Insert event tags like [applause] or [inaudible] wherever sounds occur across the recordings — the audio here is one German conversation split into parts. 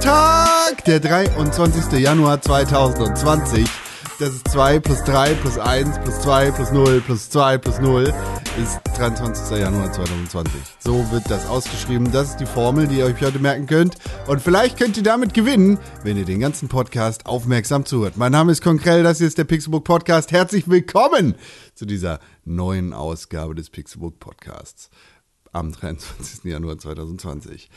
Tag, der 23. Januar 2020. Das ist 2 plus 3 plus 1 plus 2 plus 0 plus 2 plus 0 ist 23. Januar 2020. So wird das ausgeschrieben. Das ist die Formel, die ihr euch heute merken könnt. Und vielleicht könnt ihr damit gewinnen, wenn ihr den ganzen Podcast aufmerksam zuhört. Mein Name ist Konkrell, das hier ist der Pixelbook Podcast. Herzlich willkommen zu dieser neuen Ausgabe des Pixelbook Podcasts am [laughs] 23. Januar 2020.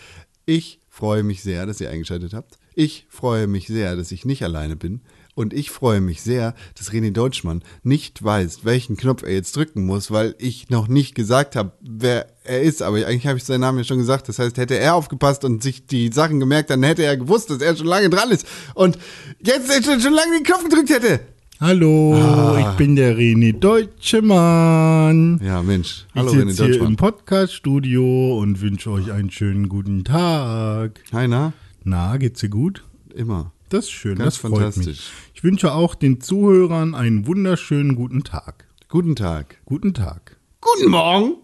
Ich freue mich sehr, dass ihr eingeschaltet habt. Ich freue mich sehr, dass ich nicht alleine bin. Und ich freue mich sehr, dass René Deutschmann nicht weiß, welchen Knopf er jetzt drücken muss, weil ich noch nicht gesagt habe, wer er ist. Aber eigentlich habe ich seinen Namen ja schon gesagt. Das heißt, hätte er aufgepasst und sich die Sachen gemerkt, dann hätte er gewusst, dass er schon lange dran ist. Und jetzt er schon, schon lange den Knopf gedrückt hätte. Hallo, ich bin der René Deutschemann. Ah. Ja, Mensch. Hallo, Hallo, ich René sitze hier im Deutschmann. Podcast-Studio und wünsche euch einen schönen guten Tag. Hi, na? Na, geht's dir gut? Immer. Das ist schön, Ganz das freut fantastisch. mich. Ich wünsche auch den Zuhörern einen wunderschönen guten Tag. Guten Tag. Guten Tag. Äh, Guten Morgen.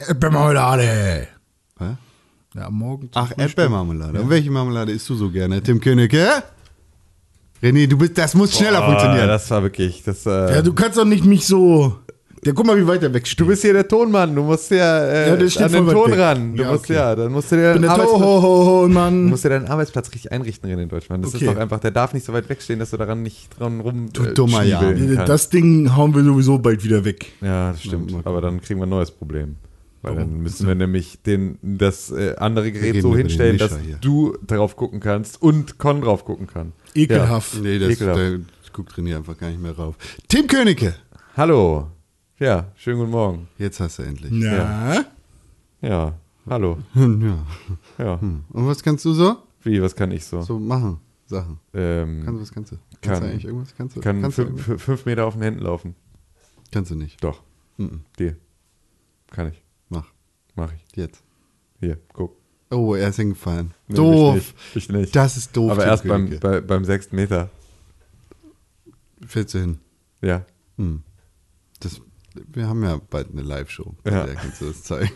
Erdbeermarmelade. Hä? Ja, morgen. zum Ach, Frühstück. Erdbeermarmelade. Und welche Marmelade isst du so gerne, Tim König? Hä? René, du bist, das muss schneller Ah, funktionieren. das war wirklich. Das, äh, Ja, du kannst doch nicht mich so. Ja, guck mal, wie weit er weg du bist hier der Tonmann. Du musst ja, Ja, äh, das steht an den voll weit Ton weg. ran. Du Ja, musst okay. ja, dann musst du dir Äh, bin deinen der Arbeitsplatz, Toho, du Mann. musst dir deinen Arbeitsplatz richtig einrichten in Deutschland. Das Okay. ist doch einfach, der darf nicht so weit wegstehen, dass du daran nicht dran rum. Du dummer Jan. Kannst. Äh, Das Ding hauen wir sowieso bald wieder weg. ja, das stimmt. Aber dann kriegen wir ein neues Problem. Weil dann müssen wir nämlich den, das äh, andere Gerät reden so über den hinstellen, Mischer dass hier. du drauf gucken kannst und Con drauf gucken kann. Ekelhaft. nee, das, Ekelhaft. da guckt René einfach gar nicht mehr rauf. Tim Königke. Ja. Hallo. Ja, schönen guten Morgen. Jetzt hast du endlich. Hm, Na? Ja. Ja, hallo. Hm. Ja. Ja. Und was kannst du so? Wie, was kann ich so? So machen. Sachen. Ähm, Kannst du, was kannst du? Kannst Kann. du eigentlich irgendwas? Kannst du? kann kannst, du fün- irgendwas? fün- fünf Meter auf den Händen laufen. kannst du nicht. Doch, Mhm. die. Kann ich. Mach. Mach ich. Jetzt. Hier, guck. Oh, er ist hingefallen. Nee, doof. Ich nicht. Ich nicht. Das ist doof. Aber Tim erst beim, Königke. bei, beim sechsten Meter. Fällst du hin. Ja. Hm. Das, wir haben ja bald eine Live-Show. Ja. Da kannst du das zeigen.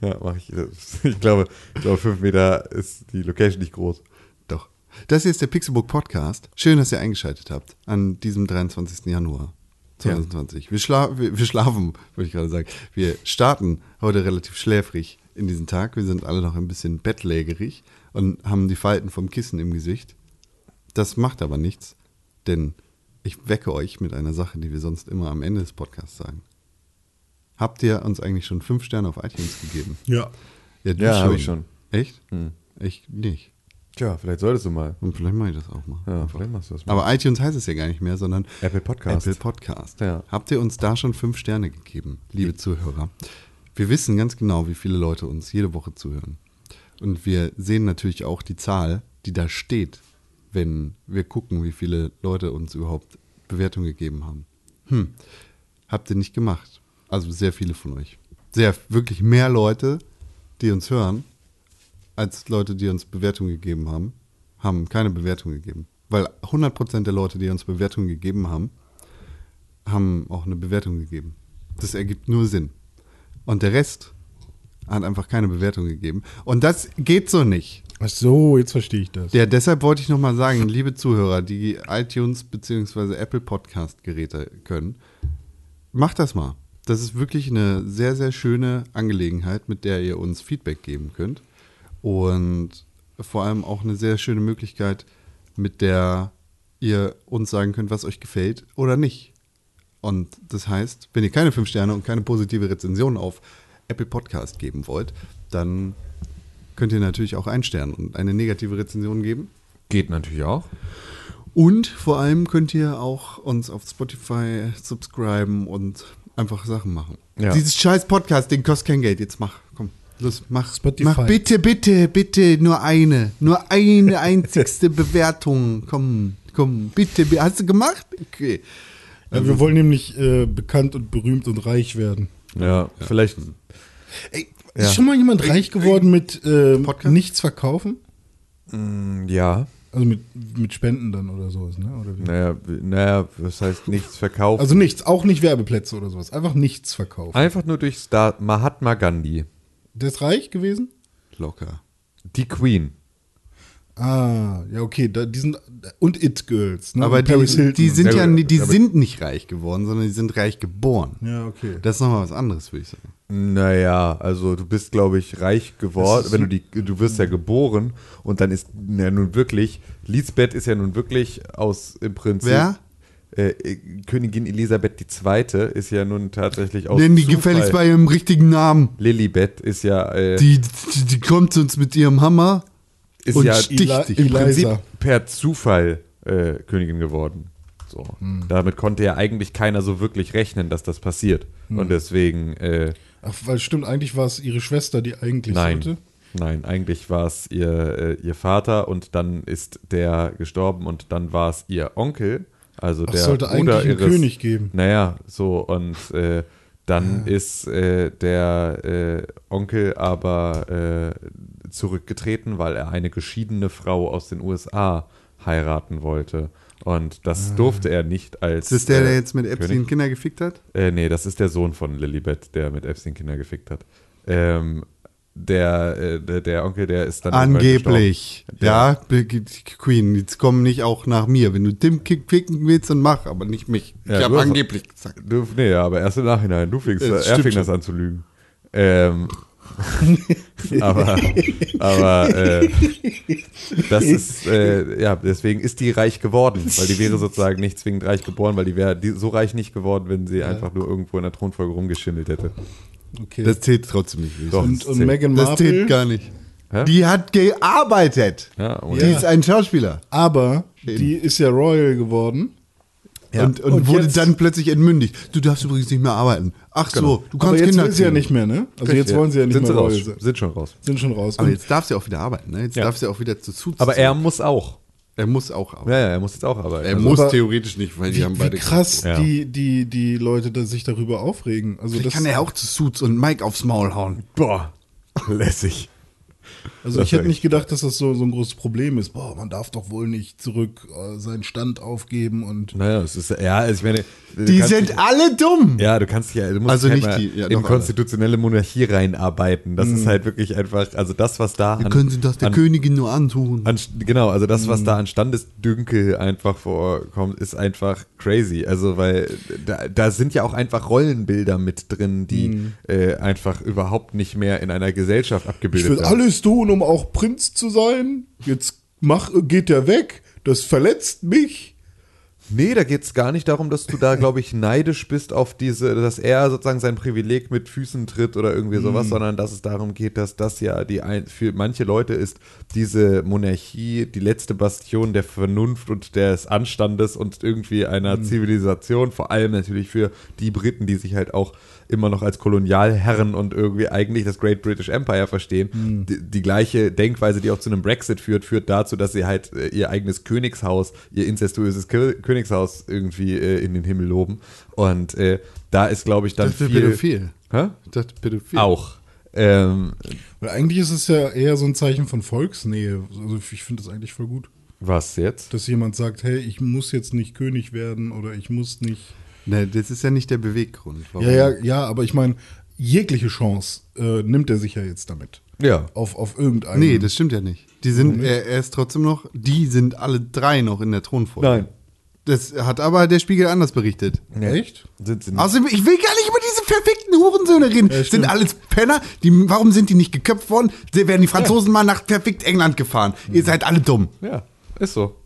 Ja, mach ich. [laughs] Das- Ich glaube, ich glaube, fünf Meter ist die Location nicht groß. Doch. Das hier ist der Pixelbook Podcast. Schön, dass ihr eingeschaltet habt an diesem 23. Januar 2020. Wir, schla wir, wir schlafen, würde ich gerade sagen. Wir starten heute relativ schläfrig in diesen Tag. Wir sind alle noch ein bisschen bettlägerig und haben die Falten vom Kissen im Gesicht. Das macht aber nichts, denn ich wecke euch mit einer Sache, die wir sonst immer am Ende des Podcasts sagen. Habt ihr uns eigentlich schon fünf Sterne auf iTunes gegeben? Ja. du Ja, hab ich schon. Echt? Hm. Ich nicht. Tja, vielleicht solltest du mal. Und vielleicht mache ich das auch mal. Ja, vielleicht machst du das mal. Aber iTunes heißt es ja gar nicht mehr, sondern Apple Podcast. Apple Podcast. Ja. Habt ihr uns da schon fünf Sterne gegeben, liebe Zuhörer? Wir wissen ganz genau, wie viele Leute uns jede Woche zuhören. Und wir sehen natürlich auch die Zahl, die da steht, wenn wir gucken, wie viele Leute uns überhaupt Bewertungen gegeben haben. Hm. Habt ihr nicht gemacht. Also sehr viele von euch. Sehr, wirklich mehr Leute, die uns hören, als Leute, die uns Bewertungen gegeben haben, haben keine Bewertung gegeben. Weil 100% der Leute, die uns Bewertungen gegeben haben, haben auch eine Bewertung gegeben. Das ergibt nur Sinn. Und der Rest hat einfach keine Bewertung gegeben. Und das geht so nicht. Ach so, jetzt verstehe ich das. Ja, deshalb wollte ich nochmal sagen, liebe Zuhörer, die iTunes bzw. Apple Podcast-Geräte können, macht das mal. Das ist wirklich eine sehr, sehr schöne Angelegenheit, mit der ihr uns Feedback geben könnt. Und vor allem auch eine sehr schöne Möglichkeit, mit der ihr uns sagen könnt, was euch gefällt oder nicht. Und das heißt, wenn ihr keine 5 Sterne und keine positive Rezension auf Apple Podcast geben wollt, dann könnt ihr natürlich auch einen Stern und eine negative Rezension geben. Geht natürlich auch. Und vor allem könnt ihr auch uns auf Spotify subscriben und einfach Sachen machen. Ja. Dieses scheiß Podcast, den kostet kein Geld. Jetzt mach, komm, los, mach. Spotify. Mach bitte, bitte, bitte nur eine. Nur eine einzigste Bewertung. Komm, komm, bitte. bi- Hast du gemacht? Okay. Ja, wir wollen nämlich äh, bekannt und berühmt und reich werden. Ja, vielleicht. Ey, Ja. Ist schon mal jemand reich geworden mit ähm, Podcast? nichts verkaufen? Mm, ja. Also mit, mit Spenden dann oder sowas, ne? Oder wie? Naja, naja, das heißt nichts verkaufen. Also nichts, auch nicht Werbeplätze oder sowas. Einfach nichts verkaufen. Einfach nur durch Star Mahatma Gandhi. Der ist reich gewesen? Locker. Die Queen. Ah, ja, okay. Da, die sind, und It Girls, ne? Aber Und Paris die, Hilton. die sind Ja, ja, gut, ni- die aber- sind nicht reich geworden, sondern die sind reich geboren. Ja, okay. Das ist nochmal was anderes, würde ich sagen. Naja, also du bist, glaube ich, reich geworden, ist- wenn du die, du wirst ja geboren und dann ist ja nun wirklich, Lisbeth ist ja nun wirklich aus im Prinzip. Wer? Äh, äh, Königin Elisabeth II. ist ja nun tatsächlich aus. Nennen die Zufall- gefälligst bei ihrem richtigen Namen. Lilibet ist ja, äh, Die, die, die kommt zu uns mit ihrem Hammer. ist und ja sticht dich. im Prinzip Eliza. per Zufall äh, Königin geworden. So. Hm. Damit konnte ja eigentlich keiner so wirklich rechnen, dass das passiert. Hm. Und deswegen, äh, Ach, weil stimmt, eigentlich war es ihre Schwester, die eigentlich nein. sollte. Nein, eigentlich war es ihr, äh, ihr Vater und dann ist der gestorben und dann war es ihr Onkel. Also Ach, der es sollte eigentlich Bruder einen ihres, König geben. Naja, so und äh, dann Ah. ist äh, der äh, Onkel aber äh, zurückgetreten, weil er eine geschiedene Frau aus den USA heiraten wollte. Und das durfte er nicht als. Ah. Ist das der, der äh, jetzt mit Epstein König- Kinder gefickt hat? äh, nee, das ist der Sohn von Lilibet, der mit Epstein Kinder gefickt hat. Ähm, der, äh, der, der Onkel, der ist dann. irgendwann Angeblich. gestorben. Ja, Be- G- Queen, jetzt komm nicht auch nach mir. Wenn du Tim kick- ficken willst, dann mach, aber nicht mich. Ja, ich du habe hast- angeblich gesagt. Du, nee, ja, aber erst im Nachhinein. Du fingst, äh, Ja, das er stimmt fing das an zu lügen. [laughs] Ähm, aber aber äh, das ist, äh, ja, deswegen ist die reich geworden, weil die wäre sozusagen nicht zwingend reich geboren, weil die wäre die- so reich nicht geworden, wenn sie einfach nur irgendwo in der Thronfolge rumgeschimmelt hätte. Okay. Das zählt trotzdem nicht. würde ich Doch, sagen. und und zählt. Meghan Das Markle. zählt gar nicht. Hä? Die hat gearbeitet. Ja, und- Die ist ein Schauspieler. aber Schön. die ist ja Royal geworden. Ja. Und, und, Und wurde jetzt- dann plötzlich entmündigt. Du darfst übrigens nicht mehr arbeiten. Ach Genau. so, du aber kannst jetzt Kinder will sie ja kriegen. nicht mehr, ne? Also jetzt Ja, wollen sie ja nicht sind mehr sie Royal raus, sein. Sind schon raus. Sind schon raus. Aber Und- jetzt darf sie auch wieder arbeiten. Ne? Jetzt Ja. darf sie auch wieder zu Suits Aber zurück. er muss auch. er muss auch arbeiten. Ja, ja, er muss jetzt auch arbeiten. Er Also- muss aber- theoretisch nicht, weil die haben wie, wie beide krass Ja. die, die, die Leute da sich darüber aufregen. Also, Vielleicht das, kann er auch zu Suits und Mike aufs Maul hauen. Boah, lässig. also das ich hätte wär nicht gedacht, dass das so, so ein großes Problem ist. Boah, man darf doch wohl nicht zurück äh, seinen Stand aufgeben und Naja, es ist, ja, also ich meine. du Die kannst sind dich- alle dumm. Ja, du kannst dich ja, du musst Also dich nicht halt mal die- ja, in doch, aber- Mhm. konstitutionelle Monarchie reinarbeiten. Das ist halt wirklich einfach, also das, was da. Wir an- können sie das der Mhm. an- Königin nur antun. An, genau, also das, was da an Standesdünkel einfach vorkommt, ist einfach crazy. Also, weil da, da sind ja auch einfach Rollenbilder mit drin, die Mhm. äh, einfach überhaupt nicht mehr in einer Gesellschaft ich abgebildet will werden. alles tun, um auch Prinz zu sein. Jetzt mach, geht er weg. Das verletzt mich. Nee, da geht's gar nicht darum, dass du da, glaube ich, neidisch bist auf diese, dass er sozusagen sein Privileg mit Füßen tritt oder irgendwie sowas, sondern dass es darum geht, dass das ja die ein, für manche Leute ist diese Monarchie die letzte Bastion der Vernunft und des Anstandes und irgendwie einer Zivilisation, vor allem natürlich für die Briten, die sich halt auch immer noch als Kolonialherren und irgendwie eigentlich das Great British Empire verstehen. Hm. Die, die gleiche Denkweise, die auch zu einem Brexit führt, führt dazu, dass sie halt äh, ihr eigenes Königshaus, ihr incestuöses Kö- Königshaus irgendwie äh, in den Himmel loben. Und äh, da ist, glaube ich, dann Das ist viel... pädophil. Hä? Ich dachte, pädophil. Auch. Ähm, Weil eigentlich ist es ja eher so ein Zeichen von Volksnähe. Also ich finde das eigentlich voll gut, was jetzt? dass jemand sagt, hey, ich muss jetzt nicht König werden oder ich muss nicht. Nee, das ist ja nicht der Beweggrund. warum- Ja, ja, ja, aber ich meine, jegliche Chance äh, nimmt er sich ja jetzt damit. Ja. Auf, auf irgendeinen. Nee, das stimmt ja nicht. Die sind, er, er ist trotzdem noch, die sind alle drei noch in der Thronfolge. Nein. Das hat aber der Spiegel anders berichtet. Echt? Also- Sind sie nicht? Außerdem, ich will gar nicht über diese verfickten Hurensöhne reden. Ja, stimmt. sind alles Penner. Die, warum sind die nicht geköpft worden? Sie werden die Franzosen mal nach verfickt England gefahren. Mhm. Ihr seid alle dumm. Ja, ist so.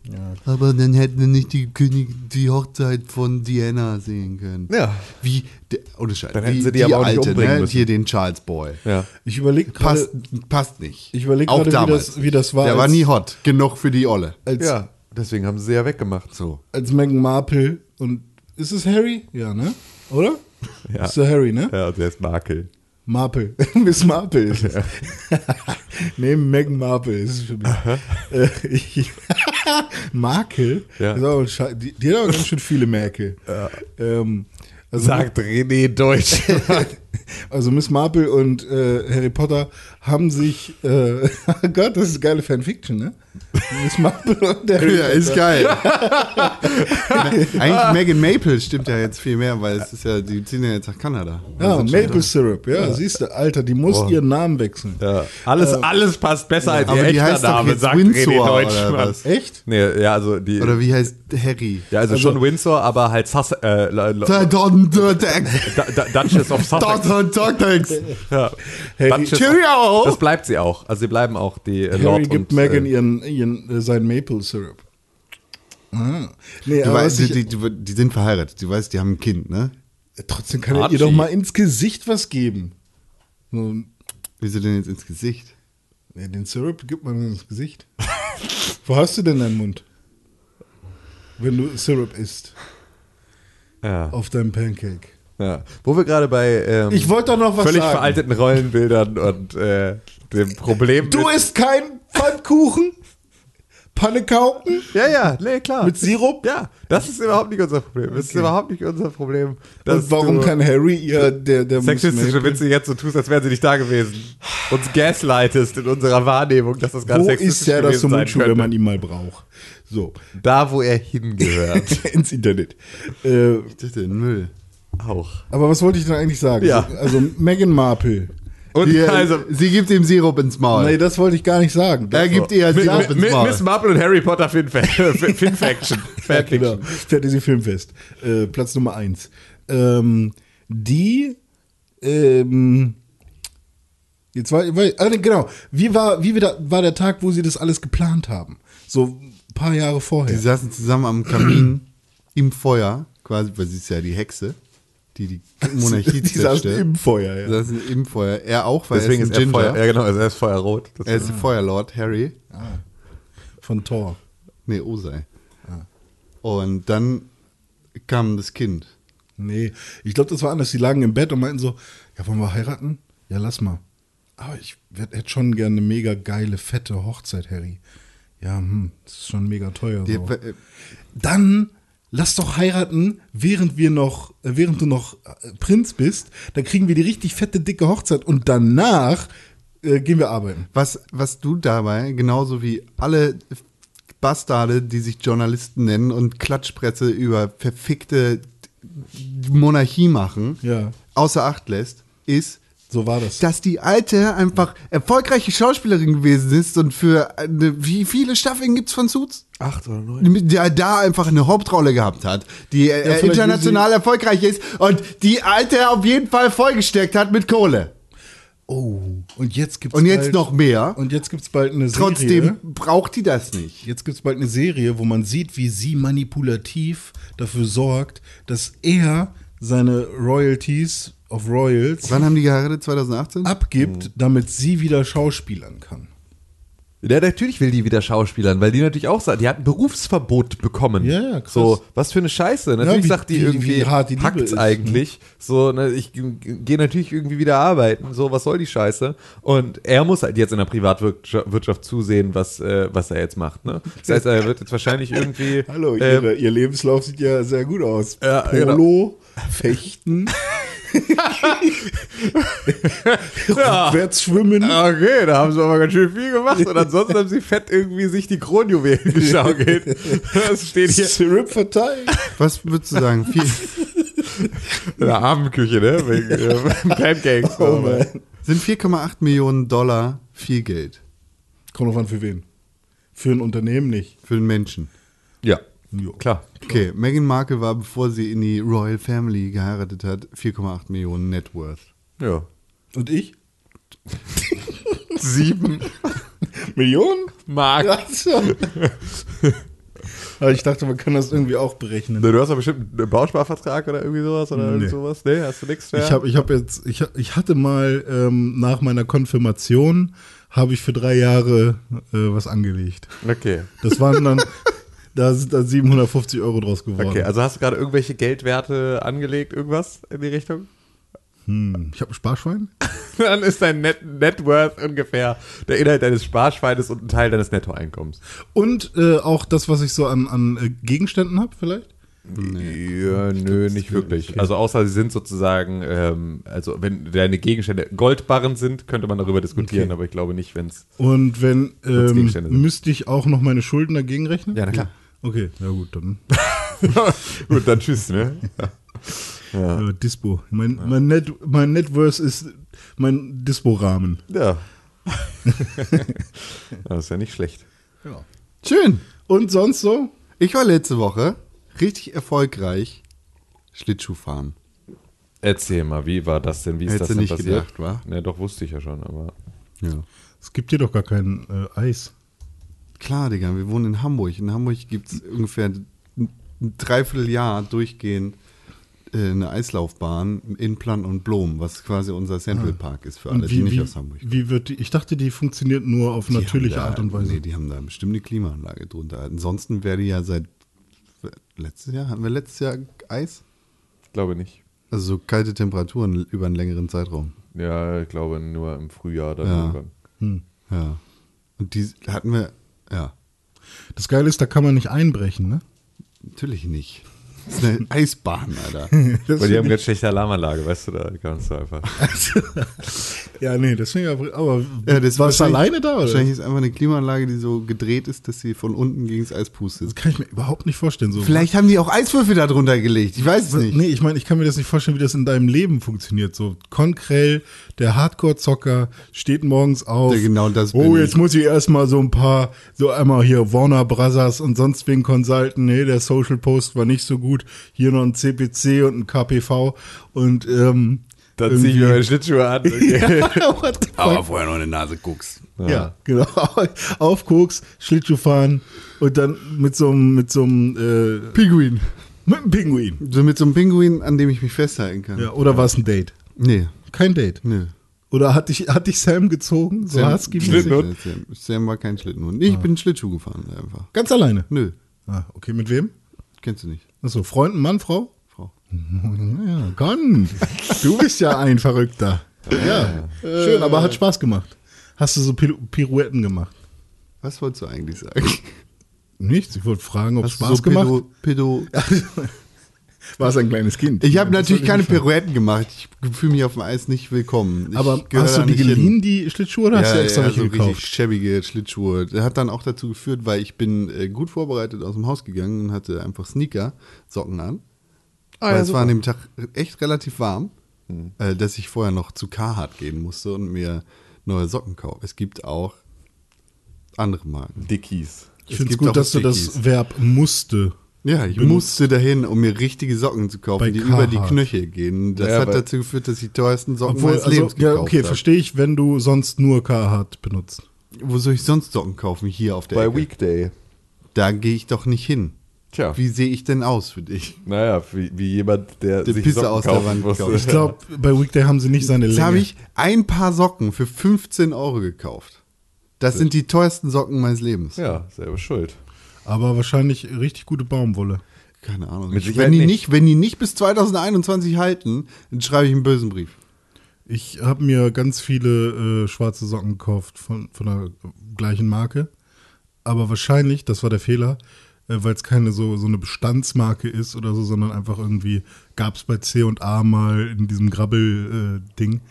Aber dann hätten wir nicht die König, die Hochzeit von Diana sehen können. Ja. Wie, der, ohne Scheiß. Dann hätten die, sie die aber auch nicht umbringen müssen. Hier den Charles Boy. Ja. Ich überlege Passt, gerade, passt nicht. Ich überleg Auch gerade, wie damals das- wie das war, Der war als- nie hot. Genug für die Olle. als, Ja, deswegen haben sie sie ja weggemacht. So. als Meghan Marple und. Ist es Harry? Ja, ne? Oder? Ja. Ist der Harry, ne? Ja, der ist Makel. Marple. [laughs] Miss Marple ist es. [laughs] nee, Meghan Marple ist es für mich. Äh, ich- [laughs] Markel? Ja. Ist auch ein Schei- die, die hat aber ganz schön viele Merkel. Ähm, also René Deutsch. [laughs] Also Miss Marple und äh, Harry Potter haben sich, äh, [laughs] oh Gott, das ist geile Fanfiction, ne? Miss Marple und der Harry Ja, ist geil. Eigentlich Megan Maple stimmt ja jetzt viel mehr, weil es ist ja, die ziehen ja jetzt nach Kanada. Ja, Also schon Maple Syrup, ja, siehst du, Alter, die muss ihren Namen wechseln. Ja. Alles, Ähm, alles passt besser als Aber ihr die echter heißt doch Name, jetzt sagt Windsor René oder Deutschmann. was? Echt? Nee, ja, also die. Oder wie heißt Harry? ja, also, Also- schon Windsor, aber halt Sus äh, la- la- Don Dirtex. da, da, Duchess of Sussex. Don Dirtex. ja. Harry- Duchess- Cheerio! Das bleibt sie auch. Also sie bleiben auch die äh, Harry Lord gibt und, Megan äh, ihren, ihren, äh, sein Maple Syrup. Ah. Nee, Du aber weißt, was ich, äh, die, die, die, die sind verheiratet. Du weißt, die haben ein Kind, ne? trotzdem kann er Archie. ihr doch mal ins Gesicht was geben. So, Wieso denn jetzt ins Gesicht? ja, den Syrup gibt man [laughs] ins Gesicht. Wo hast du denn deinen Mund? Wenn du Syrup isst, ja, auf deinem Pancake. ja. Wo wir gerade bei ähm, Ich wollte doch noch was völlig sagen. veralteten Rollenbildern und äh, dem Problem. Du mit, isst kein Pfannkuchen, Pannekauken, ja, ja, nee, klar. Mit Sirup? Ja, das ist überhaupt nicht unser Problem. Das ist Okay. überhaupt nicht unser Problem. dass Und warum du- kann Harry ihr der der sexistische Miss Maple- Witze jetzt so tust, als wären sie nicht da gewesen. Uns gaslightest in unserer Wahrnehmung, dass das ganz Wo sexistisch ist ja das gewesen sein Sumunchu, könnte. wenn man ihn mal braucht? So, [laughs] Da, wo er hingehört. ins Internet. Äh, Das ist denn Müll. Auch. aber was wollte ich denn eigentlich sagen? Ja. Also Meghan Markle. Und Die, äh, also, sie gibt ihm Sirup ins Äh. Maul. Nee, das wollte ich gar nicht sagen. er gibt ihr Mi- Sirup Mi- ins Mi- Maul. Miss Marple und Harry Potter [laughs] Finfa- Finfaction. Ja, Fanfiction. genau. Fantasy Filmfest. Äh, Platz Nummer 1. Ähm, die. Ähm, jetzt war. war ah, nee, genau. Wie, war, wie wieder, war der Tag, wo sie das alles geplant haben? So ein paar Jahre vorher. Die saßen zusammen am Kamin im Feuer, quasi, weil sie ist ja die Hexe, die die [laughs] Monarchie die saßen zerstört. im Feuer, ja. Sie saßen im Feuer. Er auch, weil Deswegen er ist ist ein er Ginger. Feuer, ja genau, also er ist Feuerrot. Das Er ist ein Feuerlord, Harry. Von Thor. Nee, Osei. Ah. Und dann kam das Kind. Nee, ich glaube, das war anders. Die lagen im Bett und meinten so, ja, wollen wir heiraten? Ja, lass mal. Aber ich werd, hätte schon gerne eine mega geile, fette Hochzeit, Harry. Ja, hm, das ist schon mega teuer. Die- So. äh, Dann lass doch heiraten, während wir noch, äh, während du noch äh, Prinz bist. Dann kriegen wir die richtig fette, dicke Hochzeit und danach äh, gehen wir arbeiten. Was, was du dabei, genauso wie alle Bastarde, die sich Journalisten nennen und Klatschpresse über verfickte Monarchie machen, Ja. außer Acht lässt, ist, So war das. dass die Alte einfach erfolgreiche Schauspielerin gewesen ist und für eine, wie viele Staffeln gibt's von Suits? Acht oder neun. Der da einfach eine Hauptrolle gehabt hat, die äh, vielleicht will international erfolgreich ist und die Alte auf jeden Fall vollgesteckt hat mit Kohle. oh, und jetzt gibt's Und jetzt bald, noch mehr. Und jetzt gibt's bald eine Trotzdem Serie. braucht die das nicht. Jetzt gibt's bald eine Serie, wo man sieht, wie sie manipulativ dafür sorgt, dass er seine Royalties of Royals Wann haben die geheiratet? 2018? abgibt, damit sie wieder schauspielern kann. Ja, natürlich will die wieder Schauspielern, weil die natürlich auch sagt, die hat ein Berufsverbot bekommen. Ja, ja, krass. So, was für eine Scheiße. Natürlich wie- sagt die wie- irgendwie, wie hart die Liebe hackt's ist, ne? eigentlich. So, ne, ich gehe natürlich irgendwie wieder arbeiten. So, was soll die Scheiße? Und er muss halt jetzt in der Privatwirtschaft Wirtschaft zusehen, was, äh, was er jetzt macht. Ne? Das heißt, er wird jetzt [laughs] wahrscheinlich irgendwie. ähm, ihr Lebenslauf sieht ja sehr gut aus. Ja, genau. Polo, Fechten, [laughs] ja. Rückwärtsschwimmen. Okay, da haben sie aber ganz schön viel gemacht und ansonsten haben sie fett irgendwie sich die [laughs] Kronjuwelen geschaukelt. Das steht hier Syrup verteilt. Was würdest du sagen? Viel, in der Abendküche, ne? [laughs] Wegen äh, Pancakes. Oh man. sind 4,8 Millionen Dollar viel Geld Kommt drauf an, für wen? Für ein Unternehmen nicht. für den Menschen? Ja, Jo. klar. Okay, Meghan Markle war, bevor sie in die Royal Family geheiratet hat, 4,8 Millionen Net Worth. Ja. Und ich? Sieben Millionen? Mark. Ja, so. Aber ich dachte, man kann das irgendwie auch berechnen. Du hast doch bestimmt einen Bausparvertrag oder irgendwie sowas oder irgend Nee. sowas. Nee, hast du nichts mehr? Ich habe ich hab jetzt, ich, hab- ich hatte mal ähm, nach meiner Konfirmation, habe ich für drei Jahre äh, was angelegt. okay. Das waren [laughs] dann, da sind dann 750 Euro draus geworden. Okay, also hast du gerade irgendwelche Geldwerte angelegt, irgendwas in die Richtung? hm, ich habe ein Sparschwein? [laughs] Dann ist dein Net, Net Worth ungefähr der Inhalt deines Sparschweines und ein Teil deines Nettoeinkommens. Und äh, auch das, was ich so an, an äh, Gegenständen habe vielleicht. Ja, nö, nicht wirklich. Also außer sie sind sozusagen, ähm, also wenn deine Gegenstände Goldbarren sind, könnte man darüber diskutieren, Okay. aber ich glaube nicht, wenn es. Und wenn, es ähm, Gegenstände sind. müsste ich auch noch meine Schulden dagegen rechnen? Ja, na klar. Okay, na gut, dann. [laughs] Gut, dann tschüss, ne? Ja. äh, Dispo. Mein, mein, Net, mein Networth ist mein Dispo-Rahmen. Ja. [laughs] das ist ja nicht schlecht. Schön. Und sonst so? Ich war letzte Woche richtig erfolgreich Schlittschuhfahren. Erzähl mal, wie war das denn? Wie ist Hättest das du denn nicht passiert? gedacht, wa? Ne, doch wusste ich ja schon, aber. Ja. Es gibt hier doch gar kein äh, Eis. Klar, Digga, wir wohnen in Hamburg. In Hamburg gibt es ungefähr ein ein Dreivierteljahr durchgehend äh, eine Eislaufbahn in Plan und Blom, was quasi unser Central Park ist für alle, die nicht Ah. wie, aus Hamburg wie wird die, ich dachte, die funktioniert nur auf Die natürliche haben da, Art und Weise. Nee, die haben da bestimmt eine Klimaanlage drunter. Ansonsten wäre die ja seit letztes Jahr, hatten wir letztes Jahr Eis? Ich glaube nicht. Also so kalte Temperaturen über einen längeren Zeitraum. Ja, ich glaube nur im Frühjahr dann Ja. irgendwann. Ja. Und die hatten wir, ja, Das Geile ist, da kann man nicht einbrechen, ne? natürlich nicht. Das ist [laughs] eine Eisbahn, Alter. Das Weil die haben find ganz schlechte Alarmanlage, weißt du, da kannst du einfach. [laughs] ich- ja, nee, das finde ich aber. aber Ja, das warst du wahrscheinlich- alleine da, oder? Wahrscheinlich ist einfach eine Klimaanlage, die so gedreht ist, dass sie von unten gegen das Eis Das pustet. kann ich mir überhaupt nicht vorstellen. So. Vielleicht haben die auch Eiswürfel da drunter gelegt. Ich weiß es nicht. Nee, ich meine, ich kann mir das nicht vorstellen, wie das in deinem Leben funktioniert. So konkrell, der Hardcore-Zocker steht morgens auf. Ja, genau, das Oh, bin jetzt ich. muss ich erstmal so ein paar, so einmal hier Warner Brothers und sonst wen Consulten. Nee, der Social Post war nicht so gut. Hier noch ein CPC und ein KPV. Und, ähm, Dann zieh ich mir meine Schlittschuhe an. Okay. [laughs] What the fuck? vorher noch eine Nase guckst. Ja, genau. [laughs] Auf Koks, Schlittschuh fahren und dann mit so einem, mit so einem, äh, Pinguin. mit einem Pinguin. So mit so einem Pinguin, an dem ich mich festhalten kann. Ja, oder war es ein Date? Nee, Kein Date. nee. Oder hat dich, hat dich Sam gezogen? So Husky-mäßig? Schlittenhund? Sam, Sam war kein Schlittenhund. Ah. Ich bin Schlittschuh gefahren einfach. Ganz alleine. Nö, Ah, okay, mit wem? kennst du nicht, Achso, Freunden, Mann, Frau? Frau. Ja, kann. Du bist ja ein Verrückter. Ja, schön, aber hat Spaß gemacht. Hast du so Pil- Pirouetten gemacht? Was wolltest du eigentlich sagen? Nichts, ich wollte fragen, ob es Hast du Spaß gemacht. Pedo, Pedo. War es ein kleines Kind? Ich habe Das natürlich wollte keine nicht fragen. Pirouetten gemacht. Ich fühle mich auf dem Eis nicht willkommen. Ich Aber gehöre hast du da die nicht hin. geliehen, die Schlittschuhe, oder hast du extra welche so richtig gekauft? schäbige Schlittschuhe. Das hat dann auch dazu geführt, weil ich bin äh, gut vorbereitet aus dem Haus gegangen und hatte einfach Sneaker, Socken an. weil Also, es war an dem Tag echt relativ warm, Mhm. äh, dass ich vorher noch zu Carhartt gehen musste und mir neue Socken kaufe. Es gibt auch andere Marken. Dickies. Ich es finde es gibt auch gut, dass du das Stickies. Verb musste. Ja, ich Bin- musste dahin, um mir richtige Socken zu Bei kaufen, die über die Carhartt. Knöchel gehen. Das Ja, hat weil- dazu geführt, dass ich die teuersten Socken Obwohl, meines also, Lebens ja, gekauft okay, habe. verstehe ich, wenn du sonst nur Carhartt benutzt. Wo soll ich sonst Socken kaufen? Hier auf der Bei Ecke. Weekday. Da gehe ich doch nicht hin. Tja. Wie sehe ich denn aus für dich? Naja, wie, wie jemand, der Der sich Pisse Socken aus der kaufen Wand musste. kauft. Ich glaube, bei Weekday haben sie nicht seine Jetzt Länge. habe ich ein paar Socken für 15 Euro gekauft. Das sind die teuersten Socken meines Lebens. [laughs] Ja, selber schuld. Aber wahrscheinlich richtig gute Baumwolle. Keine Ahnung. Mit Ich, Sicherheit wenn, die nicht. nicht, wenn die nicht bis 2021 halten, dann schreibe ich einen bösen Brief. Ich habe mir ganz viele äh, schwarze Socken gekauft von, von der gleichen Marke. Aber wahrscheinlich, das war der Fehler, äh, weil es keine so, so eine Bestandsmarke ist oder so, sondern einfach irgendwie gab es bei C&A mal in diesem Grabbel-Ding,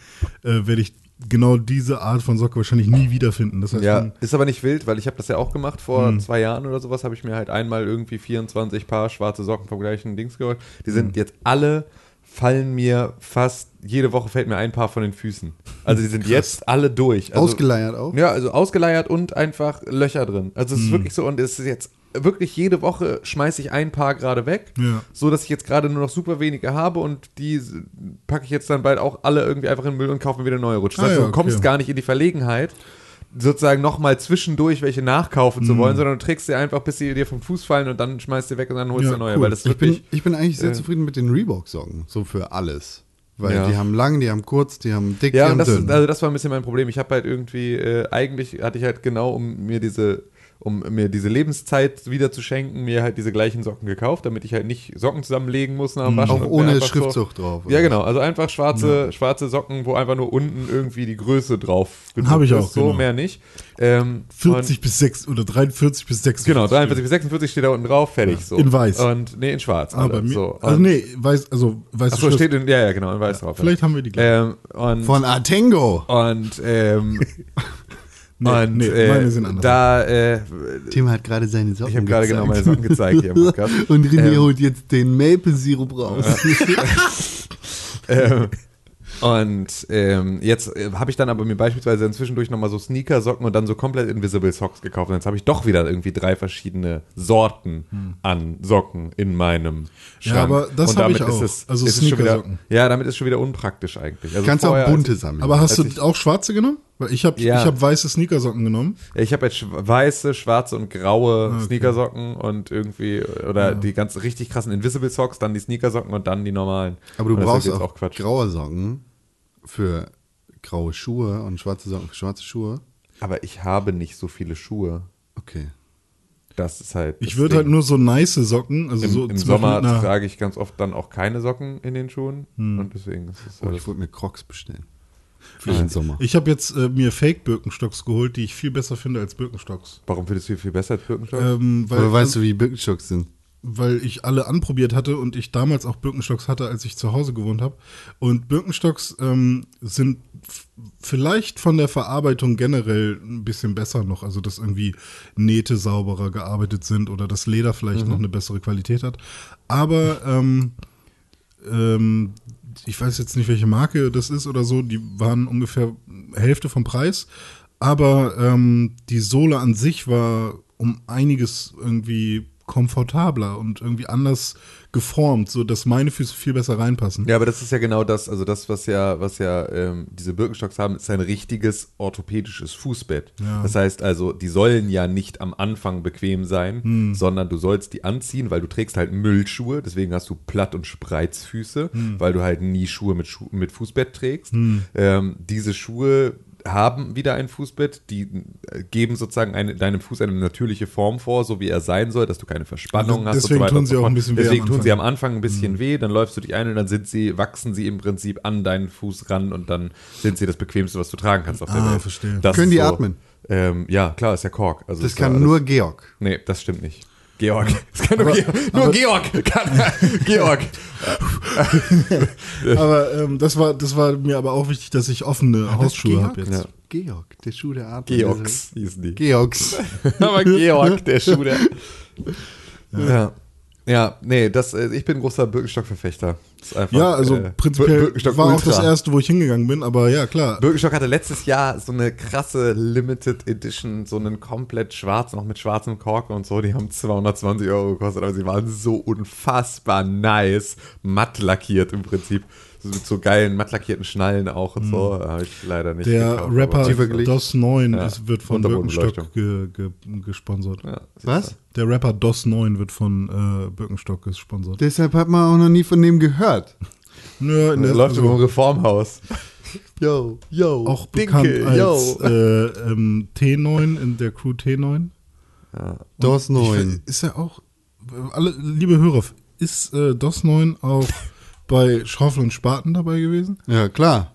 äh, werde ich genau diese Art von Socke wahrscheinlich nie wiederfinden. Das heißt, Ja, man- ist aber nicht wild, weil ich habe das ja auch gemacht vor zwei Jahren oder sowas, habe ich mir halt einmal irgendwie 24 Paar schwarze Socken vom gleichen Dings geholt. Die sind jetzt alle, fallen mir fast, jede Woche fällt mir ein Paar von den Füßen. Also die sind jetzt alle durch. Also, Ausgeleiert auch? Ja, also ausgeleiert und einfach Löcher drin. Also es Mhm. ist wirklich so und es ist jetzt wirklich jede Woche schmeiße ich ein Paar gerade weg, Ja. so dass ich jetzt gerade nur noch super wenige habe und die s- packe ich jetzt dann bald auch alle irgendwie einfach in den Müll und kaufe mir wieder neue Rutschen. Das Ah heißt, ja, du kommst okay. gar nicht in die Verlegenheit, sozusagen nochmal zwischendurch welche nachkaufen Mhm. zu wollen, sondern du trägst sie einfach, bis sie dir vom Fuß fallen und dann schmeißt du die weg und dann holst du Ja, eine neue, cool. weil das Ich bin, wirklich ich bin eigentlich sehr äh, zufrieden mit den Reebok-Socken. So für alles. Weil Ja. die haben lang, die haben kurz, die haben dick, Ja, die und haben das, dünn. also das war ein bisschen mein Problem. Ich habe halt irgendwie, äh, eigentlich hatte ich halt genau, um mir diese, um mir diese Lebenszeit wieder zu schenken, mir halt diese gleichen Socken gekauft, damit ich halt nicht Socken zusammenlegen muss Mhm. nach dem Waschen. Auch und mir ohne einfach Schriftzug drauf. ja, genau. Also einfach schwarze, schwarze Socken, wo einfach nur unten irgendwie die Größe drauf gedruckt Hab ich auch, ist. So genau. mehr nicht. Ähm, 40 bis 6 oder 43 bis 6. Genau, 43 bis 46 steht da unten drauf, fertig. So. In weiß. Und nee, in schwarz. Aber Alter, mir, so. also Und- nee, weiß, also weiß Achso, steht in, ja, ja, genau, in weiß drauf. ja. Vielleicht haben wir die gleiche. ähm, und, Von Atengo. und, ähm, [laughs] Nee, und nee, äh, meine sind anders. da, äh, Tim hat gerade seine Socken ich habe gerade genau meine Socken gezeigt hier im Podcast. [laughs] Und René Ähm, Also holt jetzt den Maple-Sirup raus. [laughs] ähm, und ähm, jetzt äh, habe ich dann aber mir beispielsweise inzwischen durch nochmal so Sneaker-Socken und dann so komplett Invisible Socks gekauft. Und jetzt habe ich doch wieder irgendwie drei verschiedene Sorten an Socken in meinem Schrank. Hm. aber das Und hab ich damit auch. Ist es, Also ist es schon wieder, Sneakersocken. Ja, damit ist schon wieder unpraktisch eigentlich. Also Kannst auch vorher- bunte sammeln. Aber hast du als ich- auch schwarze genommen? Weil ich habe Ja. ich hab weiße Sneakersocken genommen. Ich habe jetzt sch- weiße, schwarze und graue Sneakersocken und irgendwie, oder die ganz richtig krassen Invisible Socks, dann die Sneakersocken und dann die normalen. Aber du und das ist brauchst jetzt auch, Quatsch. graue Socken für graue Schuhe und schwarze Socken für schwarze Schuhe. Aber ich habe nicht so viele Schuhe. Okay. Das ist halt. Ich das würde halt Ding. nur so nice Socken, also Im, so im zum Beispiel Sommer mit einer- Hm. trage ich ganz oft dann auch keine Socken in den Schuhen. Und deswegen ist es Oh, alles. ich wollte mir Crocs bestellen. Für den Sommer. Ich habe jetzt äh, mir Fake Birkenstocks geholt, die ich viel besser finde als Birkenstocks. Warum findest du die viel besser als Birkenstock? Ähm, weil, Aber weißt du, wie Birkenstocks sind? weil ich alle anprobiert hatte und ich damals auch Birkenstocks hatte, als ich zu Hause gewohnt habe. Und Birkenstocks ähm, sind f- vielleicht von der Verarbeitung generell ein bisschen besser noch. Also, dass irgendwie Nähte sauberer gearbeitet sind oder das Leder vielleicht noch eine bessere Qualität hat. Aber ähm, ähm, ich weiß jetzt nicht, welche Marke das ist oder so, die waren ungefähr Hälfte vom Preis. Aber ähm, die Sohle an sich war um einiges irgendwie komfortabler und irgendwie anders geformt, so dass meine Füße viel besser reinpassen. Ja, aber das ist ja genau das, also das, was ja, was ja ähm, diese Birkenstocks haben, ist ein richtiges orthopädisches Fußbett. Ja. Das heißt also, die sollen ja nicht am Anfang bequem sein, Hm. sondern du sollst die anziehen, weil du trägst halt Müllschuhe, deswegen hast du Platt- und Spreizfüße, Hm. weil du halt nie Schuhe mit, Schu mit Fußbett trägst. Ähm, diese Schuhe haben wieder ein Fußbett, die äh, geben sozusagen eine, deinem Fuß eine natürliche Form vor, so wie er sein soll, dass du keine Verspannung hast. Also Deswegen und so weiter tun und so sie auch fort. ein bisschen weh am Deswegen tun sie Anfang. am Anfang ein Mhm. bisschen weh, dann läufst du dich ein und dann sind sie, wachsen sie im Prinzip an deinen Fuß ran und dann sind sie das Bequemste, was du tragen kannst auf der Ah, Welt. verstehe. Das Können ist die atmen? Ähm, ja, klar, ist ja Kork. Also Das ist ja kann alles- nur Georg. Nee, das stimmt nicht. [laughs] Georg. Das kann nur Georg. Nur Georg. Kann, Georg. Aber ähm, das war das war mir aber auch wichtig, dass ich offene Hausschuhe habe jetzt. Ja. Georg, der Schuh der Adler. Georgs hießen [laughs] die. Georgs. [laughs] Aber Georg, der Schuh, der. Ja. Ja, nee, das, äh, ich bin großer Birkenstock-Verfechter. Ist einfach, Ja, also äh, Bir- prinzipiell Birkenstock war auch Ultra. das erste, wo ich hingegangen bin, aber ja, klar. Birkenstock hatte letztes Jahr so eine krasse Limited Edition, so einen komplett schwarzen, auch mit schwarzem Kork und so. Die haben 220 Euro gekostet, aber sie waren so unfassbar nice, matt lackiert im Prinzip. So Mit so geilen, matt lackierten Schnallen auch und so. Mhm. Habe ich leider nicht Der gekauft, Rapper aber- DOS 9 Ja, ist, wird von Unterbodenbeleuchtung. Birkenstock ge, ge, gesponsert. Ja, siehst Was? Der Rapper DOS 9 wird von äh, Birkenstock gesponsert. Deshalb hat man auch noch nie von dem gehört. Nö, in du. Der der, läuft im also Reformhaus. Yo, yo. auch Dinkel, bekannt als yo. äh, ähm, T9 in der Crew T9. DOS Ich weiß- 9. Ist ja auch, alle, liebe Hörer, ist äh, DOS 9 [laughs] auch bei Schaufel und Spaten dabei gewesen? Ja, klar.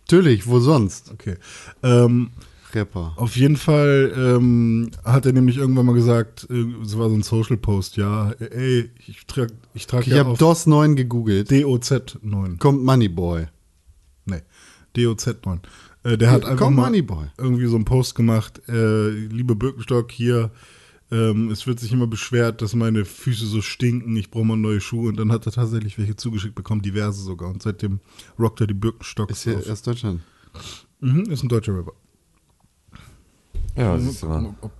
Natürlich, wo sonst? Okay. Ähm, Rapper. Auf jeden Fall ähm, hat er nämlich irgendwann mal gesagt, äh, es war so ein Social Post, ja, ey, ich trage ich trag Ich ja habe auf DOS 9 gegoogelt. DOZ9. Kommt Moneyboy. Nee, DOZ9. Äh, der hat Komm, einfach mal Moneyboy. irgendwie so einen Post gemacht, äh, liebe Birkenstock, hier, ähm, es wird sich immer beschwert, dass meine Füße so stinken, ich brauche mal neue Schuhe. Und dann hat er tatsächlich welche zugeschickt bekommen, diverse sogar. Und seitdem rockt er die Birkenstocks. Ist hier auf. aus Deutschland. mhm, ist ein deutscher Rapper. Ja, Also siehst du mal. gucken, ob-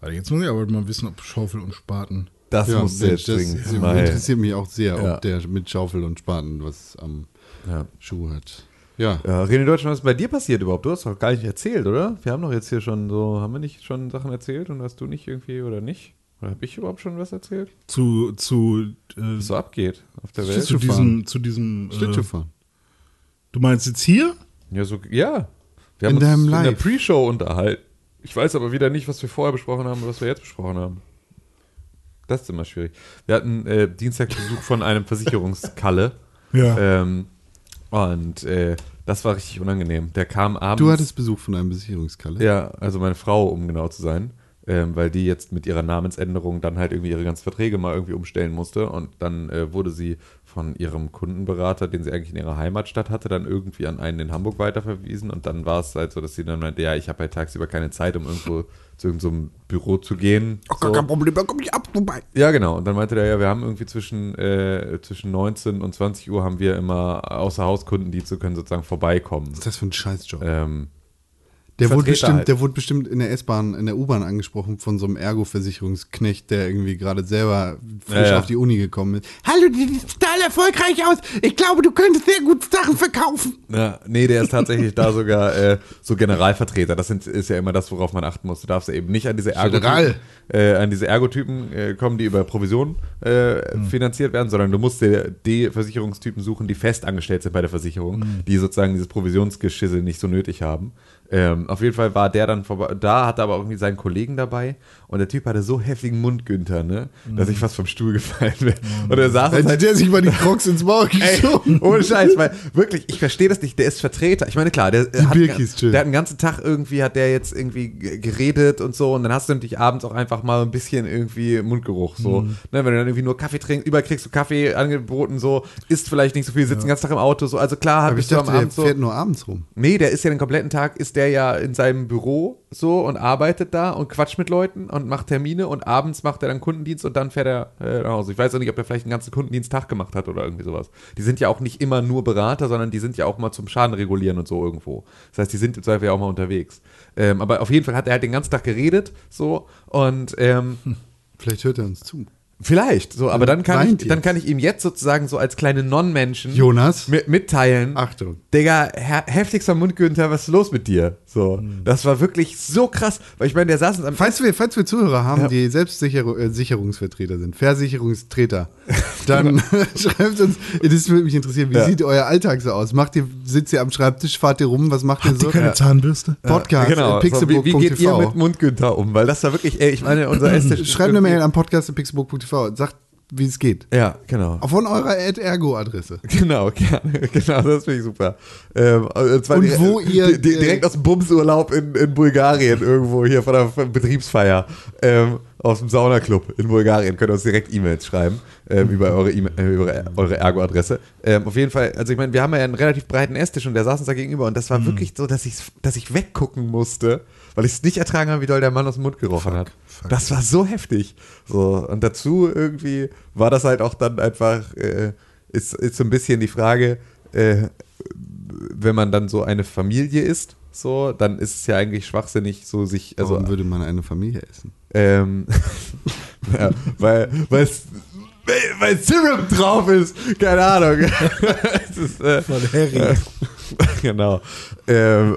Warte, jetzt muss ich aber mal wissen, ob Schaufel und Spaten. Das ja, musst du Mensch, jetzt das dringend das mal. interessiert mich auch sehr, Ja. ob der mit Schaufel und Spaten was am Ja. Schuh hat. Ja. Ja, René Deutschland, was ist bei dir passiert überhaupt? Du hast doch gar nicht erzählt, oder? Wir haben doch jetzt hier schon so, haben wir nicht schon Sachen erzählt und hast du nicht irgendwie oder nicht? Oder habe ich überhaupt schon was erzählt? zu zu äh, Was so abgeht auf der zu Welt? Schlittschuh diesem zu diesem äh, Schlittschuhfahren. du meinst jetzt hier Ja, so, ja. Wir In haben uns deinem in der Live. Pre-Show unterhalten. Ich weiß aber wieder nicht, was wir vorher besprochen haben und was wir jetzt besprochen haben. Das ist immer schwierig. Wir hatten äh, Dienstag Besuch von einem Versicherungskalle. Ja. Ähm, und äh, das war richtig unangenehm. Der kam abends. Du hattest Besuch von einem Besicherungskalle. Ja, also meine Frau, um genau zu sein, ähm, weil die jetzt mit ihrer Namensänderung dann halt irgendwie ihre ganzen Verträge mal irgendwie umstellen musste und dann äh, wurde sie von ihrem Kundenberater, den sie eigentlich in ihrer Heimatstadt hatte, dann irgendwie an einen in Hamburg weiterverwiesen und dann war es halt so, dass sie dann meinte, ja, ich habe halt tagsüber keine Zeit, um irgendwo zu irgendeinem Büro zu gehen. So. Problem, da komme ich ab vorbei. Ja, genau. Und dann meinte er, ja, wir haben irgendwie zwischen, äh, zwischen 19 und 20 Uhr haben wir immer außer Hauskunden, die zu können sozusagen vorbeikommen. Was ist das für ein Scheißjob? Ähm, Der wurde, Vertreter bestimmt, halt. der wurde bestimmt in der S-Bahn, in der U-Bahn angesprochen von so einem Ergo-Versicherungsknecht, der irgendwie gerade selber frisch Ja, ja. auf die Uni gekommen ist. Hallo, du siehst total erfolgreich aus. Ich glaube, du könntest sehr gut Sachen verkaufen. Ja, nee, der ist tatsächlich da sogar äh, so Generalvertreter. Das sind, ist ja immer das, worauf man achten muss. Du darfst ja eben nicht an diese Ergotypen, General. äh, an diese Ergotypen äh, kommen, die über Provision äh, finanziert werden, sondern du musst dir die Versicherungstypen suchen, die festangestellt sind bei der Versicherung, die sozusagen dieses Provisionsgeschissel nicht so nötig haben. Ähm, auf jeden Fall war der dann vorbei, da hatte aber auch irgendwie seinen Kollegen dabei und der Typ hatte so heftigen Mund, Günther, ne, dass ich fast vom Stuhl gefallen wäre. Und er saß uns Hätte halt der sich mal die Crocs ins Maul [laughs] Ey, geschoben. ohne Scheiß, weil wirklich, ich verstehe das nicht. Der ist Vertreter. Ich meine, klar, der, äh, hat, Birki ist chill. der hat den ganzen Tag irgendwie, hat der jetzt irgendwie g- geredet und so. Und dann hast du natürlich abends auch einfach mal ein bisschen irgendwie Mundgeruch. So, Mhm. ne, wenn du dann irgendwie nur Kaffee trinkst, überkriegst du Kaffee angeboten, so, isst vielleicht nicht so viel, sitzt den ganzen Tag im Auto. So, also klar, hab Aber ich bist du am dachte, der Abend so. fährt nur abends rum. Nee, der ist ja den kompletten Tag, ist der ja in seinem Büro so und arbeitet da und quatscht mit Leuten und macht Termine und abends macht er dann Kundendienst und dann fährt er äh, nach Hause. Ich weiß auch nicht, ob er vielleicht einen ganzen Kundendiensttag gemacht hat oder irgendwie sowas. Die sind ja auch nicht immer nur Berater, sondern die sind ja auch mal zum Schaden regulieren und so irgendwo. Das heißt, die sind im Zweifel ja auch mal unterwegs. Ähm, aber auf jeden Fall hat er halt den ganzen Tag geredet so und ähm, Hm. Vielleicht hört er uns zu. vielleicht so, aber dann kann, Weint ich, dann jetzt. kann ich ihm jetzt sozusagen so als kleine Non-Menschen Jonas? mi- mitteilen. Achtung. Digga, her heftigster Mundgünther, was ist los mit dir? So, das war wirklich so krass, weil ich meine, der saß uns am Falls wir, falls wir Zuhörer haben, Ja. die Selbstsicherungsvertreter äh, Sicherungsvertreter sind, Versicherungstreter, [laughs] dann [laughs] schreibt uns, das würde mich interessieren, wie Genau. Ja. sieht euer Alltag so aus? Macht ihr, sitzt ihr am Schreibtisch, fahrt ihr rum, was macht ihr Habt so? ihr keine Zahnbürste? Podcast, genau, äh, so, wie, wie geht ihr mit pixelburg.tv. Mundgünther um? Weil das war wirklich, ey, ich [laughs] meine, unser Esstisch. ist Schreibt eine irgendwie- Mail an podcast.pixelburg.tv, sagt, wie es geht. Ja, genau. Auch Von eurer Ad-Ergo-Adresse. [laughs] Genau, gerne. Genau, das finde ich super. Ähm, also, und zwar Und dire- wo ihr- di- di- direkt aus dem Bumsurlaub in, in Bulgarien, irgendwo hier von der von Betriebsfeier, ähm, aus dem Saunaclub in Bulgarien, könnt ihr uns direkt E-Mails schreiben ähm, über eure, e äh, über eure Ergo-Adresse. Ähm, auf jeden Fall, also ich meine, wir haben ja einen relativ breiten Esstisch und der saß uns da gegenüber und das Mhm. war wirklich so, dass, ich's, dass ich weggucken musste, weil ich es nicht ertragen habe, wie doll der Mann aus dem Mund gerochen hat. Das war so heftig. So, und dazu irgendwie war das halt auch dann einfach, äh, ist, ist so ein bisschen die Frage, äh, wenn man dann so eine Familie ist, so, dann ist es ja eigentlich schwachsinnig, so sich, also Warum würde man eine Familie essen? ähm, [laughs] ja, weil weil es- weil Syrup drauf ist. Keine Ahnung. [laughs] es ist, äh, Voll Harry. Äh, [laughs] genau. Ähm,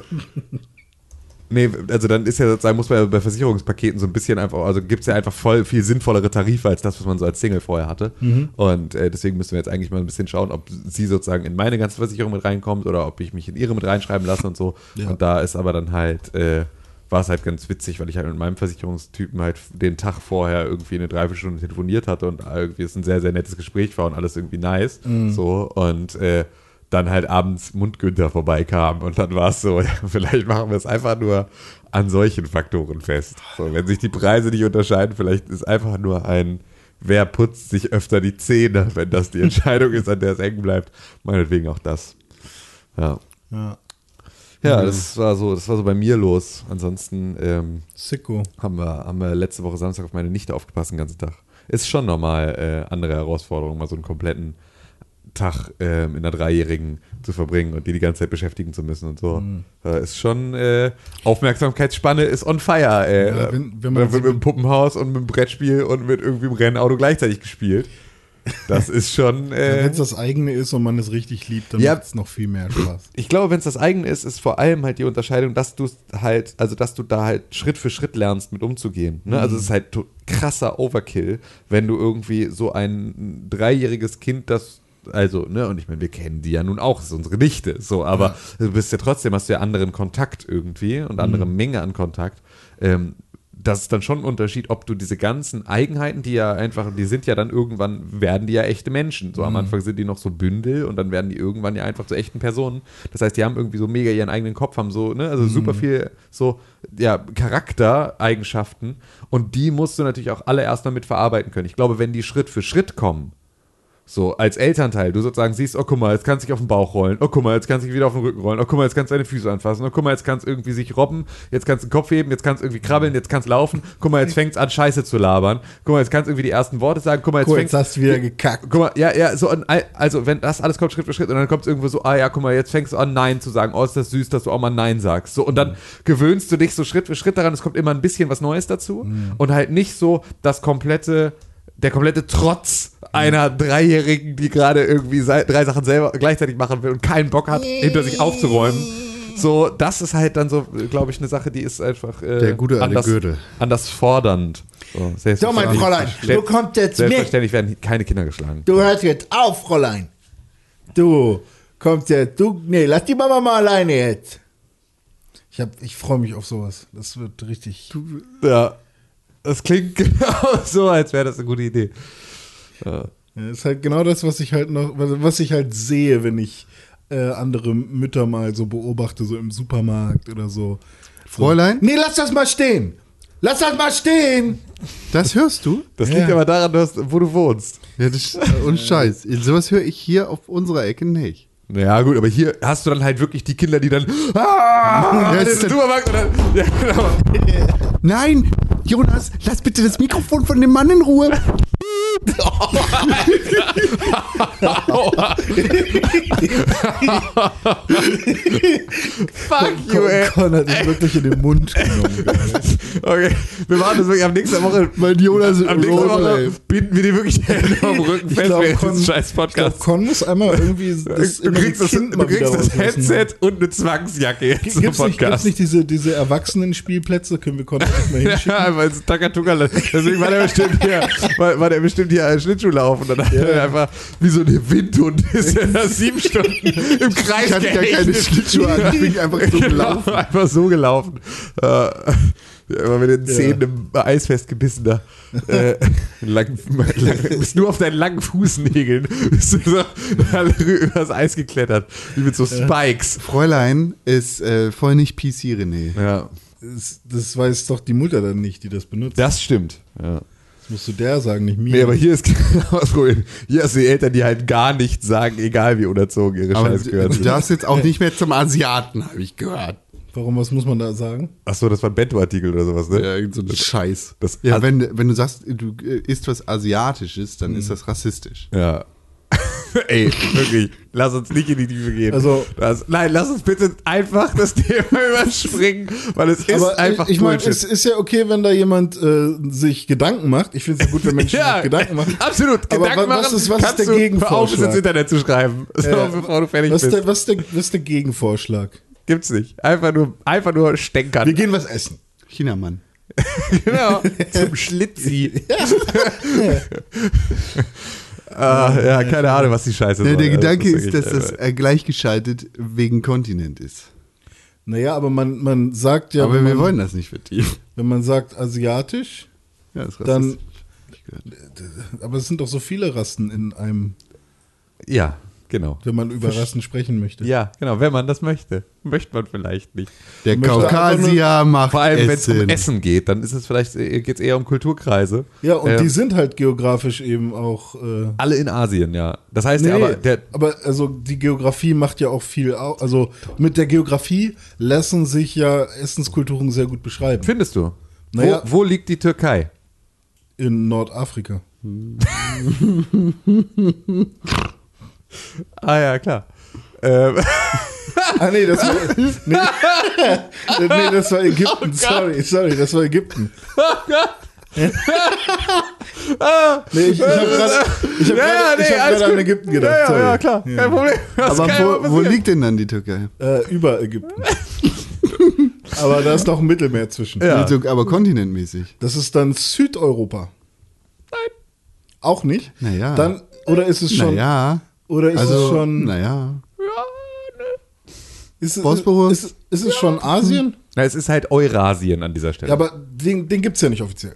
nee, also dann ist ja sozusagen, muss man ja bei Versicherungspaketen so ein bisschen einfach, also gibt es ja einfach voll viel sinnvollere Tarife als das, was man so als Single vorher hatte. Und äh, deswegen müssen wir jetzt eigentlich mal ein bisschen schauen, ob sie sozusagen in meine ganze Versicherung mit reinkommt oder ob ich mich in ihre mit reinschreiben lasse und so. Und da ist aber dann halt. Äh, war es halt ganz witzig, weil ich halt mit meinem Versicherungstypen halt den Tag vorher irgendwie eine Dreiviertelstunde telefoniert hatte und irgendwie es ein sehr, sehr nettes Gespräch war und alles irgendwie nice. So und äh, dann halt abends Mundgünther vorbeikam und dann war es so, [laughs] ja, vielleicht machen wir es einfach nur an solchen Faktoren fest. So, wenn sich die Preise nicht unterscheiden, vielleicht ist einfach nur ein, wer putzt sich öfter die Zähne, wenn das die [laughs] Entscheidung ist, an der es hängen bleibt. Meinetwegen auch das. Ja. Ja. Ja, Mhm. das war so, das war so bei mir los. Ansonsten ähm, Sicko. haben wir, haben wir letzte Woche Samstag auf meine Nichte aufgepasst den ganzen Tag. Ist schon nochmal äh, andere Herausforderung, mal so einen kompletten Tag ähm, in einer Dreijährigen zu verbringen und die die ganze Zeit beschäftigen zu müssen und so. Mhm. Äh, ist schon, äh, Aufmerksamkeitsspanne ist on fire, äh, ey. Ja, wenn- wenn man wird so- mit dem Puppenhaus und mit dem Brettspiel und mit irgendwie dem Rennauto gleichzeitig gespielt. Das [laughs] ist schon, Wenn äh, es das eigene ist und man es richtig liebt, dann Ja. macht es noch viel mehr Spaß. ich glaube, wenn es das eigene ist, ist vor allem halt die Unterscheidung, dass du es halt, also dass du da halt Schritt für Schritt lernst, mit umzugehen. Ne? Also es ist halt to- krasser Overkill, wenn du irgendwie so ein dreijähriges Kind, das also, ne, und ich meine, wir kennen die ja nun auch, das ist unsere Nichte, so, aber du bist ja trotzdem, hast du ja anderen Kontakt irgendwie und andere Menge an Kontakt. Ähm, das ist dann schon ein Unterschied, ob du diese ganzen Eigenheiten, die ja einfach, die sind ja dann irgendwann, werden die ja echte Menschen. So am Anfang sind die noch so Bündel und dann werden die irgendwann ja einfach zu echten Personen. Das heißt, die haben irgendwie so mega ihren eigenen Kopf, haben so, ne, also super viel so, ja, Charaktereigenschaften und die musst du natürlich auch alle erstmal mit verarbeiten können. Ich glaube, wenn die Schritt für Schritt kommen, so, als Elternteil, du sozusagen siehst, oh guck mal, jetzt kannst du dich auf den Bauch rollen, oh guck mal, jetzt kannst du dich wieder auf den Rücken rollen, oh guck mal, jetzt kannst du deine Füße anfassen, oh guck mal, jetzt kannst du irgendwie sich robben, jetzt kannst du den Kopf heben, jetzt kannst du irgendwie krabbeln, jetzt kannst du laufen, guck mal, jetzt fängst an, Scheiße zu labern, guck mal, jetzt kannst du irgendwie die ersten Worte sagen, guck mal, jetzt Cool, fängst jetzt hast du wieder gekackt. Guck mal, ja, ja, so, ein- also wenn das alles kommt Schritt für Schritt und dann kommt es irgendwo so, ah ja, guck mal, jetzt fängst du an, Nein zu sagen, oh, ist das süß, dass du auch mal Nein sagst. So, und dann gewöhnst du dich so Schritt für Schritt daran, es kommt immer ein bisschen was Neues dazu Mhm. und halt nicht so das komplette, der komplette Trotz einer Mhm. Dreijährigen, die gerade irgendwie sei- drei Sachen selber gleichzeitig machen will und keinen Bock hat, hinter sich aufzuräumen. So, das ist halt dann so, glaube ich, eine Sache, die ist einfach äh, Der gute alte anders, Gürtel. anders fordernd. So, So, mein selbstverständlich- Fräulein, du kommst jetzt mit. Selbstverständlich werden keine Kinder geschlagen. Du hörst jetzt auf, Fräulein. Du kommst jetzt, du, nee, lass die Mama mal alleine jetzt. Ich, hab- ich freue mich auf sowas. Das wird richtig. Ja. Das klingt [laughs] genau so, als wäre das eine gute Idee. Ja, ist halt genau das, was ich halt noch, was ich halt sehe, wenn ich äh, andere Mütter mal so beobachte, so im Supermarkt oder so. Fräulein? Nee, lass das mal stehen! Lass das mal stehen! Das hörst du? Das Ja. liegt aber daran, du hast, wo du wohnst. Ja, das äh, und Scheiß. Sowas höre ich hier auf unserer Ecke nicht. Ja, gut, aber hier hast du dann halt wirklich die Kinder, [laughs] die dann. Ah, Das den ist- Supermarkt und dann. Ja, genau. Nein, Jonas, lass bitte das Mikrofon von dem Mann in Ruhe. Oh Fuck you, ey. Con hat mich wirklich in den [laughs] Mund genommen. Okay, wir machen das wirklich am nächsten Woche. Weil Jonas Am nächsten Woche Roleplay. binden wir dir wirklich die Hände am Rücken Ich fest, glaub, während Con- dieses scheiß Ich glaub, Podcast. Con muss einmal [laughs] irgendwie das du kriegst das, Kind du mal kriegst wieder das rauslassen. Headset und eine Zwangsjacke jetzt im Gibt's nicht, gibt's Podcast. nicht diese, diese Erwachsenen-Spielplätze? Können wir Con nicht [laughs] mal hinschicken? Ja, [laughs] weil es Takatuka Deswegen war der bestimmt hier, war, war der bestimmt hier äh, Schlittschuh laufen. Und dann hat er einfach wie so eine Windhund [laughs] ist er da sieben Stunden im Kreis Ich hatte gar keine gehechtet. Schlittschuhe an, ich bin einfach [laughs] so gelaufen. Genau, einfach so gelaufen. Äh, [laughs] immer mit den Zähnen im Eis festgebissen da. Äh, [laughs] lang, lang, bist nur auf deinen langen Fußnägeln. [laughs] Bist du so übers Eis geklettert. Wie mit so Spikes. Fräulein ist äh, voll nicht PC, René. Ja, Das, das weiß doch die Mutter dann nicht, die das benutzt. das stimmt. Ja. Das musst du der sagen, nicht mir. Nee, aber hier ist [laughs] genau das Problem. Hier hast du die Eltern, die halt gar nichts sagen, egal wie unerzogen ihre Aber Scheiße du, gehört du sind. darfst jetzt auch nicht mehr zum Asiaten, habe ich gehört. Warum, was muss man da sagen? Achso, das war ein Bento-Artikel oder sowas, ne? Ja, irgend so ein Scheiß. Das- ja, wenn, wenn du sagst, du äh, isst was Asiatisches, dann Mhm. ist das rassistisch. Ja. [laughs] Ey, wirklich, lass uns nicht in die Tiefe gehen. Also- das, nein, lass uns bitte einfach das [laughs] Thema überspringen, weil es ist aber äh, einfach ich meine, Bullshit. es ist ja okay, wenn da jemand äh, sich Gedanken macht. Ich finde es ja gut, wenn [laughs] Menschen ja, sich Gedanken machen. Absolut. Aber Gedanken wa- was machen ist- was ist kannst der du, Hör auf, es Gegenvorschlag? ins Internet zu schreiben, [laughs] so, Ja. bevor du fertig Äh, Was ist, bist. der, was, ist der, was ist der Gegenvorschlag? Gibt's nicht. Einfach nur, einfach nur stänkern. gehen was essen. Chinamann. [laughs] genau. Zum Schlitzi. [laughs] Ah, ja, keine Ahnung, was die Scheiße Der, soll. der Also, Gedanke das ist, dass wirklich, das äh, gleichgeschaltet wegen Kontinent ist. Naja, aber man, man sagt ja, Aber wenn, wir man, wollen das nicht vertiefen. wenn man sagt asiatisch, Ja, das ist Dann- rassistisch. Hab ich gehört. aber es sind doch so viele Rassen in einem, äh, Ja, genau. wenn man über Rassen sprechen möchte. Ja, genau, wenn man das möchte. Möchte man vielleicht nicht. Der möchte Kaukasier macht Vor allem, wenn es Essen. um Essen geht, dann ist es vielleicht, geht es eher um Kulturkreise. Ja, und Ähm, die sind halt geografisch eben auch. Äh, alle in Asien, ja. Das heißt ja aber, der, aber also die Geografie macht ja auch viel au- Also mit der Geografie lassen sich ja Essenskulturen sehr gut beschreiben. findest du? Naja. Wo, wo liegt die Türkei? In Nordafrika. Ah ja, klar. Ähm, [laughs] Ah, nee, das war, [laughs] nee, nee, das war Oh Ägypten. sorry, sorry, das war Ägypten. nee, ich, ich [laughs] habe gerade [laughs] ich hab grad- ich hab alles grad an gut. Ägypten gedacht. Ja, sorry. ja, ja klar, kein Problem. Das Aber kann ja wo, mal wo passieren. liegt denn dann die Türkei? Äh, über Ägypten. aber da ist noch ein Mittelmeer zwischen. Ja. Also, aber kontinentmäßig. Das ist dann Südeuropa. Nein. Auch nicht? Naja. Dann, oder ist es schon. Naja, Oder ist es Also, schon. naja. Ist, es- Bosporus? Ist, ist es schon Asien? Na, es ist halt Eurasien an dieser Stelle. Ja, aber den, den gibt es ja nicht offiziell.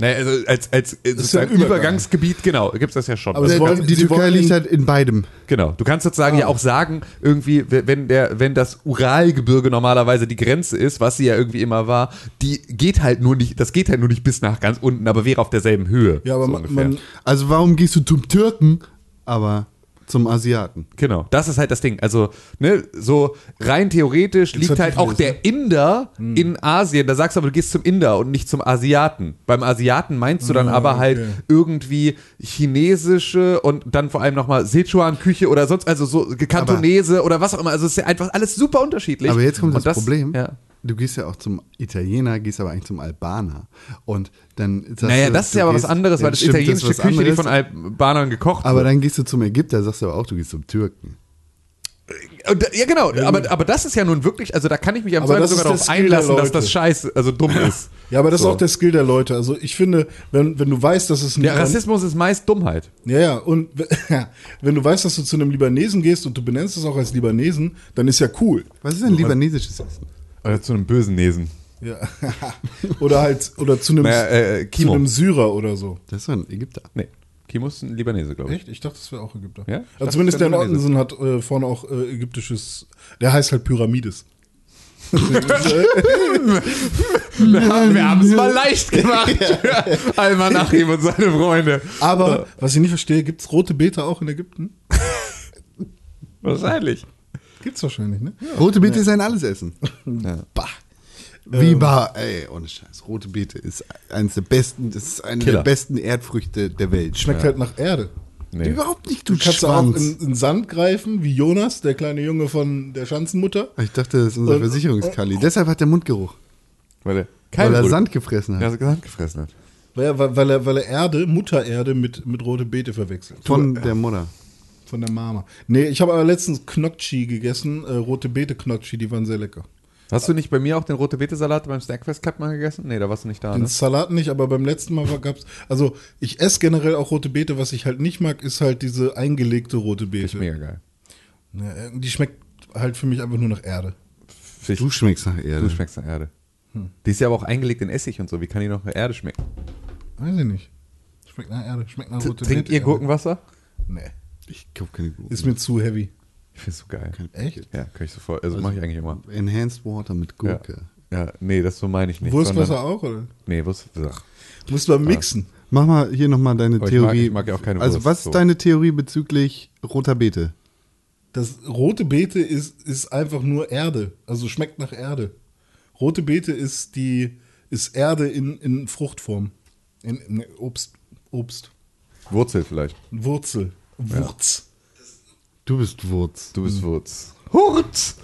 naja, also als, als sozusagen ein Übergang. Übergangsgebiet, genau, gibt es das ja schon. Aber es Also, wollen- die sie Türkei wollen- liegt halt in beidem. Genau. Du kannst sozusagen ja auch sagen, irgendwie, we- wenn der, wenn das Uralgebirge normalerweise die Grenze ist, was sie ja irgendwie immer war, die geht halt nur nicht, das geht halt nur nicht bis nach ganz unten, aber wäre auf derselben Höhe. Ja, aber so man, ungefähr. man, Also warum gehst du zum Türken, aber zum Asiaten? Genau, das ist halt das Ding. Also, ne, so rein theoretisch liegt halt auch der Inder Hm. in Asien. Da sagst du aber, du gehst zum Inder und nicht zum Asiaten. Beim Asiaten meinst du dann Hm, Ah, aber halt okay. irgendwie chinesische und dann vor allem nochmal Sichuan-Küche oder sonst, also so Kantonese oder was auch immer. Also, es ist ja einfach alles super unterschiedlich. Aber jetzt kommt Und das, Problem. Ja. Du gehst ja auch zum Italiener, gehst aber eigentlich zum Albaner. Und dann sagst Naja, du, das ist du ja aber was gehst- anderes, Ja, weil das ist stimmt, italienische ist was Küche, die anderes. von Albanern gekocht Aber wird. dann gehst du zum Ägypter, sagst du aber auch, du gehst zum Türken. Und da- Ja, genau, aber, aber das ist ja nun wirklich, also da kann ich mich am Aber Zweifel das sogar ist darauf der Skill der einlassen, dass Leute. das scheiße, also dumm ist. ja, aber das So. ist auch der Skill der Leute. Also ich finde, wenn, wenn du weißt, dass es ein Ja, Rassismus ist meist Dummheit. Ja, ja, und [laughs] w- wenn du weißt, dass du zu einem Libanesen gehst und du benennst es auch als Libanesen, dann ist ja cool. Was ist denn libanesisches Essen? Oder zu einem bösen Nesen. Ja. [laughs] oder halt, oder zu einem, Naja, äh, zu Kimo. einem Syrer oder so. Das ist doch ein Ägypter. nee, Kimo ist ein Libanese, glaube ich. Echt? Ich dachte, das wäre auch Ägypter. Ja? Ich Also dachte, zumindest das der wär Libanese. Nordensen hat äh, vorne auch äh, ägyptisches, der heißt halt Pyramides. [laughs] Wir haben wir haben es mal leicht [laughs] gemacht für Almanachim und seine Freunde. Aber was ich nicht verstehe, gibt es rote Beta auch in Ägypten? Wahrscheinlich. Gibt's wahrscheinlich, ne? Rote Beete ist ein [laughs] Allesessen. Bah. Ähm. Wie bah, ey, ohne Scheiß. Rote Beete ist eines der besten, das ist eine Killer. der besten Erdfrüchte der Welt. Schmeckt halt nach Erde. Nee. überhaupt nicht, Du kannst auch in, in Sand greifen, wie Jonas, der kleine Junge von der Schanzenmutter. Ah, ich dachte, das ist unser Und- Versicherungskali. Deshalb hat der Mundgeruch. Weil er, Weil er Brot- Sand gefressen hat. Ja, Sand gefressen hat. Weil er, weil- weil er, weil er Erde, Muttererde mit, mit rote Beete verwechselt. Von der Mutter. Von der Mama. Nee, ich habe aber letztens Knocchi gegessen, äh, rote Beete Knocchi, die waren sehr lecker. Hast Ah. du nicht bei mir auch den rote Bete Salat beim Snackfest Club mal gegessen? Nee, da warst du nicht da, Den ne? Salat nicht, aber beim letzten Mal war- gab's. Also, ich esse generell auch rote Beete. Was ich halt nicht mag, ist halt diese eingelegte rote Ist Beete. mega geil. Ja, irgendwie die schmeckt halt für mich einfach nur nach Erde. Fisch. Du schmeckst nach Du Hm. Erde. schmeckst nach Erde. Die ist ja aber auch eingelegt in Essig und so. Wie kann die noch nach Erde schmecken? Weiß ich nicht. Schmeckt nach Erde. Schmeckt nach rote Trinkt Beete. ihr Erde. Gurkenwasser? Nee. ich kauf keine Gurken. Ist mir zu heavy. Ich find's so geil. Echt? Ja, kann ich sofort. Also, mache ich eigentlich immer. Enhanced Water mit Gurke. Ja. ja, nee, das so meine ich nicht. Wurstwasser sondern- Ah. auch, oder? Nee, Wurstwasser. Muss man mixen. Mach mal hier nochmal deine Aber Oh, ich mag- Theorie. ich mag ja auch keine also, Wurst, was ist so. deine Theorie bezüglich roter Beete? Das rote Beete ist, ist einfach nur Erde. Also schmeckt nach Erde. Rote Beete ist die ist Erde in, in Fruchtform. In, in Obst. Obst. Wurzel vielleicht. Wurzel. Wurz. Du bist Wurz. Du bist Wurz. Hurz!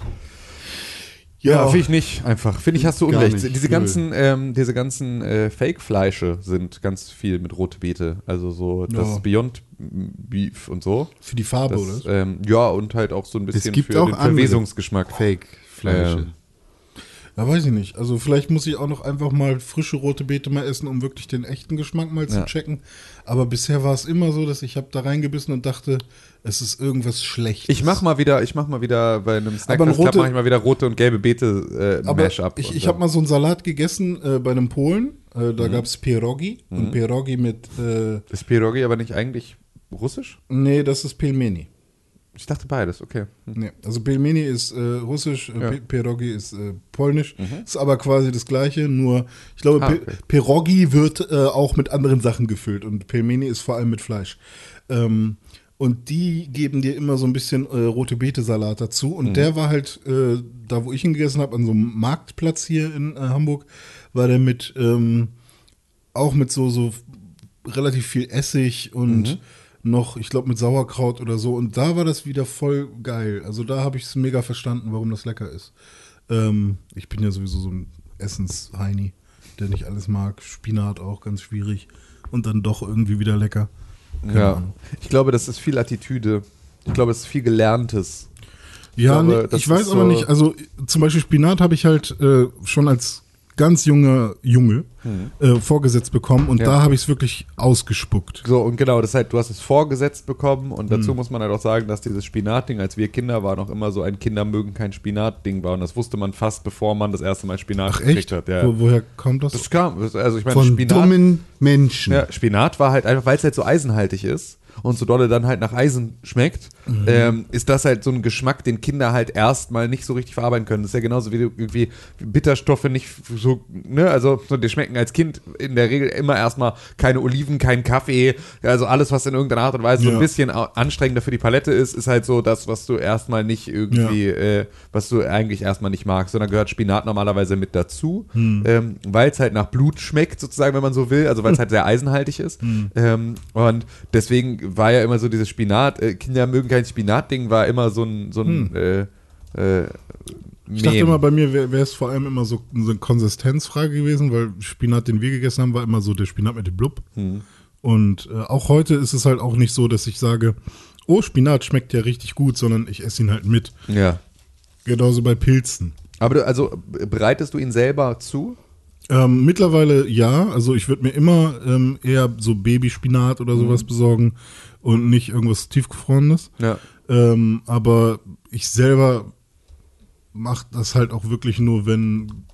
Ja, Ja. finde ich nicht einfach. Finde ich, hast du Gar Unrecht. nicht. Diese Null. ganzen, ähm, diese ganzen äh, Fake-Fleische sind ganz viel mit rote Beete. Also so das Ja. Beyond Beef und so. Für die Farbe, Das, oder? ähm, ja, und halt auch so ein bisschen gibt für auch den andere. Verwesungsgeschmack. Ähm. Fake-Fleische. Ja. Da weiß ich nicht. Also vielleicht muss ich auch noch einfach mal frische rote Beete mal essen, um wirklich den echten Geschmack mal zu Ja. checken. Aber bisher war es immer so, dass ich habe da reingebissen und dachte, es ist irgendwas schlecht. Ich mach mal wieder, ich mach mal wieder bei einem Snackfest Club rote- mache ich mal wieder rote und gelbe Beete äh, Aber Mashup. ich, und Mhm. ich dann- habe mal so einen Salat gegessen äh, bei einem Polen. Äh, da gab's gab es Pierogi. Mhm. Und Pierogi mit, äh, Ist Pierogi aber nicht eigentlich russisch? nee, das ist Pelmeni. Ich dachte beides, okay. Hm. Nee, also Pelmeni ist äh, russisch, äh, Ja. Mhm. Pe- Pierogi ist äh, polnisch. Ist aber quasi das gleiche, nur ich glaube, Ah, Pe- okay. Pierogi wird äh, auch mit anderen Sachen gefüllt und Pelmeni ist vor allem mit Fleisch. Ähm, und die geben dir immer so ein bisschen äh, rote Beete-Salat dazu. Mhm. Und der war halt, äh, da wo ich ihn gegessen habe, an so einem Marktplatz hier in äh, Hamburg, war der mit ähm, auch mit so, so relativ viel Essig und Mhm. noch, ich glaube, mit Sauerkraut oder so. Und da war das wieder voll geil. Also da habe ich es mega verstanden, warum das lecker ist. Ähm, ich bin ja sowieso so ein Essensheini, der nicht alles mag. Spinat auch ganz schwierig. Und dann doch irgendwie wieder lecker. Ja. Ich glaube, das ist viel Attitüde. Ich glaube, es ist viel Gelerntes. Ja, glaube, nee, das ich weiß ist aber so- nicht. Also zum Beispiel Spinat habe ich halt äh, schon als ganz junger Junge Hm. äh, vorgesetzt bekommen und da habe ich es wirklich ausgespuckt. So, und genau, das ist halt, du hast es vorgesetzt bekommen und dazu muss man halt auch sagen, dass dieses Spinatding, als wir Kinder waren, auch immer so ein Kinder mögen kein Spinatding war und das wusste man fast, bevor man das erste Mal Spinat Ach gekriegt echt? hat. Ja. Wo, woher kommt das? Das kam, das- also ich meine, Von Spinat, dummen Menschen. ja, Spinat war halt einfach, weil es halt so eisenhaltig ist und so dolle dann halt nach Eisen schmeckt, ähm, ist das halt so ein Geschmack, den Kinder halt erstmal nicht so richtig verarbeiten können. Das ist ja genauso wie du irgendwie Bitterstoffe nicht so, ne, also so, dir schmecken als Kind in der Regel immer erstmal keine Oliven, kein Kaffee, also alles, was in irgendeiner Art und Weise so ein Ja. bisschen au- anstrengender für die Palette ist, ist halt so das, was du erstmal nicht irgendwie, äh, was du eigentlich erstmal nicht magst, sondern gehört Spinat normalerweise mit dazu, Hm. ähm, weil es halt nach Blut schmeckt, sozusagen, wenn man so will, also weil es halt sehr eisenhaltig ist. Hm. Ähm, und deswegen war ja immer so dieses Spinat, äh, Kinder mögen kein Spinat-Ding, war immer so ein, so ein äh, äh, Hm. Ich dachte Mem. immer, bei mir wäre es vor allem immer so, so eine Konsistenzfrage gewesen, weil Spinat, den wir gegessen haben, war immer so der Spinat mit dem Blub. Und äh, auch heute ist es halt auch nicht so, dass ich sage, oh, Spinat schmeckt ja richtig gut, sondern ich esse ihn halt mit. ja. Genauso bei Pilzen. Aber du, also b- bereitest du ihn selber zu? Ähm, mittlerweile ja, also ich würde mir immer ähm, eher so Babyspinat oder sowas besorgen und nicht irgendwas tiefgefrorenes. Ja. Ähm, aber ich selber mache das halt auch wirklich nur, wenn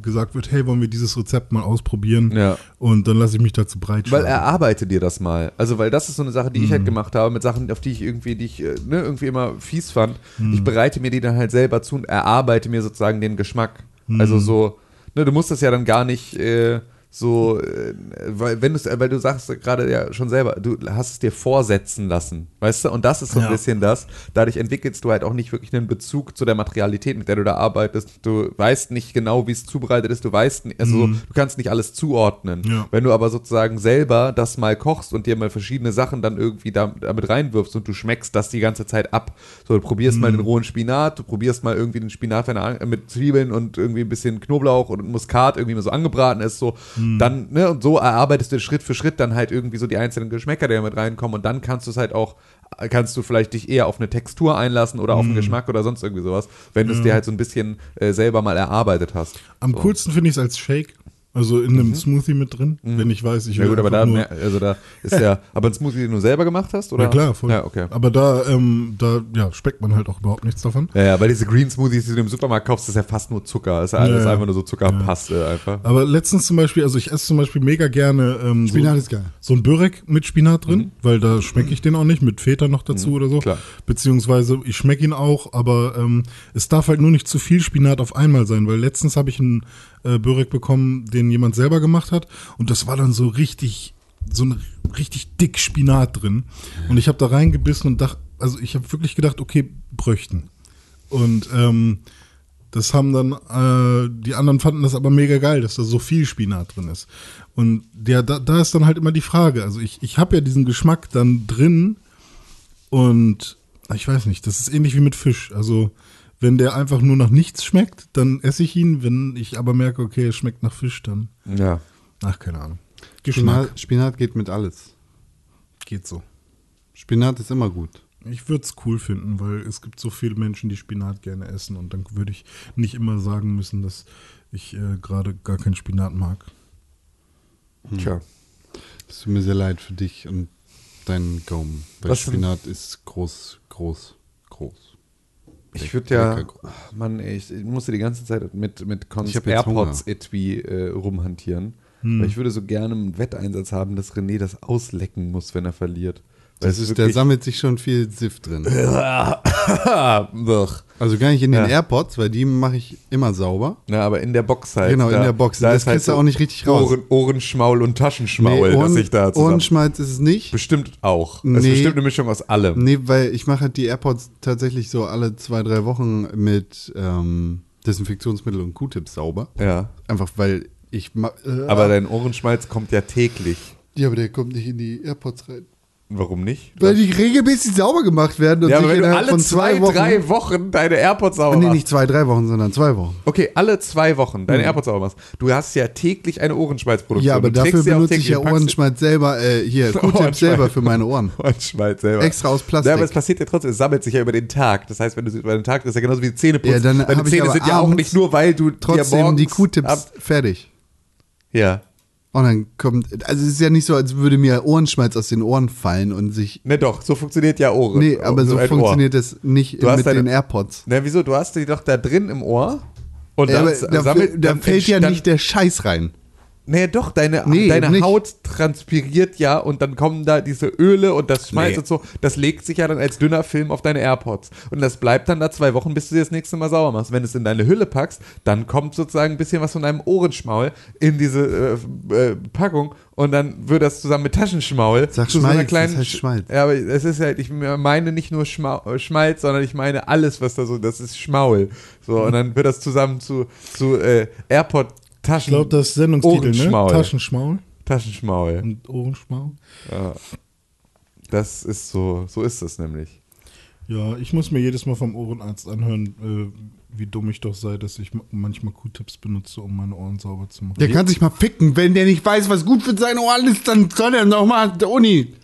gesagt wird, hey, wollen wir dieses Rezept mal ausprobieren? Ja. Und dann lasse ich mich dazu breitschlagen. Weil erarbeite dir das mal. Also, weil das ist so eine Sache, die ich Mhm. halt gemacht habe, mit Sachen, auf die ich irgendwie, die ich äh, ne, irgendwie immer fies fand. Mhm. Ich bereite mir die dann halt selber zu und erarbeite mir sozusagen den Geschmack. Mhm. Also so, ne, du musst das ja dann gar nicht äh, so, äh, weil, wenn du's- äh, weil du sagst gerade ja schon selber, du hast es dir vorsetzen lassen, weißt du? Und das ist so ein Ja. bisschen das. Dadurch entwickelst du halt auch nicht wirklich einen Bezug zu der Materialität, mit der du da arbeitest. Du weißt nicht genau, wie es zubereitet ist. Du weißt, ni- also du kannst nicht alles zuordnen. Mhm. Ja. Wenn du aber sozusagen selber das mal kochst und dir mal verschiedene Sachen dann irgendwie da, damit reinwirfst und du schmeckst das die ganze Zeit ab. So, du probierst mal den rohen Spinat, du probierst mal irgendwie den Spinat, wenn er an- mit Zwiebeln und irgendwie ein bisschen Knoblauch und Muskat irgendwie mal so angebraten ist, so, dann, ne, und so erarbeitest du Schritt für Schritt dann halt irgendwie so die einzelnen Geschmäcker, die da mit reinkommen und dann kannst du es halt auch kannst du vielleicht dich eher auf eine Textur einlassen oder auf einen Geschmack oder sonst irgendwie sowas, wenn du es dir halt so ein bisschen äh, selber mal erarbeitet hast. Am coolsten finde ich es als Shake. Also in einem Smoothie mit drin, wenn ich weiß, ich Mhm. Ja gut, aber einfach da, nur- mehr, also da ist ja, [laughs] aber ein Smoothie, den du selber gemacht hast, oder? Na klar, voll. Ja, okay. Aber da, ähm, da ja, schmeckt man halt auch überhaupt nichts davon. Ja, ja, weil diese Green Smoothies, die du im Supermarkt kaufst, ist ja fast nur Zucker. Das ist ja alles Ja, ja. einfach nur so Zuckerpaste einfach. Aber letztens zum Beispiel, also ich esse zum Beispiel mega gerne ähm, Spinat so, ist geil. so ein Börek mit Spinat drin, weil da schmecke ich den auch nicht, mit Feta noch dazu oder so. klar. Beziehungsweise ich schmecke ihn auch, aber ähm, es darf halt nur nicht zu viel Spinat auf einmal sein, weil letztens habe ich einen äh, Börek bekommen, den jemand selber gemacht hat und das war dann so richtig, so ein richtig dick Spinat drin. Und ich habe da reingebissen und dachte, also ich habe wirklich gedacht, okay, Bröchten. Und ähm, das haben dann, äh, die anderen fanden das aber mega geil, dass da so viel Spinat drin ist. Und der, da, da ist dann halt immer die Frage. Also ich, ich habe ja diesen Geschmack dann drin und ich weiß nicht, das ist ähnlich wie mit Fisch. Also wenn der einfach nur nach nichts schmeckt, dann esse ich ihn. Wenn ich aber merke, okay, es schmeckt nach Fisch, dann, Ja. ach, keine Ahnung. Geschmack Spinat, Spinat geht mit alles. geht so. Spinat ist immer gut. Ich würde es cool finden, weil es gibt so viele Menschen, die Spinat gerne essen und dann würde ich nicht immer sagen müssen, dass ich äh, gerade gar keinen Spinat mag. Tja. Es tut mir sehr leid für dich und deinen Gaumen. Weil Was denn? Spinat ist groß, groß, groß. Ich würde ja, Lecker groß. ach, Mann, ey, ich ich musste die ganze Zeit mit, mit Cons Ich hab jetzt AirPods etui äh, rumhantieren. Weil ich würde so gerne einen Wetteinsatz haben, dass René das auslecken muss, wenn er verliert. Weil Das es ist, da wirklich- sammelt sich schon viel Sift [laughs] drin. Doch. Also gar nicht in den Ja. AirPods, weil die mache ich immer sauber. Na, Ne, aber in der Box halt. Genau, in der Box. Das ist halt kriegst du so auch nicht richtig raus. Ohren, Ohrenschmaul und Taschenschmaul, Nee, dass Ohren- ich da zusammen... Ohrenschmalz ist es nicht. Bestimmt auch. Das ist Nee. bestimmt eine Mischung aus allem. Nee, weil ich mache halt die AirPods tatsächlich so alle zwei, drei Wochen mit ähm, Desinfektionsmittel und Q-Tips sauber. Ja. Einfach weil ich. ma- Äh, Aber dein Ohrenschmalz kommt ja täglich. ja, aber der kommt nicht in die AirPods rein. Warum nicht? Weil die regelmäßig sauber gemacht werden und ja, sich aber wenn du innerhalb alle von zwei, zwei, Wochen. drei Wochen deine AirPods sauber nee, machst. nicht zwei, drei Wochen, sondern zwei Wochen. Okay, alle zwei Wochen deine AirPods sauber machst. Du hast ja täglich eine Ohrenschmalzproduktion. Ja, aber du trägst dafür sie auch benutze ich täglich. ja Du packst sie- Ohrenschmalz selber, äh, [laughs] hier, Q-Tip Ohrenschmalz. selber für meine Ohren. Ohrenschmalz selber. Extra aus Plastik. Ja, aber es passiert ja trotzdem, es sammelt sich ja über den Tag. Das heißt, wenn du sie über den Tag ist ja genauso wie die Zähne putzt. Ja, dann Deine hab ich Zähne aber sind ja auch abends nicht nur, weil du dir Trotzdem morgens die Q-Tips ab- fertig. Ja. Und dann kommt, also es ist ja nicht so, als würde mir Ohrenschmalz aus den Ohren fallen und sich, Ne, doch, so funktioniert ja Ohren. nee, aber so ein Ohr. funktioniert das nicht Du hast mit deine- den AirPods. Na, wieso? Du hast die doch da drin im Ohr. Und Ja, dann aber s- da, sammelt- da dann fällt ja entstand- nicht der Scheiß rein. Naja, doch, deine, Nee, deine eben nicht. Haut transpiriert ja und dann kommen da diese Öle und das Schmalz Nee. und so. Das legt sich ja dann als dünner Film auf deine AirPods. Und das bleibt dann da zwei Wochen, bis du dir das nächste Mal sauer machst. Wenn du es in deine Hülle packst, dann kommt sozusagen ein bisschen was von deinem Ohrenschmaul in diese äh, äh, Packung und dann wird das zusammen mit Taschenschmaul Sag zu so einer Schmalz, kleinen. das heißt Schmalz. Ja, aber es ist halt, ich meine nicht nur Schma äh, Schmalz, sondern ich meine alles, was da so, das ist Schmaul. Mhm. So, und dann wird das zusammen zu, zu äh, AirPod. Ich glaube, das ist Sendungstitel, ne? Ohrenschmaul. Taschenschmaul Taschenschmaul. und Ohrenschmaul. Das ist so, so ist es nämlich. Ja, ich muss mir jedes Mal vom Ohrenarzt anhören, äh, wie dumm ich doch sei, dass ich ma- manchmal Q-Tips benutze, um meine Ohren sauber zu machen. Der kann sich mal ficken. Wenn der nicht weiß, was gut für seine Ohren ist, dann soll er nochmal an der Uni.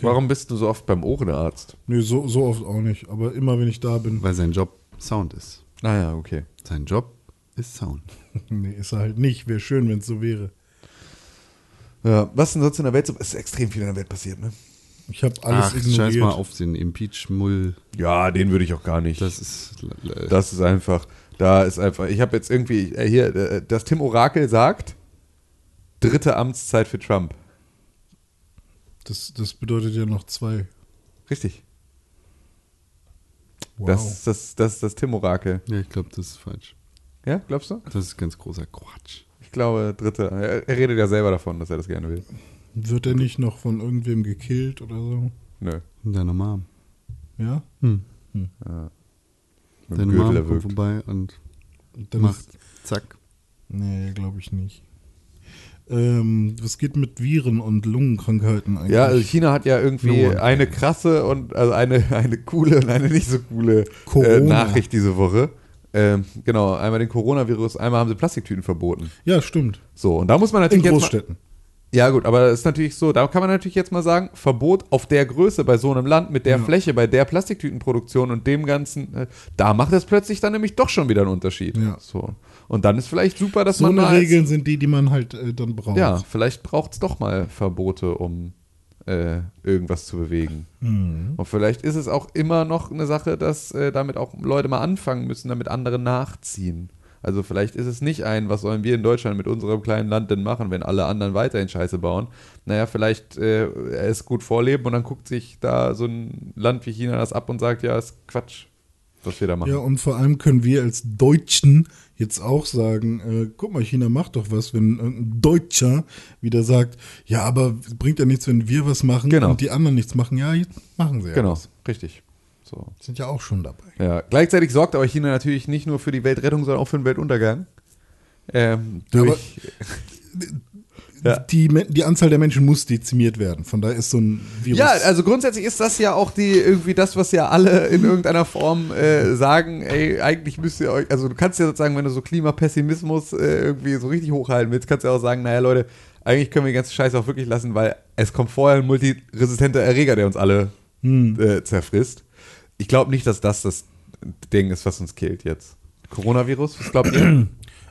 Warum bist du so oft beim Ohrenarzt? Nee, so, so oft auch nicht, aber immer wenn ich da bin, [laughs] Weil sein Job Sound ist. Ah ja, okay. Sein Job ist Sound. nee, ist er halt nicht. Wäre schön, wenn es so wäre. Ja, was denn sonst in der Welt so? Es ist extrem viel in der Welt passiert, ne? Ich habe alles Ach, scheiß mal ignoriert. auf den Impeach-Mull. Ja, den würde ich auch gar nicht. Äh. Das Das, ist. das ist einfach, da ist einfach, ich habe jetzt irgendwie, äh, hier, äh, das Tim Orakel sagt, dritte Amtszeit für Trump. Das, das bedeutet ja noch zwei. Richtig. Wow. Das, ist das, das ist das Tim Orakel. ja, ich glaube, das ist falsch. Ja, glaubst du? Das ist ganz großer Quatsch. Ich glaube, dritte. Er, er redet ja selber davon, dass er das gerne will. Wird er nicht noch von irgendwem gekillt oder so? Nö. Und deine Mom. Ja? Hm. Mit dem Deine Gürtel Mom kommt erwürgt. vorbei und Und Dann macht Ist, zack. nee, glaube ich nicht. Ähm, was geht mit Viren und Lungenkrankheiten eigentlich? Ja, also China hat ja irgendwie Nur- eine krasse und also eine, [laughs] eine coole und eine nicht so coole Corona. äh, Nachricht diese Woche. Ähm, genau, einmal den Coronavirus, einmal haben sie Plastiktüten verboten. ja stimmt. So, und da muss man In natürlich jetzt mal, Großstädten. Ja, gut, aber das ist natürlich so, da kann man natürlich jetzt mal sagen, Verbot auf der Größe bei so einem Land, mit der Ja. Fläche, bei der Plastiktütenproduktion und dem ganzen, äh, da macht es plötzlich dann nämlich doch schon wieder einen Unterschied. Ja. So. Und dann ist vielleicht super, dass So man eine mal als- Regeln sind die, die man halt äh, dann braucht. ja, vielleicht braucht es doch mal Verbote, um äh, irgendwas zu bewegen. Mhm. Und vielleicht ist es auch immer noch eine Sache, dass äh, damit auch Leute mal anfangen müssen, damit andere nachziehen. Also vielleicht ist es nicht ein, was sollen wir in Deutschland mit unserem kleinen Land denn machen, wenn alle anderen weiterhin Scheiße bauen. Naja, vielleicht äh, es gut vorleben und dann guckt sich da so ein Land wie China das ab und sagt, ja, ist Quatsch, was wir da machen. Ja, und vor allem können wir als Deutschen jetzt auch sagen, äh, guck mal, China macht doch was, wenn irgendein Deutscher wieder sagt, ja, aber es bringt ja nichts, wenn wir was machen Genau. und die anderen nichts machen. Ja, jetzt machen sie ja. genau, was. richtig. So. Sind ja auch schon dabei. Ja, gleichzeitig sorgt aber China natürlich nicht nur für die Weltrettung, sondern auch für den Weltuntergang. Ähm, Ja, aber- durch, [laughs] Ja. Die, Me- die Anzahl der Menschen muss dezimiert werden. Von daher ist so ein Virus. ja, also grundsätzlich ist das ja auch die irgendwie das, was ja alle in irgendeiner Form äh, sagen, ey, eigentlich müsst ihr euch, also du kannst ja sozusagen, wenn du so Klimapessimismus äh, irgendwie so richtig hochhalten willst, kannst du ja auch sagen, naja Leute, eigentlich können wir die ganze Scheiße auch wirklich lassen, weil es kommt vorher ein multiresistenter Erreger, der uns alle äh, zerfrisst. Ich glaube nicht, dass das das Ding ist, was uns killt jetzt. Coronavirus, was glaubt ihr?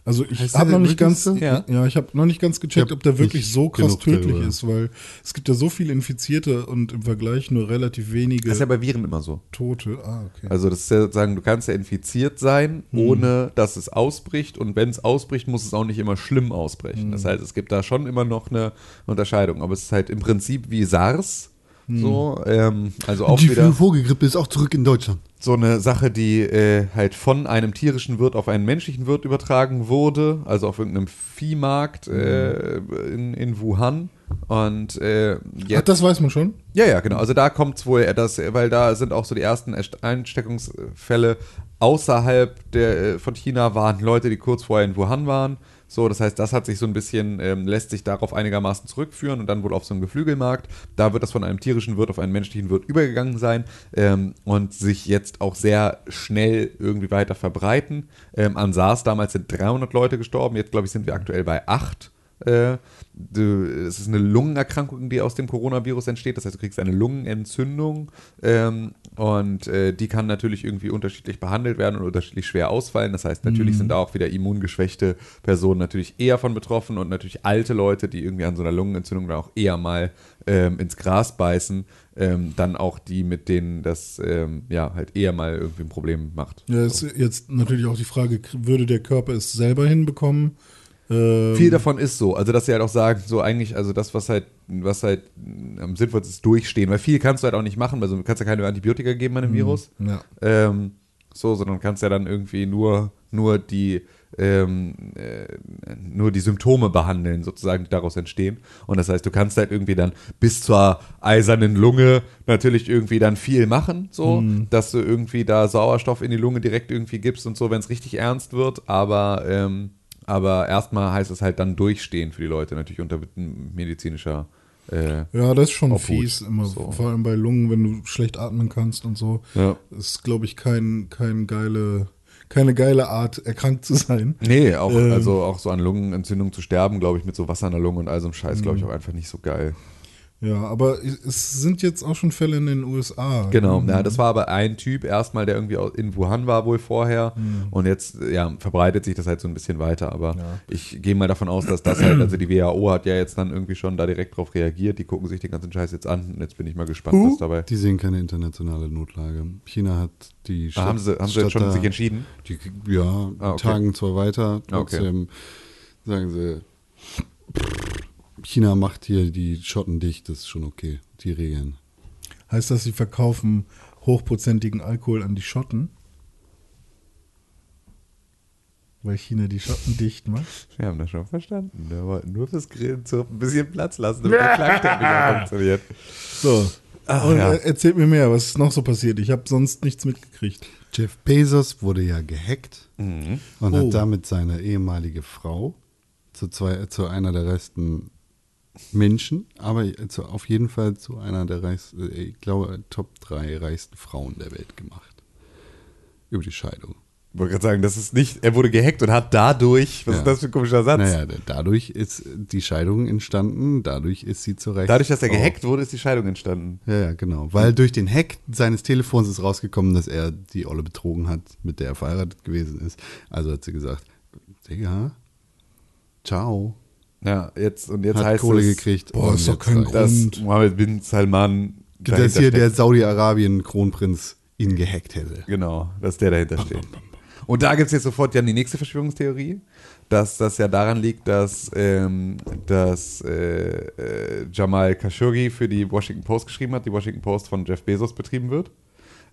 Also ich Heißt habe der noch nicht wirklich ganz, so? Ja. ja. ich habe noch nicht ganz gecheckt, Ich hab ob der wirklich nicht so krass genug tödlich darüber. ist, weil es gibt ja so viele Infizierte und im Vergleich nur relativ wenige Das ist ja bei Viren immer so. Tote. Ah, okay. Also das ist ja sozusagen, du kannst ja infiziert sein, ohne dass es ausbricht. Und wenn es ausbricht, muss es auch nicht immer schlimm ausbrechen. Das heißt, es gibt da schon immer noch eine Unterscheidung. Aber es ist halt im Prinzip wie SARS. So, ähm, also auch die wieder Vogelgrippe ist auch zurück in Deutschland. so eine Sache, die äh, halt von einem tierischen Wirt auf einen menschlichen Wirt übertragen wurde, also auf irgendeinem Viehmarkt äh, in, in Wuhan. Und äh, Ach, jetzt das weiß man schon. ja, ja, genau. Also da kommt es wohl, eher das, weil da sind auch so die ersten Erst- Ansteckungsfälle außerhalb der, äh, von China waren Leute, die kurz vorher in Wuhan waren, So, das heißt, das hat sich so ein bisschen, ähm, lässt sich darauf einigermaßen zurückführen und dann wohl auf so einem Geflügelmarkt. Da wird das von einem tierischen Wirt auf einen menschlichen Wirt übergegangen sein ähm, und sich jetzt auch sehr schnell irgendwie weiter verbreiten. Ähm, an SARS damals sind 300 Leute gestorben, jetzt glaube ich sind wir aktuell bei 8. Äh, du- Es ist eine Lungenerkrankung, die aus dem Coronavirus entsteht. Das heißt, du kriegst eine Lungenentzündung ähm, und äh, die kann natürlich irgendwie unterschiedlich behandelt werden und unterschiedlich schwer ausfallen. Das heißt, natürlich sind da auch wieder immungeschwächte Personen natürlich eher von betroffen und natürlich alte Leute, die irgendwie an so einer Lungenentzündung dann auch eher mal ähm, ins Gras beißen, ähm, dann auch die, mit denen das ähm, ja halt eher mal irgendwie ein Problem macht. Ja, ist jetzt natürlich auch die Frage, k- würde der Körper es selber hinbekommen? Ähm, Viel davon ist so. Also, dass sie halt auch sagen, so eigentlich, also das, was halt, was halt am sinnvollsten ist, durchstehen. Weil viel kannst du halt auch nicht machen, weil so kannst ja keine Antibiotika geben an dem Virus. hm, Ja. Ähm, so, sondern kannst ja dann irgendwie nur, nur die, ähm, äh, nur die Symptome behandeln, sozusagen, die daraus entstehen. Und das heißt, du kannst halt irgendwie dann bis zur eisernen Lunge natürlich irgendwie dann viel machen, so, dass du irgendwie da Sauerstoff in die Lunge direkt irgendwie gibst und so, wenn es richtig ernst wird, aber, ähm, aber erstmal heißt es halt dann durchstehen für die Leute, natürlich unter medizinischer äh, Ja, das ist schon Obhut. fies immer. So. Vor allem bei Lungen, wenn du schlecht atmen kannst und so. Ja. Ist, glaube ich, kein, kein geile, keine geile Art, erkrankt zu sein. Nee, auch, Ähm. also auch so an Lungenentzündung zu sterben, glaube ich, mit so Wasser in der Lunge und all so einem Scheiß, glaube ich, auch einfach nicht so geil. Ja, aber es sind jetzt auch schon Fälle in den USA. Genau, ja, das war aber ein Typ erstmal, der irgendwie au- in Wuhan war wohl vorher und jetzt ja, verbreitet sich das halt so ein bisschen weiter, aber ich gehe mal davon aus, dass das halt, also die WHO hat ja jetzt dann irgendwie schon da direkt drauf reagiert, die gucken sich den ganzen Scheiß jetzt an und jetzt bin ich mal gespannt, was dabei... Die sehen keine internationale Notlage. China hat die Ah, haben sie, haben sie jetzt schon da- sich entschieden? Die, ja, Ah, okay. tagen zwar weiter, Ah, okay. trotzdem sagen sie, China macht hier die Schotten dicht, das ist schon okay, die Regeln. Heißt das, sie verkaufen hochprozentigen Alkohol an die Schotten? Weil China die Schotten dicht macht? Wir haben das schon verstanden, aber nur fürs Grillen so ein bisschen Platz lassen, damit der Klangteil wieder funktioniert. So. Ach, Und ja. äh, erzählt mir mehr, was ist noch so passiert? Ich habe sonst nichts mitgekriegt. Jeff Bezos wurde ja gehackt Mhm. und Oh. hat damit seine ehemalige Frau zu, zwei, äh, zu einer der reichsten Menschen, aber zu, auf jeden Fall zu einer der reichsten, äh, ich glaube, Top 3 reichsten Frauen der Welt gemacht. Über die Scheidung. Ich wollte gerade sagen, das ist nicht, er wurde gehackt und hat dadurch, was Ja. ist das für ein komischer Satz? Naja, da- dadurch ist die Scheidung entstanden, dadurch ist sie zu Recht. Dadurch, dass er Frau. gehackt wurde, ist die Scheidung entstanden. Ja, ja, genau. Hm. Weil durch den Hack seines Telefons ist rausgekommen, dass er die Olle betrogen hat, mit der er verheiratet gewesen ist. Also hat sie gesagt, Digga, ciao. Ja, jetzt und jetzt hat heißt Kohle es, gekriegt. boah, und ist doch jetzt kein reicht's. Grund. dass Und- Mohammed bin Salman Dass dahinter hier der steckt. Saudi-Arabien-Kronprinz ihn gehackt hätte. genau, dass der dahinter steht. Und da gibt es jetzt sofort ja die nächste Verschwörungstheorie, dass das ja daran liegt, dass, ähm, dass äh, äh, Jamal Khashoggi für die Washington Post geschrieben hat, die Washington Post von Jeff Bezos betrieben wird.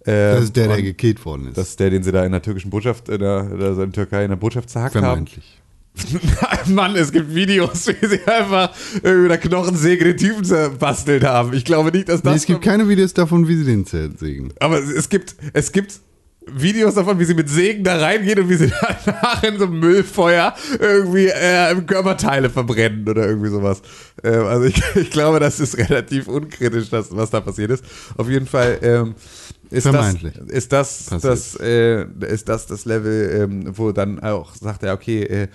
Ähm, Das ist der, der und gekillt worden ist. das ist der, den sie da in der türkischen Botschaft, in der, also in Türkei in der Botschaft zerhackt haben. vermeintlich. [laughs] Mann, es gibt Videos, [laughs] wie sie einfach irgendwie mit der Knochensäge den Typen zerbastelt haben. Ich glaube nicht, dass das. Nee, es gibt keine Videos davon, wie sie den zersägen. aber es- es gibt, es gibt Videos davon, wie sie mit Sägen da reingehen und wie sie [laughs] danach in so einem Müllfeuer irgendwie äh, Körperteile verbrennen oder irgendwie sowas. Ähm, also ich, [laughs] ich glaube, das ist relativ unkritisch, das, was da passiert ist. Auf jeden Fall ähm, ist Vermeintlich. das ist das, Passiert. das äh, ist das das Level, ähm, wo dann auch sagt er, okay, äh,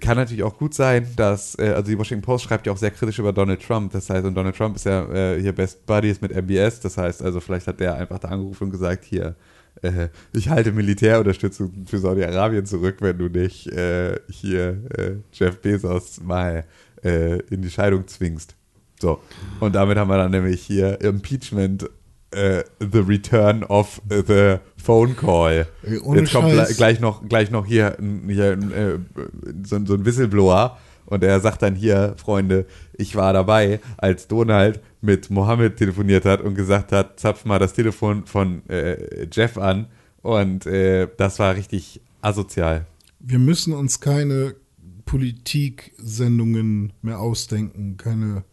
kann natürlich auch gut sein, dass, äh, also die Washington Post schreibt ja auch sehr kritisch über Donald Trump, das heißt, und Donald Trump ist ja äh, hier Best Buddies mit MBS, das heißt, also vielleicht hat der einfach da angerufen und gesagt, hier, äh, ich halte Militärunterstützung für Saudi-Arabien zurück, wenn du nicht äh, hier äh, Jeff Bezos mal äh, in die Scheidung zwingst. So, und damit haben wir dann nämlich hier Impeachment, äh, the return of the phone call. Ey, ohne Jetzt kommt Scheiß. gle- gleich noch, gleich noch hier, ein- hier ein, äh, so, ein- so ein Whistleblower und er sagt dann hier, Freunde, ich war dabei, als Donald mit Mohammed telefoniert hat und gesagt hat, zapf mal das Telefon von äh, Jeff an und äh, das war richtig asozial. Wir müssen uns keine Politiksendungen mehr ausdenken, keine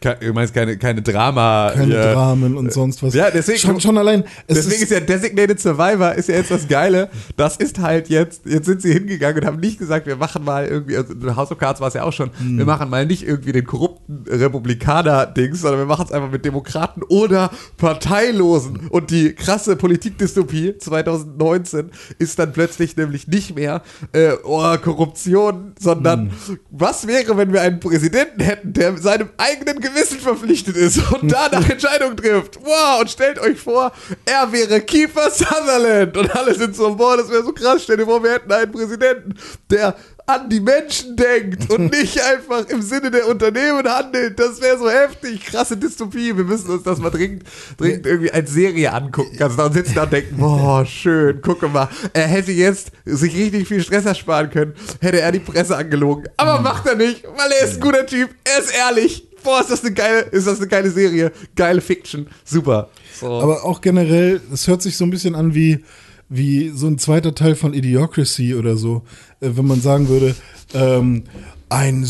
Ke- Du meinst keine, keine Drama. keine ja. Dramen und sonst was. Ja, deswegen- schon, schon allein. Es Deswegen ist ja Designated Survivor ist ja jetzt das Geile. Das ist halt jetzt, jetzt sind sie hingegangen und haben nicht gesagt, wir machen mal irgendwie, also in House of Cards war es ja auch schon, wir machen mal nicht irgendwie den korrupten Republikaner-Dings, sondern wir machen es einfach mit Demokraten oder Parteilosen. Und die krasse Politikdystopie 2019 ist dann plötzlich nämlich nicht mehr, äh, oh, Korruption, sondern was wäre, wenn wir einen Präsidenten hätten, der seinem eigenen Gewissen verpflichtet ist und danach Entscheidungen trifft. Wow, und stellt euch vor, er wäre Kiefer Sutherland. Und alle sind so, boah, das wäre so krass. Stell dir vor, wir hätten einen Präsidenten, der an die Menschen denkt und nicht einfach im Sinne der Unternehmen handelt. Das wäre so heftig. Krasse Dystopie. Wir müssen uns das mal dringend, dringend irgendwie als Serie angucken. Kannst da und sitzen da und denken, boah, schön, gucke mal. Er hätte jetzt sich richtig viel Stress ersparen können, hätte er die Presse angelogen. Aber macht er nicht, weil er ist ein guter Typ. Er ist ehrlich. Boah, ist das eine geile, ist das eine geile Serie. Geile Fiction. Super. So. Aber auch generell, es hört sich so ein bisschen an wie, wie so ein zweiter Teil von Idiocracy oder so. Äh, wenn man sagen würde, ähm, ein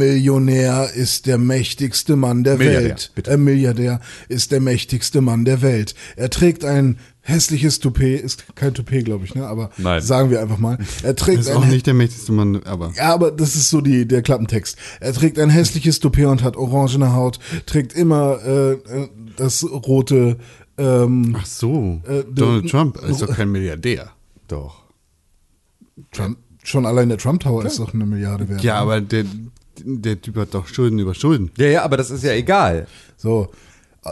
Supermillionär ist der mächtigste Mann der Milliardär, Welt. bitte. Ein Milliardär ist der mächtigste Mann der Welt. Er trägt ein hässliches Toupet, ist kein Toupet, glaube ich, ne? aber Nein. sagen wir einfach mal. Er trägt Ist ein auch nicht der mächtigste Mann, aber. ja, aber das ist so die, der Klappentext. Er trägt ein hässliches Toupet und hat orangene Haut, trägt immer äh, äh, das rote. Ähm, Ach so. Äh, Donald du- Trump ist doch kein Milliardär. doch. Trump, schon allein der Trump Tower ist doch eine Milliarde wert. Ja, aber der, der Typ hat doch Schulden über Schulden. Ja, ja, aber das ist ja egal. So. äh,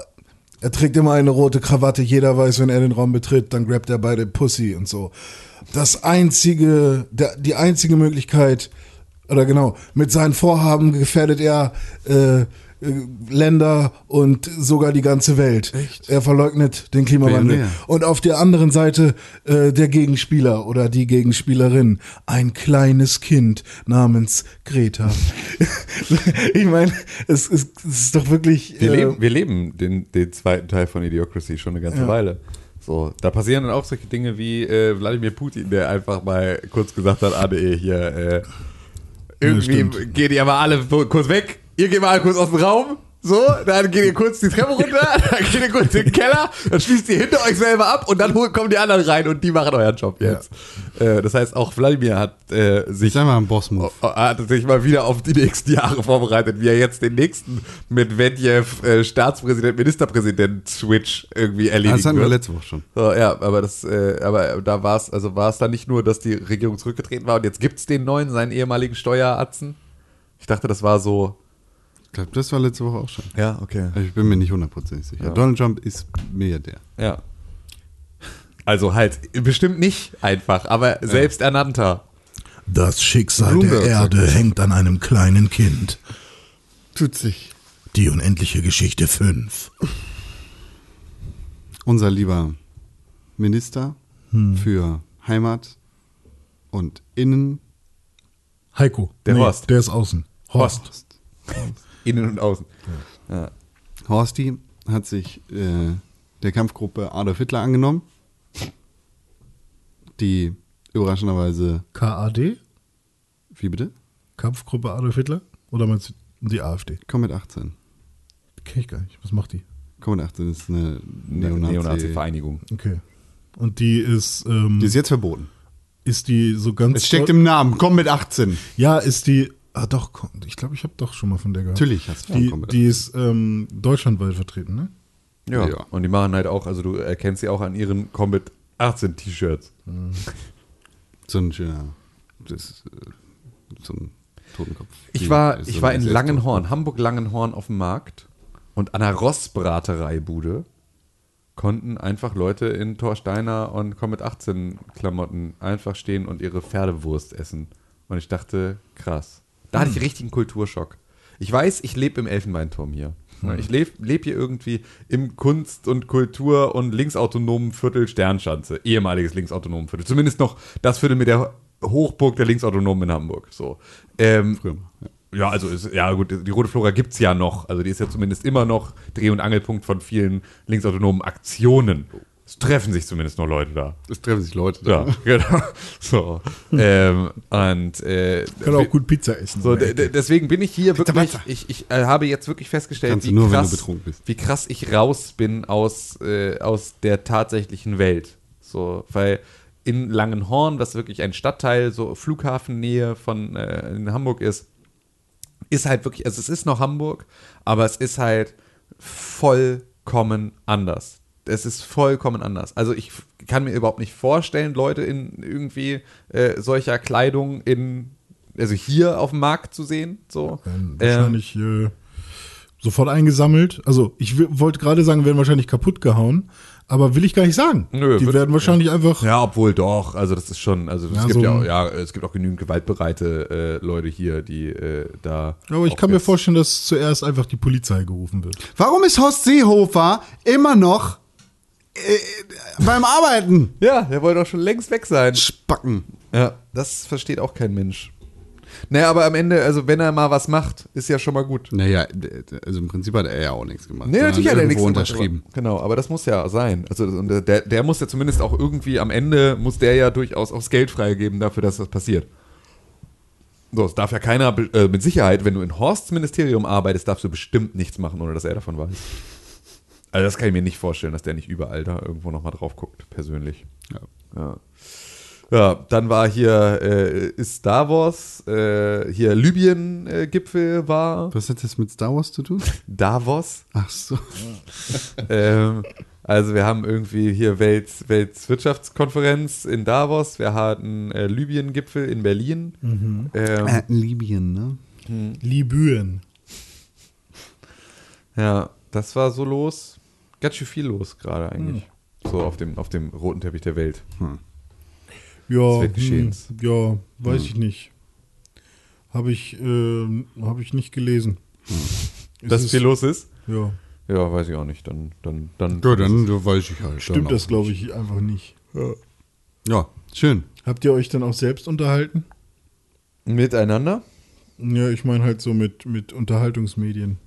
Er trägt immer eine rote Krawatte. Jeder weiß, wenn er den Raum betritt, dann grabt er beide Pussy und so. Das einzige, der, die einzige Möglichkeit, oder genau, mit seinen Vorhaben gefährdet er äh, äh, Länder und sogar die ganze Welt. Echt? Er verleugnet den Klimawandel. Wer, Und auf der anderen Seite äh, der Gegenspieler oder die Gegenspielerin, ein kleines Kind namens Greta. [laughs] ich meine, es ist, es ist doch wirklich. Wir äh, leben, wir leben den, den zweiten Teil von Idiocracy schon eine ganze Weile. So, da passieren dann auch solche Dinge wie äh, Wladimir Putin, der einfach mal kurz gesagt hat, ah nee, hier, äh, irgendwie geht ihr mal alle so kurz weg, ihr geht mal alle kurz aus dem Raum, so, dann geht ihr kurz die Treppe runter, [laughs] dann geht ihr kurz in den Keller, dann schließt ihr hinter euch selber ab und dann hol- kommen die anderen rein und die machen euren Job jetzt. Äh, das heißt, auch Wladimir hat äh, sich Ich sag mal ein Boss-Move. Oh, Er hat sich mal wieder auf die nächsten Jahre vorbereitet, wie er jetzt den nächsten Medvedev äh, Staatspräsident, Ministerpräsident Switch irgendwie erledigen Das hatten wir wird. letzte Woche schon. So, ja, aber das, äh, aber da war es, also war es dann nicht nur, dass die Regierung zurückgetreten war und jetzt gibt's den neuen, seinen ehemaligen Steueratzen. Ich dachte, das war so. Ich glaube, das war letzte Woche auch schon. Ja, okay. Also Ich bin mir nicht hundertprozentig sicher. Ja. Donald Trump ist Milliardär. Ja. Also halt, bestimmt nicht einfach, aber selbsternannter. Das Schicksal Bloomberg der sagt Erde hängt an einem kleinen Kind. Tut sich. Die unendliche Geschichte 5. Unser lieber Minister Hm. für Heimat und Innen. Heiko. Der Horst. Der ist außen. Horst. Innen und außen. Ja. Horsti hat sich äh, der Kampfgruppe Adolf Hitler angenommen, die überraschenderweise, KAD? wie bitte? Kampfgruppe Adolf Hitler? Oder meinst du die AfD? Comet 18. Kenn ich gar nicht. Was macht die? Comet 18 ist eine Eine Neonazi. Neonazi-Vereinigung. Okay. Und die ist, ähm, Die ist jetzt verboten. ist die so ganz. Es steckt im Namen, Comet 18. ja, ist die. Ah, doch, komm, ich glaube, ich habe doch schon mal von der gehört. Natürlich hast du von Die, Comet die ist ähm, deutschlandweit vertreten, ne? Ja. Ja. Und die machen halt auch, also du erkennst sie auch an ihren Combat 18 T-Shirts. So ein schöner, das ist, äh, so ein Totenkopf. Ich Die- war, ist ich so war ein in Selbstdruck. Langenhorn, Hamburg-Langenhorn auf dem Markt und an einer Rossbratereibude konnten einfach Leute in Torsteiner und Comet 18 Klamotten einfach stehen und ihre Pferdewurst essen. Und ich dachte, krass. Da Hm. hatte ich richtig einen Kulturschock. Ich weiß, ich lebe im Elfenbeinturm hier. Hm. Ich lebe leb hier irgendwie im Kunst- und Kultur- und linksautonomen Viertel Sternschanze. Ehemaliges linksautonomen Viertel. Zumindest noch das Viertel mit der Hochburg der Linksautonomen in Hamburg. So. Ähm, Früher mal, ja. ja, also ist, ja gut, die Rote Flora gibt's ja noch. Also die ist ja zumindest immer noch Dreh- und Angelpunkt von vielen linksautonomen Aktionen. Es treffen sich zumindest noch Leute da. Es treffen sich Leute. [laughs] Ja, genau. So. ähm, und äh, Kann auch gut Pizza essen. So, de- de- deswegen bin ich hier wirklich. Genau. weiter. Ich, ich äh, habe jetzt wirklich festgestellt, Kannst du wie, nur, wenn du krass, betrunken bist. wie krass ich raus bin aus, äh, aus der tatsächlichen Welt. So, weil in Langenhorn, was wirklich ein Stadtteil, so Flughafennähe von äh, in Hamburg ist, ist halt wirklich, also es ist noch Hamburg, aber es ist halt vollkommen anders. Es ist vollkommen anders. Also ich f- kann mir überhaupt nicht vorstellen, Leute in irgendwie äh, solcher Kleidung in, also hier auf dem Markt zu sehen. So. Ähm, Ähm, wahrscheinlich äh, sofort eingesammelt. Also ich w- wollte gerade sagen, werden wahrscheinlich kaputt gehauen, aber will ich gar nicht sagen. Nö, die wird- werden wahrscheinlich einfach. ja, obwohl doch. Also das ist schon, also es Ja, gibt so ja, ein- auch, ja, es gibt auch genügend gewaltbereite äh, Leute hier, die äh, da. Aber ich auch kann mir jetzt- vorstellen, dass zuerst einfach die Polizei gerufen wird. Warum ist Horst Seehofer immer noch äh, beim Arbeiten? Ja, der wollte doch schon längst weg [laughs] sein. Spacken. Ja, das versteht auch kein Mensch. Naja, aber am Ende, also wenn er mal was macht, ist ja schon mal gut. Naja, d- d- also im Prinzip hat er ja auch nichts gemacht. Nee, sondern natürlich hat er nichts irgendwo gemacht, unterschrieben. aber- Genau, aber das muss ja sein. Also das- und der, der muss ja zumindest auch irgendwie am Ende, muss der ja durchaus auch das Geld freigeben dafür, dass das passiert. So, es darf ja keiner, be- äh, mit Sicherheit, wenn du in Horsts Ministerium arbeitest, darfst du bestimmt nichts machen, ohne dass er davon weiß. Also das kann ich mir nicht vorstellen, dass der nicht überall da irgendwo nochmal drauf guckt, persönlich. Ja. Ja. Ja, dann war hier äh, ist Star Wars, äh, hier Libyen-Gipfel war Was hat das mit Star Wars zu tun? Davos. [laughs] Ach so. ähm, also wir haben irgendwie hier Welt, Weltwirtschaftskonferenz in Davos, wir hatten äh, Libyen-Gipfel in Berlin. Mhm. Ähm, Äh, Libyen, ne? Libyen. ja, das war so los. Ganz schön viel los gerade eigentlich. Mhm. So auf dem, auf dem roten Teppich der Welt. Hm. Ja, wird Hm. geschehen. hm, ja, weiß ich nicht. Habe ich, ähm, habe ich nicht gelesen. Hm. Ist Dass es- viel los ist? Ja, Ja, weiß ich auch nicht. Dann, dann, dann. Ja, dann weiß ich halt. stimmt das, glaube ich, einfach nicht. Ja, schön. Habt ihr euch dann auch selbst unterhalten? Miteinander? Ja, ich meine halt so mit, mit Unterhaltungsmedien.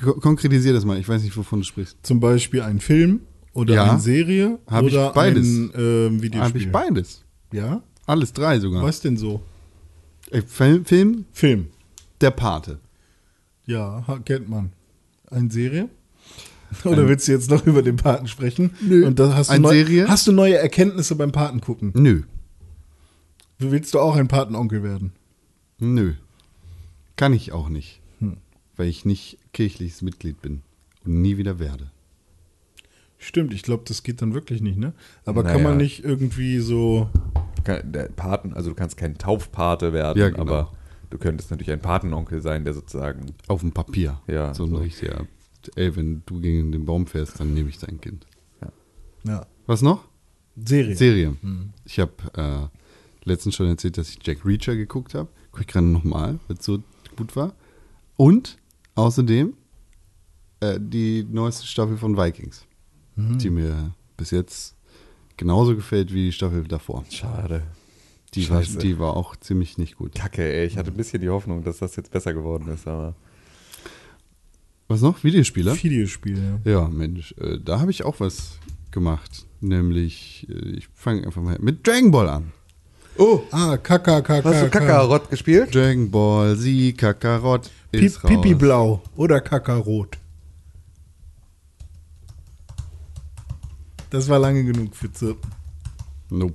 Ko- Konkretisier das mal. Ich weiß nicht, wovon du sprichst. Zum Beispiel einen Film oder Ja. eine Serie Hab ich oder beides. ein ähm, Videospiel. Habe ich beides. Ja? Alles drei sogar. Was denn so? Äh, Film, Film, Film. Der Pate. Ja, ha- kennt man. Eine Serie? [laughs] Oder willst du jetzt noch über den Paten sprechen? Nö. Und da hast du Eine neu- Serie? Hast du neue Erkenntnisse beim Paten gucken? Nö. Willst du auch ein Patenonkel werden? Nö. Kann ich auch nicht. Weil ich nicht kirchliches Mitglied bin und nie wieder werde. Stimmt, ich glaube, das geht dann wirklich nicht, ne? Aber kann Naja. man nicht irgendwie so. Kein- der Paten, also du kannst kein Taufpate werden, Ja, genau. aber du könntest natürlich ein Patenonkel sein, der sozusagen. Auf dem Papier. Ja, So ein so. richtiger. Ey, wenn du gegen den Baum fährst, dann nehme ich dein Kind. Ja. Was noch? Serie. Serie. Hm. Ich habe äh, letztens schon erzählt, dass ich Jack Reacher geguckt habe. Guck ich gerade nochmal, weil es so gut war. Und außerdem äh, die neueste Staffel von Vikings, Hm. die mir bis jetzt genauso gefällt wie die Staffel davor. Schade. Die, war, Scheiße. die war auch ziemlich nicht gut. Kacke, ey. Ich hatte ein bisschen die Hoffnung, dass das jetzt besser geworden ist, aber. Was noch? Videospieler? ne? Videospiele. Ja. Ja, Mensch, äh, da habe ich auch was gemacht. Nämlich, äh, ich fange einfach mal mit Dragon Ball an. Oh, ah, Kaka, Kaka. Hast du Kakarott gespielt? Dragon Ball, Sie, Kakarott, Pi ist raus. Pipi Blau oder Kakarot. Das war lange genug für Zirpen. Nope.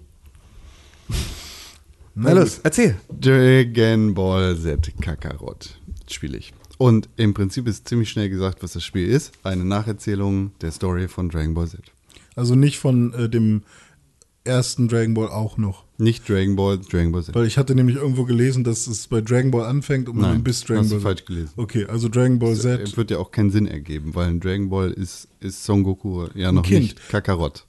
Na gut. erzähl. Dragon Ball Z Kakarot spiele ich. Und im Prinzip ist ziemlich schnell gesagt, was das Spiel ist. Eine Nacherzählung der Story von Dragon Ball Z. Also nicht von äh, dem ersten Dragon Ball auch noch. Nicht Dragon Ball, Dragon Ball Z. Weil ich hatte nämlich irgendwo gelesen, dass es bei Dragon Ball anfängt und man Nein, dann bis Dragon hast du Ball. falsch gelesen. Okay, also Dragon Ball Das Z. wird ja auch keinen Sinn ergeben, weil in Dragon Ball ist, ist Son Goku ja noch Kind. nicht Kakarot.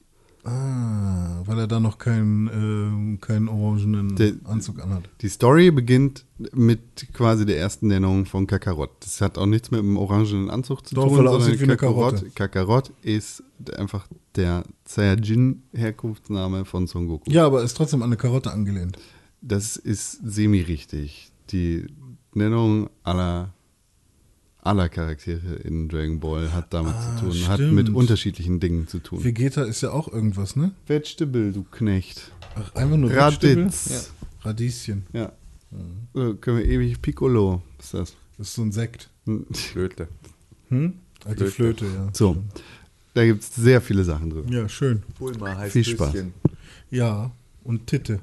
Ah, weil er da noch keinen, ähm, keinen orangenen Der- Anzug anhat. Die Story beginnt mit quasi der ersten Nennung von Kakarot. Das hat auch nichts mit dem orangenen Anzug zu Doch, tun, weil er aussieht wie eine Karotte. Kakarot, Kakarot ist einfach der Saiyajin-Herkunftsname von Son Goku. Ja, aber ist trotzdem an eine Karotte angelehnt. Das ist semi-richtig. Die Nennung aller aller Charaktere in Dragon Ball hat damit Ah, zu tun, hat stimmt. mit unterschiedlichen Dingen zu tun. Vegeta ist ja auch irgendwas, ne? Vegetable, du Knecht. Ach, einfach nur Vegetable? Raditz. Radieschen. Ja. So, können wir ewig Piccolo. Was ist [laughs] das? Das ist so ein Sekt. Hm. Flöte. Hm? Alte Flöte, Flöte. ja. So. Da gibt es sehr viele Sachen drüber. Ja, schön. Bulma heißt Viel Spaß. Höschen. Ja, und Titte.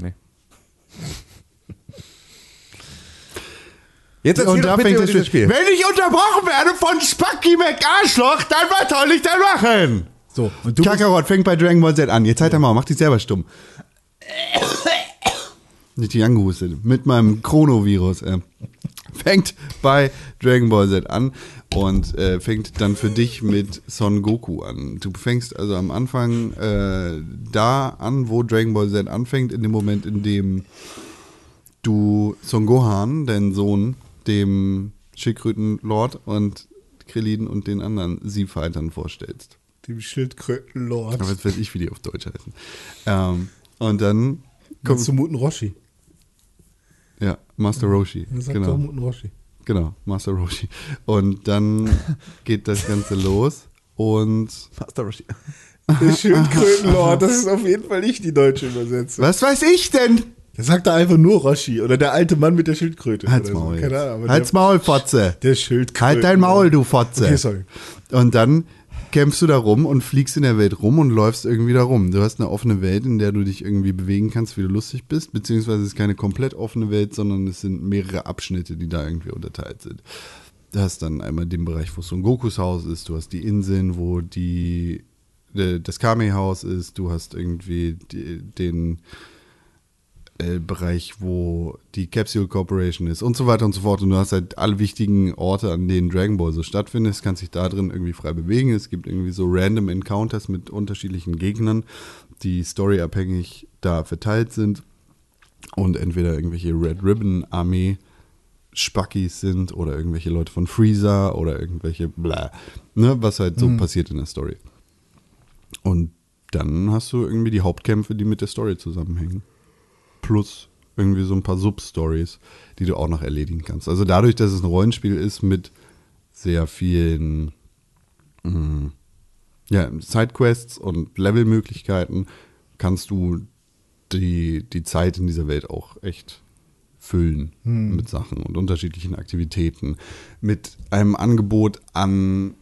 Nee. Jetzt erzähl Und doch da bitte fängt über das Spiel. dieses Spiel. Wenn ich unterbrochen werde von Spacki McArschloch, dann was soll ich denn machen? So, und du Kakarot fängt bei Dragon Ball Z an. Jetzt halt einmal, mach dich selber stumm. [coughs] Nicht die angehustet. Mit meinem Chronovirus. Äh. [laughs] Fängt bei Dragon Ball Z an und äh, fängt dann für dich mit Son Goku an. Du fängst also am Anfang äh, da an, wo Dragon Ball Z anfängt, in dem Moment, in dem du Son Gohan, deinen Sohn, dem Schildkrötenlord und Krillin und den anderen Seafightern vorstellst. dem Schildkrötenlord. Aber jetzt weiß ich, wie die auf Deutsch heißen. Ähm, und dann Komm kommt, zu Muten Roshi. ja, Master Roshi. Dann sagt doch Genau, [laughs] Muten Roshi. genau, Master Roshi. Und dann geht das Ganze los und Master Roshi. Der Schildkrötenlord, das ist auf jeden Fall nicht die deutsche Übersetzung. was weiß ich denn? Der sagt da einfach nur Roshi oder der alte Mann mit der Schildkröte. Halt's oder so. Maul. Keine Ahnung, jetzt. aber Halt's der, Maul, Fotze. der Schildkröte. Halt dein Maul, du Fotze. Okay, sorry. Und dann kämpfst du da rum und fliegst in der Welt rum und läufst irgendwie da rum. Du hast eine offene Welt, in der du dich irgendwie bewegen kannst, wie du lustig bist, beziehungsweise es ist keine komplett offene Welt, sondern es sind mehrere Abschnitte, die da irgendwie unterteilt sind. Du hast dann einmal den Bereich, wo Son Gokus Haus ist, du hast die Inseln, wo die äh, das Kame-Haus ist, du hast irgendwie die, den äh, Bereich, wo die Capsule Corporation ist und so weiter und so fort. Und du hast halt alle wichtigen Orte, an denen Dragon Ball so stattfindet. Es kann sich da drin irgendwie frei bewegen. Es gibt irgendwie so random Encounters mit unterschiedlichen Gegnern, die storyabhängig da verteilt sind und entweder irgendwelche Red Ribbon Armee Spackis sind oder irgendwelche Leute von Freezer oder irgendwelche bla, ne, was halt so passiert in der Story. Und dann hast du irgendwie die Hauptkämpfe, die mit der Story zusammenhängen plus irgendwie so ein paar Sub-Stories, die du auch noch erledigen kannst. Also dadurch, dass es ein Rollenspiel ist mit sehr vielen mh, ja, Sidequests und Levelmöglichkeiten, kannst du die, die Zeit in dieser Welt auch echt füllen mit Sachen und unterschiedlichen Aktivitäten, mit einem Angebot an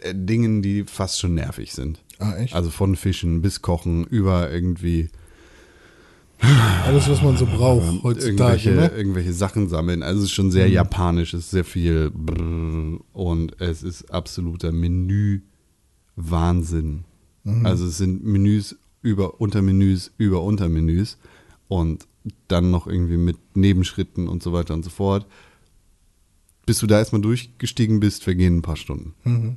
äh, Dingen, die fast schon nervig sind. Ah, echt? Also von Fischen bis Kochen über irgendwie Alles, was man so braucht heutzutage. Äh, irgendwelche, Ne? Mhm. irgendwelche Sachen sammeln. Also es ist schon sehr japanisch, es ist sehr viel brrr und es ist absoluter Menü-Wahnsinn. Mhm. Also es sind Menüs über Untermenüs über Untermenüs und dann noch irgendwie mit Nebenschritten und so weiter und so fort. Bis du da erstmal durchgestiegen bist, vergehen ein paar Stunden. Du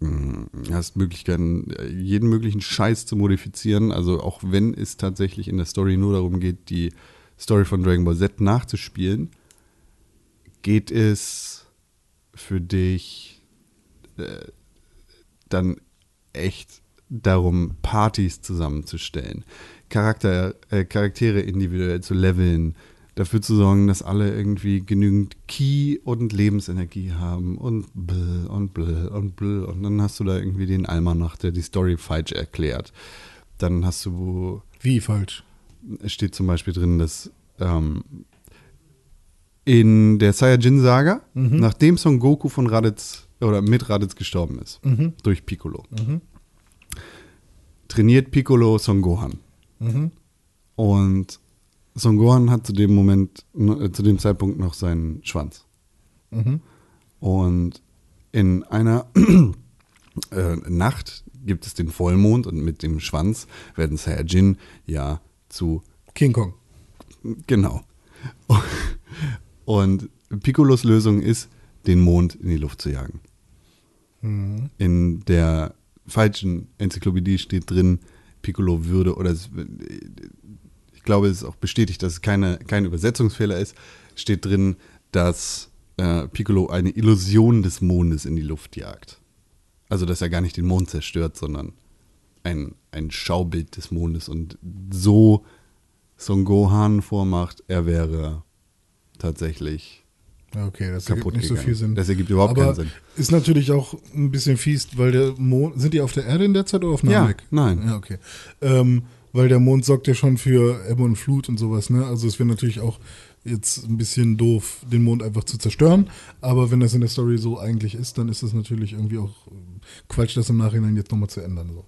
Mm, hast Möglichkeiten, jeden möglichen Scheiß zu modifizieren. Also auch wenn es tatsächlich in der Story nur darum geht, die Story von Dragon Ball Z nachzuspielen, geht es für dich äh, dann echt darum, Partys zusammenzustellen, Charakter, äh, Charaktere individuell zu leveln, dafür zu sorgen, dass alle irgendwie genügend Ki und Lebensenergie haben und bl und bl und bl. Und dann hast du da irgendwie den Almanach, der die Story falsch erklärt. Dann hast du Wie falsch? es steht zum Beispiel drin, dass ähm, in der Saiyajin-Saga, nachdem Son Goku von Raditz oder mit Raditz gestorben ist, durch Piccolo, trainiert Piccolo Son Gohan. Und Son Gohan hat zu dem Moment, äh, zu dem Zeitpunkt noch seinen Schwanz. Mhm. Und in einer [clears throat] äh, Nacht gibt es den Vollmond und mit dem Schwanz werden Saiyajin ja zu King Kong. Genau. [laughs] Und Piccolos Lösung ist, den Mond in die Luft zu jagen. Mhm. In der falschen Enzyklopädie steht drin, Piccolo würde, oder es, ich glaube, es ist auch bestätigt, dass es keine, kein Übersetzungsfehler ist, steht drin, dass äh, Piccolo eine Illusion des Mondes in die Luft jagt. Also, dass er gar nicht den Mond zerstört, sondern ein, ein Schaubild des Mondes und so Son Gohan vormacht, er wäre tatsächlich Okay, das Kaputt ergibt nicht so gegangen. viel Sinn. Das ergibt überhaupt Aber keinen Sinn. Ist natürlich auch ein bisschen fies, weil der Mond. Sind die auf der Erde in der Zeit oder auf Ja, Namek? nein. Ja, okay. Ähm, weil der Mond sorgt ja schon für Ebbe und Flut und sowas, ne? Also es wäre natürlich auch jetzt ein bisschen doof, den Mond einfach zu zerstören. Aber wenn das in der Story so eigentlich ist, dann ist es natürlich irgendwie auch Quatsch, das im Nachhinein jetzt nochmal zu ändern. So.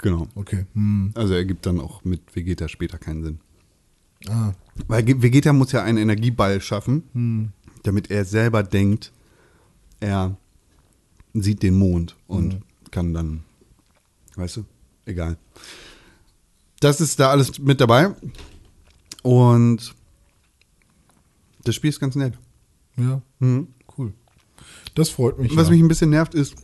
Genau. Okay. Hm. Also ergibt dann auch mit Vegeta später keinen Sinn. Ah, Hm. Weil Ge- Vegeta muss ja einen Energieball schaffen, damit er selber denkt, er sieht den Mond und Hm. kann dann, weißt du, egal. Das ist da alles mit dabei. Und das Spiel ist ganz nett. ja, Mhm. cool. Das freut mich. Was ja. mich ein bisschen nervt, ist,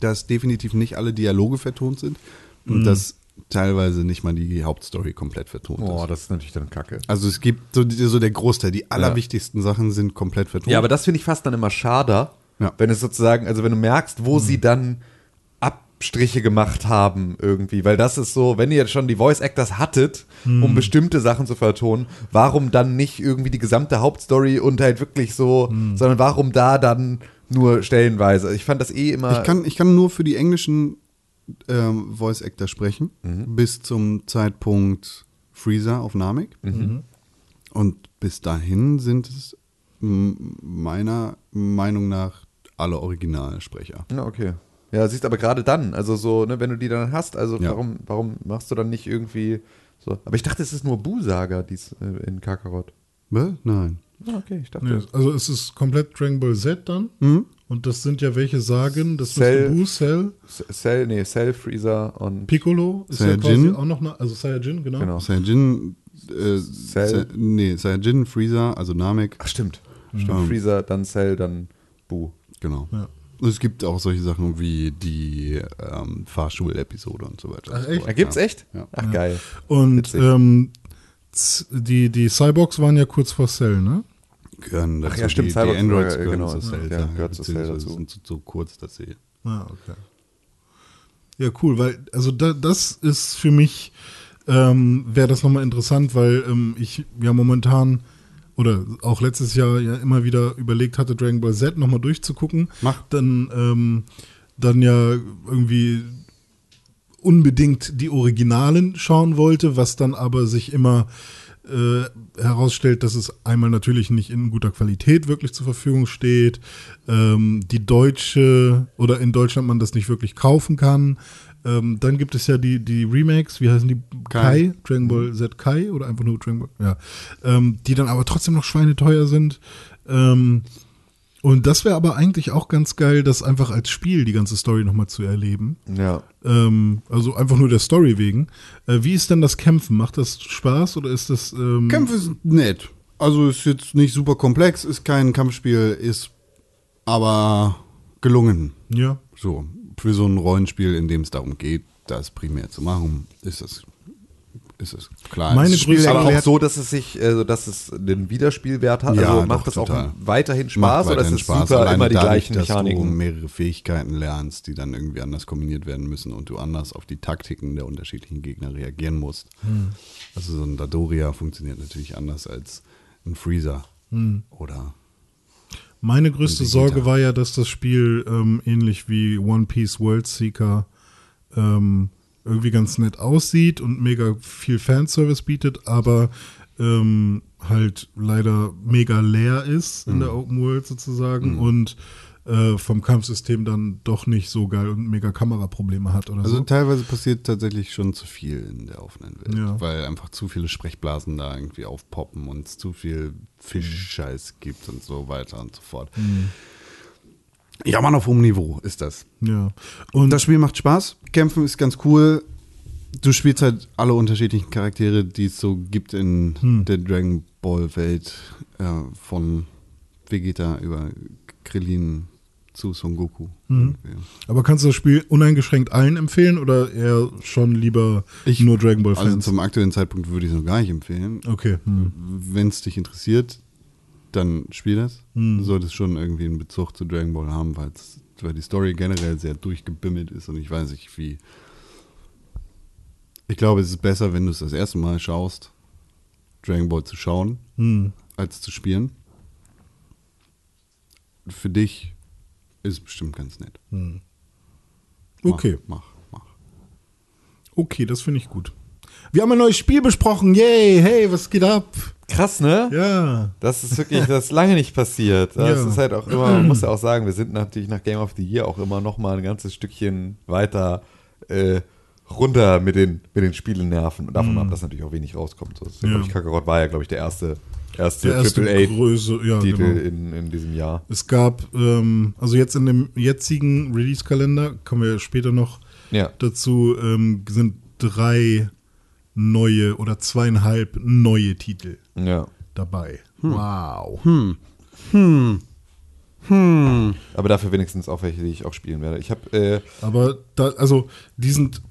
dass definitiv nicht alle Dialoge vertont sind Hm. und dass teilweise nicht mal die Hauptstory komplett vertont Oh, ist. das ist natürlich dann Kacke. Also es gibt so, die- so der Großteil, die allerwichtigsten Sachen sind komplett vertont. Ja, aber das finde ich fast dann immer schader, Ja. Mhm. wenn es sozusagen, also wenn du merkst, wo sie dann Abstriche gemacht haben irgendwie, weil das ist so, wenn ihr jetzt schon die Voice Actors hattet, Mhm. um bestimmte Sachen zu vertonen, warum dann nicht irgendwie die gesamte Hauptstory und halt wirklich so, Mhm. sondern warum da dann nur stellenweise? Ich fand das eh immer Ich kann, ich kann nur für die englischen ähm, Voice Actor sprechen, Mhm. bis zum Zeitpunkt Freezer auf Namek. Mhm. Und bis dahin sind es m- meiner Meinung nach alle Originalsprecher. Ja, okay. Ja, siehst aber gerade dann, also so, ne, wenn du die dann hast, also Ja. warum, warum machst du dann nicht irgendwie so? Aber ich dachte, es ist nur Busaga, dies äh, in Kakarot. Was? Nein. Ah, okay, ich dachte. Nee, also es ist komplett Dragon Ball Z dann. Und das sind ja welche Sagen, das Cell. Cell. Buu, Cell, S- Cell, nee, Cell, Freezer und Piccolo ist ja Saiyajin. quasi auch noch, ne, also Saiyajin, genau. Genau. Saiyajin, äh, Sa nee, Saiyajin, Freezer, also Namek. Ach stimmt. Ähm. Stimmt. Freezer, dann Cell, dann Bu. Genau. Ja. Es gibt auch solche Sachen wie die ähm, Fahrschulepisode und so weiter. Also, Ach, echt? Da gibt's ja. echt? Ja. Ach geil. Und Witzig. ähm, z- die, die Cyborgs waren ja kurz vor Cell, ne? Gehören dazu. ja, stimmt, die, die Cyborg- Androids äh, gehören genau, zu Cell, ja, ja, gehört zu Cell beziehungsweise dazu. sind so kurz, dass sie Ah, okay. Ja, cool, weil, also da, das ist für mich, ähm, wäre das nochmal interessant, weil ähm, ich ja momentan oder auch letztes Jahr ja immer wieder überlegt hatte, Dragon Ball Z nochmal durchzugucken. Mach. Dann, ähm, dann ja irgendwie unbedingt die Originalen schauen wollte, was dann aber sich immer äh, herausstellt, dass es einmal natürlich nicht in guter Qualität wirklich zur Verfügung steht, ähm, die deutsche oder in Deutschland man das nicht wirklich kaufen kann. Ähm, dann gibt es ja die, die Remakes, wie heißen die? Kai. Kai, Dragon Ball Z Kai oder einfach nur Dragon Ball, ja. Ähm, die dann aber trotzdem noch schweineteuer sind. Ähm, und das wäre aber eigentlich auch ganz geil, das einfach als Spiel, die ganze Story nochmal zu erleben. Ja. Ähm, also einfach nur der Story wegen. Äh, wie ist denn das Kämpfen? Macht das Spaß oder ist das. Ähm, Kämpfe sind nett. Also ist jetzt nicht super komplex, ist kein Kampfspiel, ist aber gelungen. Ja. So, für so ein Rollenspiel, in dem es darum geht, das primär zu machen, ist es, ist es klar. Meine es Grüße Aber erklärt- auch so, dass es sich, also dass es den Wiederspielwert hat. Ja, also doch, macht das total. auch weiterhin Spaß macht oder ist weiterhin es super alleine immer die dadurch, gleichen dass du Mechaniken? mehrere Fähigkeiten lernst, die dann irgendwie anders kombiniert werden müssen und du anders auf die Taktiken der unterschiedlichen Gegner reagieren musst. Also so ein Dadoria funktioniert natürlich anders als ein Freezer Hm. oder Meine größte Und die Sorge Vita. war ja, dass das Spiel ähm, ähnlich wie One Piece World Seeker ähm, irgendwie ganz nett aussieht und mega viel Fanservice bietet, aber ähm, halt leider mega leer ist in Mhm. der Open World sozusagen und äh, vom Kampfsystem dann doch nicht so geil und mega Kameraprobleme hat oder Also so. teilweise passiert tatsächlich schon zu viel in der offenen Welt, Ja. weil einfach zu viele Sprechblasen da irgendwie aufpoppen und es zu viel Fischscheiß gibt und so weiter und so fort. Mhm. Ja, man auf hohem Niveau ist das. Ja. Und Das Spiel macht Spaß, Kämpfen ist ganz cool. Du spielst halt alle unterschiedlichen Charaktere, die es so gibt in der Dragon Ball Welt äh, von Vegeta über Krillin zu Son Goku. Irgendwie. Aber kannst du das Spiel uneingeschränkt allen empfehlen oder eher schon lieber nur Dragon Ball Also Fans? zum aktuellen Zeitpunkt würde ich es noch gar nicht empfehlen. okay. Hm. wenn es dich interessiert, dann spiel das. Hm. Du solltest schon irgendwie einen Bezug zu Dragon Ball haben, weil's- weil die Story generell sehr durchgebimmelt ist und ich weiß nicht wie. Ich glaube, es ist besser, wenn du es das erste Mal Hm. schaust, Dragon Ball zu schauen, als zu spielen. für dich ist bestimmt ganz nett. Mach, Okay. Mach, mach. Okay, das finde ich gut. Wir haben ein neues Spiel besprochen. Yay, hey, was geht ab? Krass, ne? Ja. Das ist wirklich, das ist lange [laughs] nicht passiert. Das Ja. ist halt auch immer, man muss ja auch sagen, wir sind natürlich nach Game of the Year auch immer noch mal ein ganzes Stückchen weiter äh, runter mit den, mit den Spielennerven. Und davon ab, dass natürlich auch wenig rauskommt. So, ist, Mhm. Ja. glaub ich, Kakarot war ja, glaube ich, der erste, erste, Der erste Triple A Größe, ja, Titel genau. in, in diesem Jahr. Es gab, ähm, also jetzt in dem jetzigen Release-Kalender, kommen wir später noch Ja. dazu, ähm, sind drei neue oder zweieinhalb neue Titel Ja. dabei. Wow. Aber dafür wenigstens auch welche, die ich auch spielen werde. Ich habe äh, Aber da, also, die sind.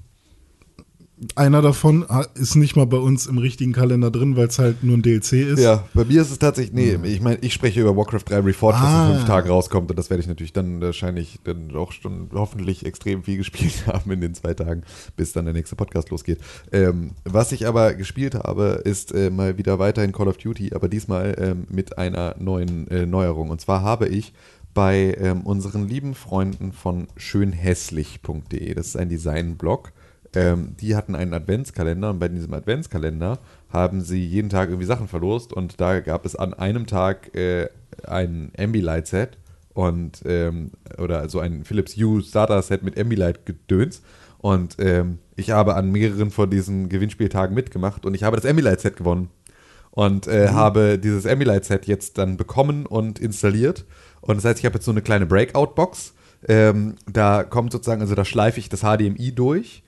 Einer davon ha- ist nicht mal bei uns im richtigen Kalender drin, weil es halt nur ein DLC ist. Hm. Ja, bei mir ist es tatsächlich, nee, ich meine, ich spreche über Warcraft 3 Reforged, das Ah. in fünf Tagen rauskommt und das werde ich natürlich dann wahrscheinlich dann auch schon hoffentlich extrem viel [laughs] gespielt haben in den zwei Tagen, bis dann der nächste Podcast losgeht. Ähm, was ich aber gespielt habe, ist äh, mal wieder weiterhin Call of Duty, aber diesmal ähm, mit einer neuen äh, Neuerung. Und zwar habe ich bei ähm, unseren lieben Freunden von schönhässlich.de, das ist ein Design-Blog, ähm, die hatten einen Adventskalender und bei diesem Adventskalender haben sie jeden Tag irgendwie Sachen verlost und da gab es an einem Tag äh, ein Ambilight-Set und ähm, oder so ein Philips Hue Starter-Set mit Ambilight-Gedöns und ähm, ich habe an mehreren von diesen Gewinnspieltagen mitgemacht und ich habe das Ambilight-Set gewonnen und äh, habe dieses Ambilight-Set jetzt dann bekommen und installiert. Und das heißt, ich habe jetzt so eine kleine Breakout-Box. Ähm, da kommt sozusagen, also da schleife ich das HDMI durch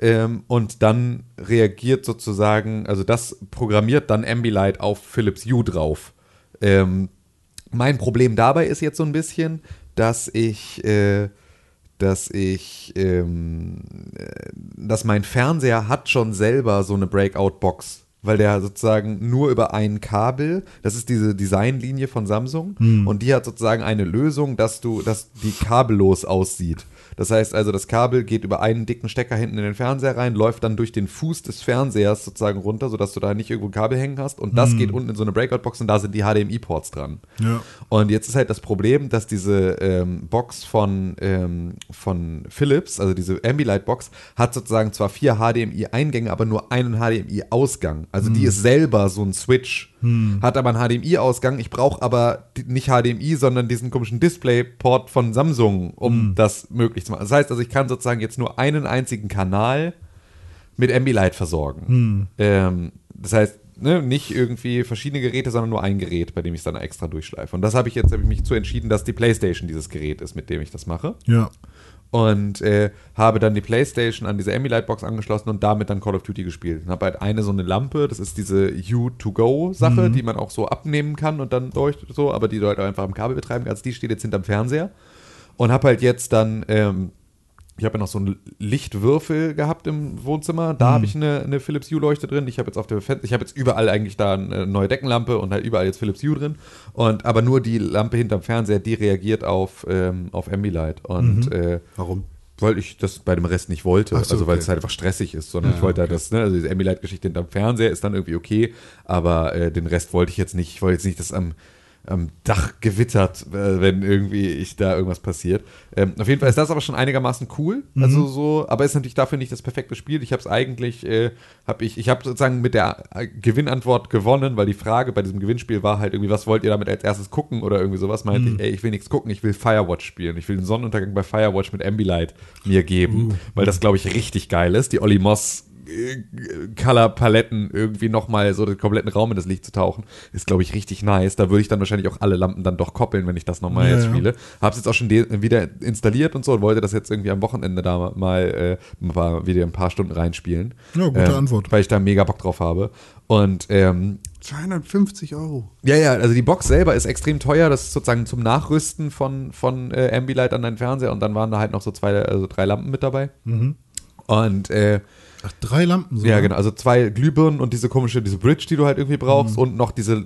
ähm, und dann reagiert sozusagen, also das programmiert dann Ambilight auf Philips Hue drauf. Ähm, mein Problem dabei ist jetzt so ein bisschen, dass ich, äh, dass ich, ähm, dass mein Fernseher hat schon selber so eine Breakout-Box, weil der sozusagen nur über ein Kabel, das ist diese Designlinie von Samsung, und die hat sozusagen eine Lösung, dass du, dass die kabellos aussieht. Das heißt also, das Kabel geht über einen dicken Stecker hinten in den Fernseher rein, läuft dann durch den Fuß des Fernsehers sozusagen runter, sodass du da nicht irgendwo ein Kabel hängen hast. Und das geht unten in so eine Breakout-Box und da sind die HDMI-Ports dran. Ja. Und jetzt ist halt das Problem, dass diese ähm, Box von, ähm, von Philips, also diese Ambilight-Box, hat sozusagen zwar vier HDMI-Eingänge, aber nur einen HDMI-Ausgang. Also die ist selber so ein Switch, hat aber einen HDMI-Ausgang. Ich brauche aber die, nicht HDMI, sondern diesen komischen Display-Port von Samsung, um das möglich zu machen. Das heißt also, ich kann sozusagen jetzt nur einen einzigen Kanal mit Ambilight versorgen. Ähm, das heißt, ne, nicht irgendwie verschiedene Geräte, sondern nur ein Gerät, bei dem ich es dann extra durchschleife. Und das habe ich jetzt, habe ich mich zu entschieden, dass die PlayStation dieses Gerät ist, mit dem ich das mache. Ja. Und äh, habe dann die PlayStation an diese Ambilight-Box angeschlossen und damit dann Call of Duty gespielt. Und habe halt eine so eine Lampe, das ist diese U-to-go-Sache, die man auch so abnehmen kann und dann durch so, aber die du halt auch einfach am Kabel betreiben kannst. Die steht jetzt hinterm Fernseher und habe halt jetzt dann, ähm, ich habe ja noch so einen Lichtwürfel gehabt im Wohnzimmer, da habe ich eine, eine Philips Hue Leuchte drin. Ich habe jetzt auf der Fen ich habe jetzt überall eigentlich da eine neue Deckenlampe und halt überall jetzt Philips Hue drin. Und aber nur die Lampe hinterm Fernseher, die reagiert auf ähm, auf Ambilight und äh, Warum? weil ich das bei dem Rest nicht wollte, Ach so, also weil okay. es halt einfach stressig ist, sondern ich wollte halt das, ne, also diese Ambilight-Geschichte hinterm Fernseher ist dann irgendwie okay, aber äh, den Rest wollte ich jetzt nicht, ich wollte jetzt nicht, dass am, am Dach gewittert, äh, wenn irgendwie ich da irgendwas passiert. Ähm, auf jeden Fall ist das aber schon einigermaßen cool, Mhm. also so, aber ist natürlich dafür nicht das perfekte Spiel. Ich habe es eigentlich, äh, habe ich, ich habe sozusagen mit der äh, Gewinnantwort gewonnen, weil die Frage bei diesem Gewinnspiel war halt irgendwie, was wollt ihr damit als erstes gucken oder irgendwie sowas, meinte ich, ey, ich will nichts gucken, ich will Firewatch spielen, ich will den Sonnenuntergang bei Firewatch mit Ambilight mir geben, weil das glaube ich richtig geil ist, die Olli Moss äh, Color-Paletten irgendwie nochmal so den kompletten Raum in das Licht zu tauchen, ist, glaube ich, richtig nice. Da würde ich dann wahrscheinlich auch alle Lampen dann doch koppeln, wenn ich das nochmal Ja, jetzt ja. spiele. Hab's jetzt auch schon de- wieder installiert und so und wollte das jetzt irgendwie am Wochenende da mal äh, ein paar, wieder ein paar Stunden reinspielen. Ja, gute ähm, Antwort. Weil ich da mega Bock drauf habe. Und ähm, 250 Euro. ja, ja, also die Box selber ist extrem teuer. Das ist sozusagen zum Nachrüsten von, von äh, Ambilight an deinen Fernseher und dann waren da halt noch so zwei, also drei Lampen mit dabei. Mhm. Und äh, Ach, drei Lampen sogar. ja, genau. Also zwei Glühbirnen und diese komische, diese Bridge, die du halt irgendwie brauchst und noch diese äh,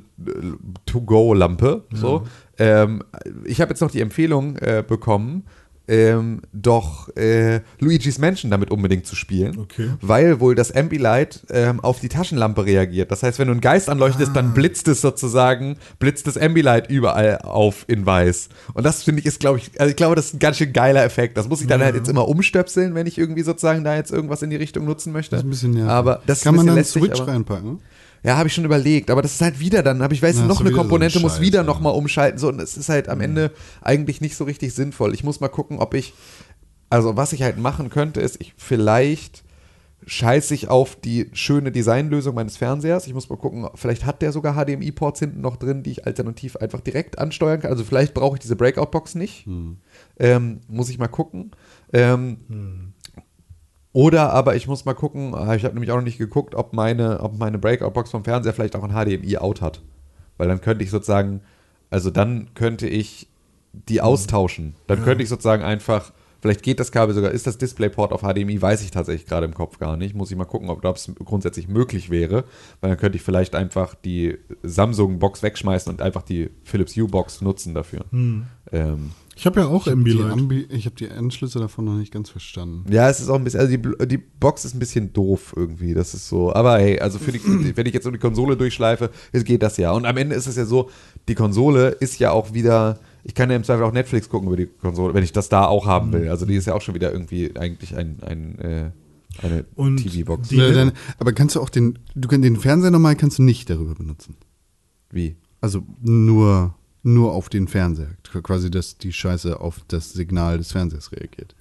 To-Go-Lampe. So. Ähm, ich habe jetzt noch die Empfehlung äh, bekommen, äh, ähm, doch äh, Luigi's Mansion damit unbedingt zu spielen, Okay. weil wohl das Ambilight ähm, auf die Taschenlampe reagiert. Das heißt, wenn du einen Geist anleuchtest, dann blitzt es sozusagen, blitzt das Ambilight überall auf in weiß. Und das finde ich ist, glaube ich, also ich glaube, das ist ein ganz schön geiler Effekt. Das muss ich dann halt jetzt immer umstöpseln, wenn ich irgendwie sozusagen da jetzt irgendwas in die Richtung nutzen möchte. Das ist ein bisschen nervig. Aber das ist Kann ein man dann bisschen lästig, Switch aber- reinpacken? ja, habe ich schon überlegt, aber das ist halt wieder dann, habe ich weiß Na, ist noch eine wieder so ein Komponente muss Scheiß, wieder ja. Mhm. noch mal umschalten so und es ist halt am Ende eigentlich nicht so richtig sinnvoll. Ich muss mal gucken, ob ich also was ich halt machen könnte ist, ich vielleicht scheiße ich auf die schöne Designlösung meines Fernsehers. Ich muss mal gucken, vielleicht hat der sogar HDMI-Ports hinten noch drin, die ich alternativ einfach direkt ansteuern kann. Also vielleicht brauche ich diese Breakout-Box nicht. Mhm. Ähm, muss ich mal gucken. Ähm, oder aber ich muss mal gucken, ah, ich habe nämlich auch noch nicht geguckt, ob meine, ob meine Breakout-Box vom Fernseher vielleicht auch ein HDMI-Out hat. Weil dann könnte ich sozusagen, also dann könnte ich die austauschen. Dann könnte ich sozusagen einfach, vielleicht geht das Kabel sogar, ist das DisplayPort auf HDMI, weiß ich tatsächlich gerade im Kopf gar nicht. Muss ich mal gucken, ob das grundsätzlich möglich wäre. Weil dann könnte ich vielleicht einfach die Samsung-Box wegschmeißen und einfach die Philips Hue-Box nutzen dafür. Ähm, Ich habe ja auch Die Ambilight. Ambi, ich habe die Anschlüsse davon noch nicht ganz verstanden. Ja, es ist auch ein bisschen, also die, Bl- die Box ist ein bisschen doof irgendwie, das ist so. Aber hey, also für die, wenn ich jetzt um die Konsole durchschleife, es geht das ja. Und am Ende ist es ja so, die Konsole ist ja auch wieder, ich kann ja im Zweifel auch Netflix gucken über die Konsole, wenn ich das da auch haben Mhm. will. Also die ist ja auch schon wieder irgendwie eigentlich ein, ein, äh, eine Und TV-Box. die- Äh, dann, aber kannst du auch den, du kannst den Fernseher normal kannst du nicht darüber benutzen. Wie? Also nur, nur auf den Fernseher. Qu- Quasi, dass die Scheiße auf das Signal des Fernsehers reagiert.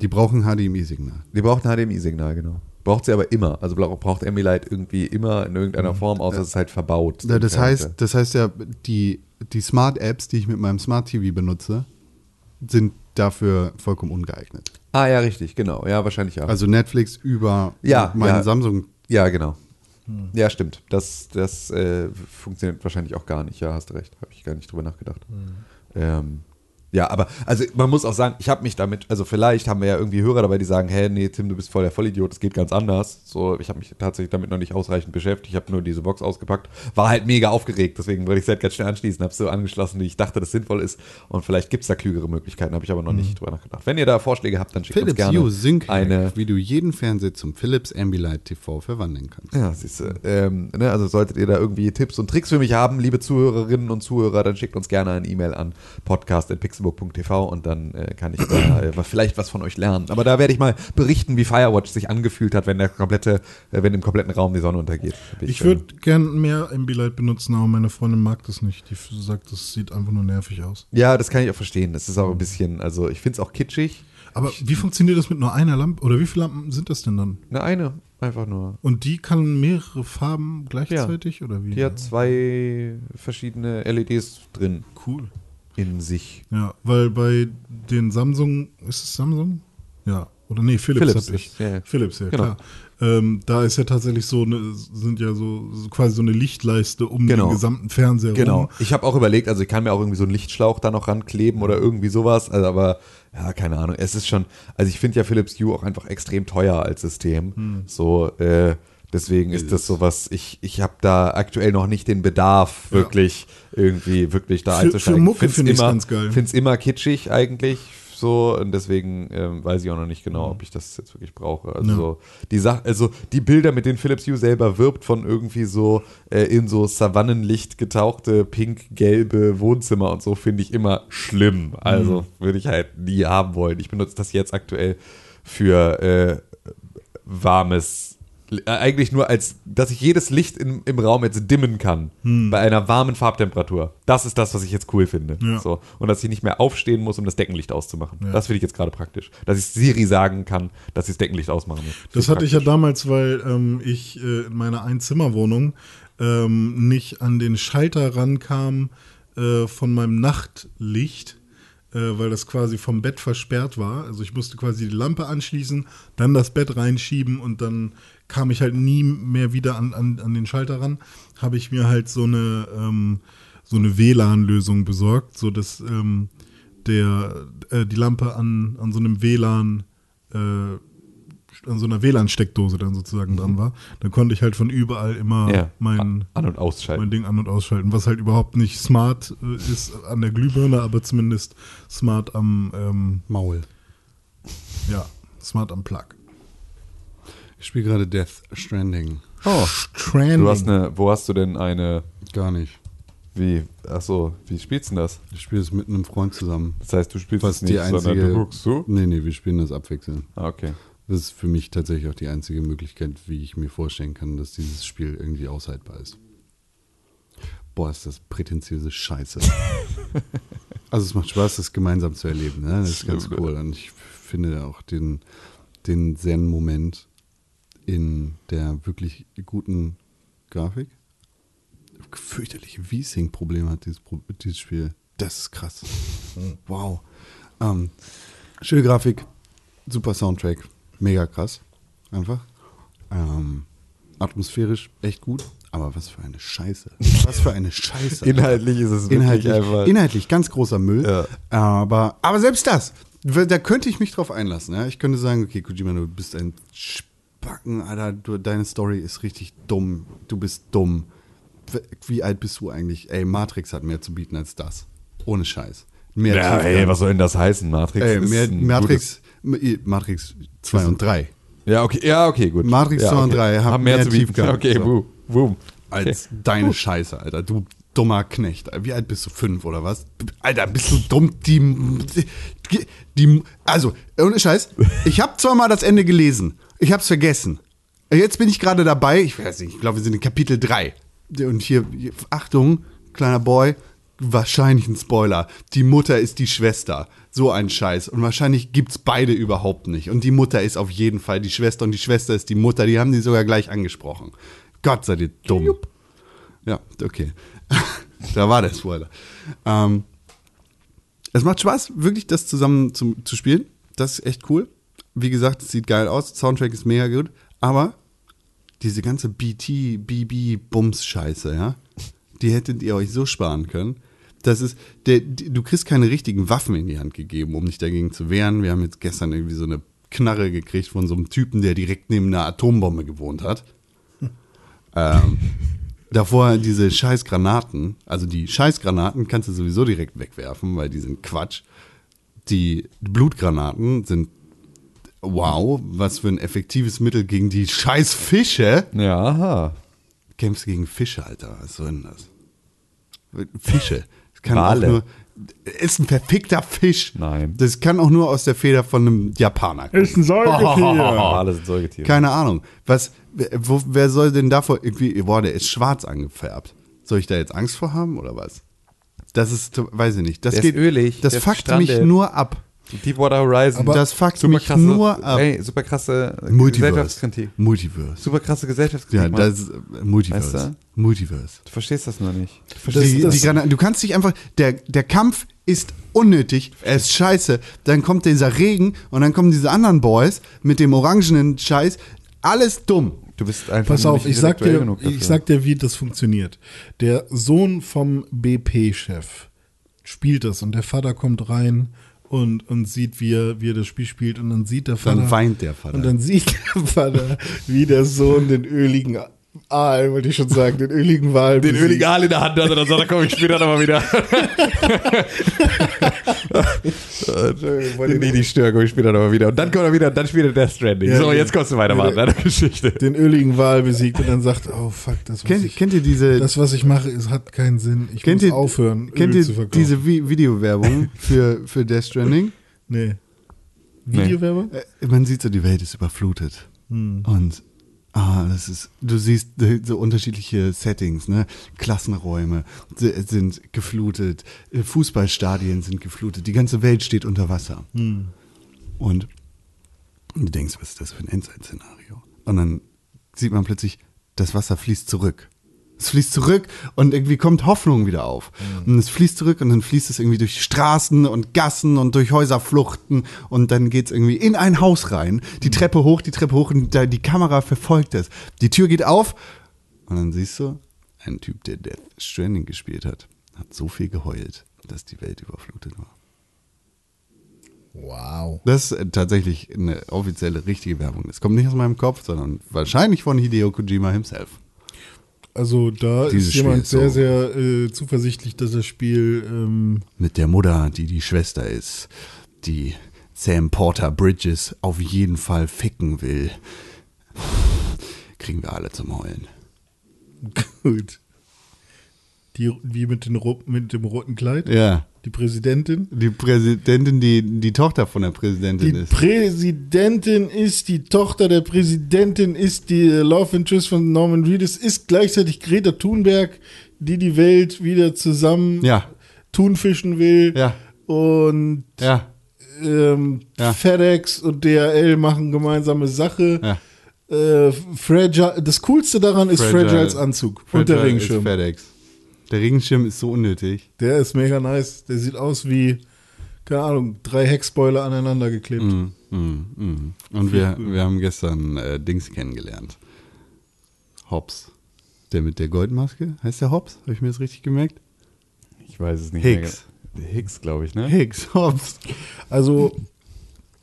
Die brauchen HDMI-Signal. Die braucht ein HDMI-Signal, genau. Braucht sie aber immer. Also bra- braucht Ambilight irgendwie immer in irgendeiner Form, außer es ist halt verbaut. Mhm. Ja, Das heißt, das heißt ja, die, die Smart-Apps, die ich mit meinem Smart-TV benutze, sind dafür vollkommen ungeeignet. Ah ja, richtig, genau. Ja, wahrscheinlich ja. Also Netflix über Ja, meine ja. Samsung. Ja, genau. Hm. Ja, stimmt. Das, das äh, funktioniert wahrscheinlich auch gar nicht. Ja, hast recht. Habe ich gar nicht drüber nachgedacht. Hm. Ähm, ja, aber also man muss auch sagen, ich habe mich damit, also vielleicht haben wir ja irgendwie Hörer dabei, die sagen, hey, nee, Tim, du bist voll der Vollidiot, es geht ganz anders. So, ich habe mich tatsächlich damit noch nicht ausreichend beschäftigt. Ich habe nur diese Box ausgepackt, war halt mega aufgeregt, deswegen wollte ich es halt ganz schnell anschließen, habe so angeschlossen, wie ich dachte, das sinnvoll ist. Und vielleicht gibt es da klügere Möglichkeiten, habe ich aber noch nicht drüber nachgedacht. Wenn ihr da Vorschläge habt, dann schickt uns Hm. Philips gerne Hue Sync, eine wie du jeden Fernseher zum Philips Ambilight TV verwandeln kannst. Ja, siehst du. Ähm, ne, also solltet ihr da irgendwie Tipps und Tricks für mich haben, liebe Zuhörerinnen und Zuhörer, dann schickt uns gerne eine E-Mail an podcast.pixelburg.tv und dann äh, kann ich da äh, was- vielleicht was von euch lernen. Aber da werde ich mal berichten, wie Firewatch sich angefühlt hat, wenn der komplette, äh, wenn im kompletten Raum die Sonne untergeht. Bin Ich äh, würde gern mehr Ambilight benutzen, aber meine Freundin mag das nicht. Die f- sagt, das sieht einfach nur nervig aus. Ja, das kann ich auch verstehen. Das ist auch ein bisschen, also ich finde es auch kitschig. Aber wie funktioniert das mit nur einer Lampe? Oder wie viele Lampen sind das denn dann? Ne, eine, einfach nur. Und die kann mehrere Farben gleichzeitig oder wie? Die hat zwei verschiedene LEDs drin cool. in sich. Ja, weil bei den Samsung, ist es Samsung? Ja. Oder nee, Philips, Philips hab ich. ist- ja, ja. Philips, ja Genau. klar. Ähm, da ist ja tatsächlich so eine, sind ja so, so quasi so eine Lichtleiste um Genau. den gesamten Fernseher Genau. rum. Ich habe auch überlegt, also ich kann mir auch irgendwie so einen Lichtschlauch da noch rankleben oder irgendwie sowas, also aber ja, keine Ahnung. Es ist schon, also ich finde ja Philips Hue auch einfach extrem teuer als System. Hm. So, äh, deswegen ist das sowas, ich, ich habe da aktuell noch nicht den Bedarf, wirklich irgendwie, wirklich da Für- einzusteigen. für Mucke Find's find ich's immer- ganz geil. Find's immer kitschig eigentlich. So, und deswegen ähm, weiß ich auch noch nicht genau, ob ich das jetzt wirklich brauche. Also, Ja. so, die Sache, also die Bilder, mit denen Philips Hue selber wirbt, von irgendwie so äh, in so Savannenlicht getauchte pink-gelbe Wohnzimmer und so, finde ich immer schlimm. Also würde ich halt nie haben wollen. Ich benutze das jetzt aktuell für äh, warmes. äh, Eigentlich nur als, dass ich jedes Licht im, im Raum jetzt dimmen kann. Hm. Bei einer warmen Farbtemperatur. Das ist das, was ich jetzt cool finde. Ja. So. Und dass ich nicht mehr aufstehen muss, um das Deckenlicht auszumachen. Ja. Das finde ich jetzt gerade praktisch. Dass ich Siri sagen kann, dass sie das Deckenlicht ausmachen muss. Das hatte ich ja damals, weil ähm, ich äh, in meiner Einzimmerwohnung ähm, nicht an den Schalter rankam äh, von meinem Nachtlicht, äh, weil das quasi vom Bett versperrt war. Also ich musste quasi die Lampe anschließen, dann das Bett reinschieben und dann kam ich halt nie mehr wieder an, an, an den Schalter ran. Habe ich mir halt so eine, ähm, so eine WLAN-Lösung besorgt, sodass ähm, der, äh, die Lampe an, an so einem WLAN äh, an so einer WLAN-Steckdose dann sozusagen dran war. Da konnte ich halt von überall immer Mhm. Ja. Ah, mein, An- und ausschalten. mein Ding an- und ausschalten, was halt überhaupt nicht smart äh, ist an der Glühbirne, aber zumindest smart am, ähm, Maul. ja, smart am Plug. Ich spiele gerade Death Stranding. Oh. Stranding. Du hast eine, wo hast du denn eine, Gar nicht. wie, achso, wie spielst du denn das? Ich spiele es mit einem Freund zusammen. Das heißt, du spielst Was es nicht, die einzige. sondern du guckst zu? Nee, nee, wir spielen das abwechselnd. Ah, okay. Das ist für mich tatsächlich auch die einzige Möglichkeit, wie ich mir vorstellen kann, dass dieses Spiel irgendwie aushaltbar ist. Boah, ist das prätentiöse Scheiße. also es macht Spaß, das gemeinsam zu erleben. Ne? Das ist ganz Stimmt. cool. Und ich finde auch den, den Zen-Moment in der wirklich guten Grafik. Fürchterliche V-Sync-Probleme hat dieses, Pro- dieses Spiel. Das ist krass. Wow. Ähm, schöne Grafik, super Soundtrack, mega krass. Einfach. Ähm, atmosphärisch echt gut, aber was für eine Scheiße. Was für eine [laughs] Scheiße. Inhaltlich ist es wirklich Inhaltlich, einfach. inhaltlich ganz großer Müll. Ja. Aber, aber selbst das, w- da könnte ich mich drauf einlassen. Ja? Ich könnte sagen, okay, Kojima, du bist ein Spacken, Alter, du, deine Story ist richtig dumm. Du bist dumm. W- Wie alt bist du eigentlich? Ey, Matrix hat mehr zu bieten als das. Ohne Scheiß. Mehr Ja, Tiefgang. ey, was soll denn das heißen? Matrix Ey, ist mehr, ein Matrix, Matrix 2 und 3. gutes- Ja, okay, ja, okay, gut. Matrix ja, 2 und okay. drei haben haben mehr, mehr zu bieten. Tiefgang. Okay, So. boom. boom. als deine Scheiße, Alter. Du dummer Knecht. Wie alt bist du? Fünf oder was? Alter, bist du dumm? Die, die, die also, ohne Scheiß. Ich habe zwar mal das Ende gelesen. Ich hab's vergessen. Jetzt bin ich gerade dabei. Ich weiß nicht, ich glaube, wir sind in Kapitel 3. Und hier, hier, Achtung, kleiner Boy, wahrscheinlich ein Spoiler. Die Mutter ist die Schwester. So ein Scheiß. Und wahrscheinlich gibt's beide überhaupt nicht. Und die Mutter ist auf jeden Fall die Schwester und die Schwester ist die Mutter. Die haben die sogar gleich angesprochen. Gott sei dir dumm. Ja, okay. [laughs] da war der Spoiler. Ähm, es macht Spaß, wirklich das zusammen zu, zu spielen. Das ist echt cool. Wie gesagt, es sieht geil aus. Soundtrack ist mega gut. Aber diese ganze BT, BB, Bums-Scheiße, ja, die hättet ihr euch so sparen können. Das ist, der, die- du kriegst keine richtigen Waffen in die Hand gegeben, um dich dagegen zu wehren. Wir haben jetzt gestern irgendwie so eine Knarre gekriegt von so einem Typen, der direkt neben einer Atombombe gewohnt hat. ähm, davor diese scheiß Granaten, also die scheiß Granaten kannst du sowieso direkt wegwerfen, weil die sind Quatsch. Die Blutgranaten sind wow, was für ein effektives Mittel gegen die scheiß Fische. Ja, aha. Kämpfst gegen Fische, Alter. Was soll denn das? Fische. Das kann Wale. auch nur. Ist ein verfickter Fisch. Nein. Das kann auch nur aus der Feder von einem Japaner kommen. ist ein Säugetier. [laughs] [laughs] Alles sind Säugetiere. Keine Ahnung. Was, wer- wo, wer soll denn davor irgendwie, boah, der ist schwarz angefärbt. Soll ich da jetzt Angst vor haben oder was? Das ist, weiß ich nicht. Das Der ist geht, ölig, Das der fuckt strandet. mich nur ab. Deepwater Horizon. Aber das fuckt super mich krasse, nur ab. Ey, super krasse Multiverse. Gesellschaftskritik. Multiverse. Super krasse Gesellschaftskritik. Ja, Mann. das ist äh, Multiverse. Weißt Multiverse. du verstehst das nur nicht. die, das- die Grana- du kannst dich einfach, der, der Kampf ist unnötig, er ist scheiße. Dann kommt dieser Regen und dann kommen diese anderen Boys mit dem orangenen Scheiß. Alles dumm. Du bist einfach Pass nur auf, nicht ich sag, intellektuell dir, genug ich dafür. sag dir, wie das funktioniert. Der Sohn vom BP-Chef spielt das und der Vater kommt rein und, und sieht, wie er, wie er das Spiel spielt und dann sieht der Vater. weint der Vater. Und dann sieht der [laughs] Vater, wie der Sohn den öligen Aal, wollte ich schon sagen, den öligen Wal. den besiegt. öligen Aal in der Hand hatte, dann sagt er, komm, ich später [laughs] nochmal wieder. wollte- nee, die Stör, komm, ich später nochmal wieder. Und dann kommt er wieder und dann spielt er Death Stranding. Ja, so, ja. jetzt kommst du weiter machen, deine Geschichte. Den öligen Wal besiegt und dann sagt, oh fuck, das was, Kennt, ich, kennt ihr diese, das, was ich mache, es hat keinen Sinn. Ich Kennt muss ihr, aufhören, kennt Öl ihr zu verkaufen. diese Vi Videowerbung für, für Death Stranding? nee. Videowerbung? Äh, Man sieht so, die Welt ist überflutet. Hm. Und ah, das ist, du siehst äh, so unterschiedliche Settings, ne? Klassenräume si- sind geflutet, äh, Fußballstadien sind geflutet, die ganze Welt steht unter Wasser. Hm. Und du denkst, was ist das für ein Endzeit-Szenario? Und dann sieht man plötzlich, das Wasser fließt zurück. Es fließt zurück und irgendwie kommt Hoffnung wieder auf. Und es fließt zurück und dann fließt es irgendwie durch Straßen und Gassen und durch Häuserfluchten und dann geht es irgendwie in ein Haus rein, die Treppe hoch, die Treppe hoch und da die Kamera verfolgt es. Die Tür geht auf und dann siehst du, ein Typ, der Death Stranding gespielt hat, hat so viel geheult, dass die Welt überflutet war. Wow. Das ist tatsächlich eine offizielle, richtige Werbung. Das kommt nicht aus meinem Kopf, sondern wahrscheinlich von Hideo Kojima himself. Also da Dieses ist jemand Spiel sehr, ist so- sehr äh, zuversichtlich, dass das Spiel ähm, [laughs] Mit der Mutter, die die Schwester ist, die Sam Porter Bridges auf jeden Fall ficken will. Kriegen wir alle zum Heulen. gut. Die, wie mit, den, ro- mit dem roten Kleid? Ja, Die Präsidentin? die Präsidentin, die die Tochter von der Die Präsidentin ist. Präsidentin ist die Tochter der Präsidentin, ist die äh, Love Interest von Norman Reedus, ist gleichzeitig Greta Thunberg, die die Welt wieder zusammen ja, Thunfischen will. Ja. Und ja, ähm, Ja. FedEx und DHL machen gemeinsame Sache. ja. Äh, fragile, das Coolste daran ist Fragile. Fragiles Anzug und der Fragile ist Regenschirm. FedEx. Der Regenschirm ist so unnötig. Der ist mega nice. Der sieht aus wie, keine Ahnung, drei Heckspoiler aneinander geklebt. Mm, mm, mm. Und wir, Hm. wir haben gestern äh, Dings kennengelernt. Hobbs. Der mit der Goldmaske? Heißt der Hobbs? Habe ich mir das richtig gemerkt? Ich weiß es nicht Hicks. mehr. genau. Hicks, glaube ich, ne? Hicks, Hobbs. Also,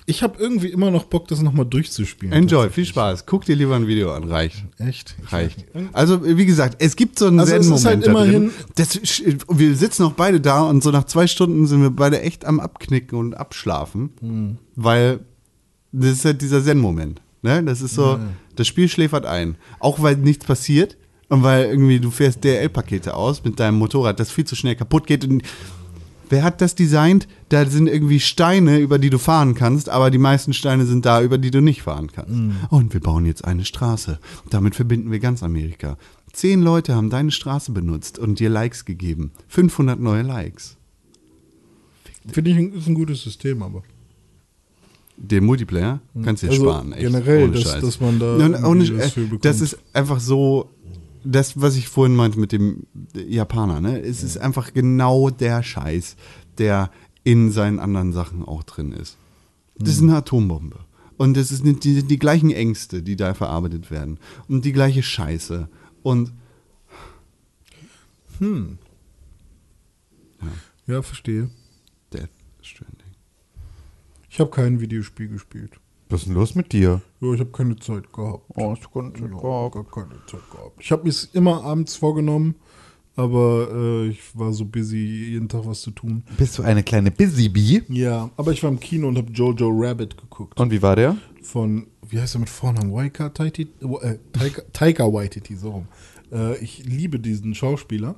ich habe irgendwie immer noch Bock, das nochmal durchzuspielen. Enjoy, viel Spaß. Guck dir lieber ein Video an. Reicht. Echt? Ich Reicht. Also, wie gesagt, es gibt so einen Also, es ist Zen-Moment halt da drin. immerhin- Das, sch- wir sitzen noch beide da und so nach zwei Stunden sind wir beide echt am Abknicken und Abschlafen, Hm. weil das ist halt dieser Zen-Moment. Ne? Das ist so, das Spiel schläfert ein. Auch weil nichts passiert und weil irgendwie du fährst DRL-Pakete aus mit deinem Motorrad, das viel zu schnell kaputt geht und Wer hat das designt? Da sind irgendwie Steine, über die du fahren kannst, aber die meisten Steine sind da, über die du nicht fahren kannst. Und wir bauen jetzt eine Straße. Damit verbinden wir ganz Amerika. Zehn Leute haben deine Straße benutzt und dir Likes gegeben. 500 neue Likes. Finde ich ein, ist ein gutes System, aber. Den Multiplayer kannst du dir Also sparen. Echt, generell, ohne dass- Scheiß. dass man da Nein, ohne, irgendwie was Sch- für bekommt. das ist einfach so, das, was ich vorhin meinte mit dem Japaner, ne? Es ist einfach genau der Scheiß, der in seinen anderen Sachen auch drin ist. Das Hm. ist eine Atombombe. Und das ist nicht- die, die gleichen Ängste, die da verarbeitet werden. Und die gleiche Scheiße. Und Ja, verstehe. Death Stranding. Ich habe kein Videospiel gespielt. Was ist denn los mit dir? Ja, ich habe keine Zeit gehabt. Oh, ich konnte Ja, gar keine Zeit gehabt. Ich habe mir immer abends vorgenommen, aber äh, ich war so busy, jeden Tag was zu tun. Bist du eine kleine Busy Bee? Ja, aber ich war im Kino und habe Jojo Rabbit geguckt. Und wie war der? Von, wie heißt er mit Vornamen? Waika Taiti? Äh, Taika, Taika Waititi, so rum. Äh, ich liebe diesen Schauspieler.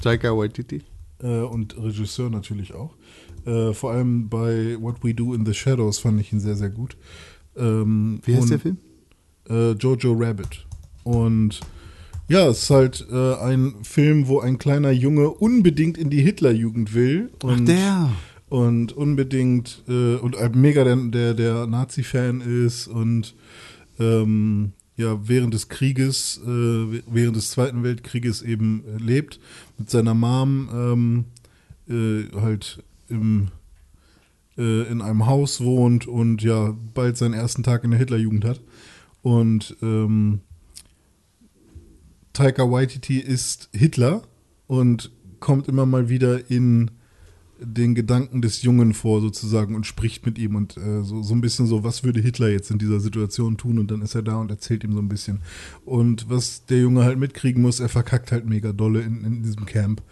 Taika Waititi. äh, und Regisseur natürlich auch. Äh, vor allem bei What We Do in the Shadows fand ich ihn sehr, sehr gut. Ähm, Wie heißt und, der Film? Äh, Jojo Rabbit. Und ja, es ist halt äh, ein Film, wo ein kleiner Junge unbedingt in die Hitlerjugend will. Und, der. Und unbedingt äh, und ein mega der, der, der Nazi-Fan ist und ähm, ja, während des Krieges, äh, während des Zweiten Weltkrieges eben äh, lebt, mit seiner Mom ähm, äh, halt im, äh, in einem Haus wohnt und ja, bald seinen ersten Tag in der Hitlerjugend hat. Und ähm, Taika Waititi ist Hitler und kommt immer mal wieder in den Gedanken des Jungen vor sozusagen und spricht mit ihm und äh, so, so ein bisschen so, was würde Hitler jetzt in dieser Situation tun und dann ist er da und erzählt ihm so ein bisschen. Und was der Junge halt mitkriegen muss, er verkackt halt mega dolle in, in diesem Camp.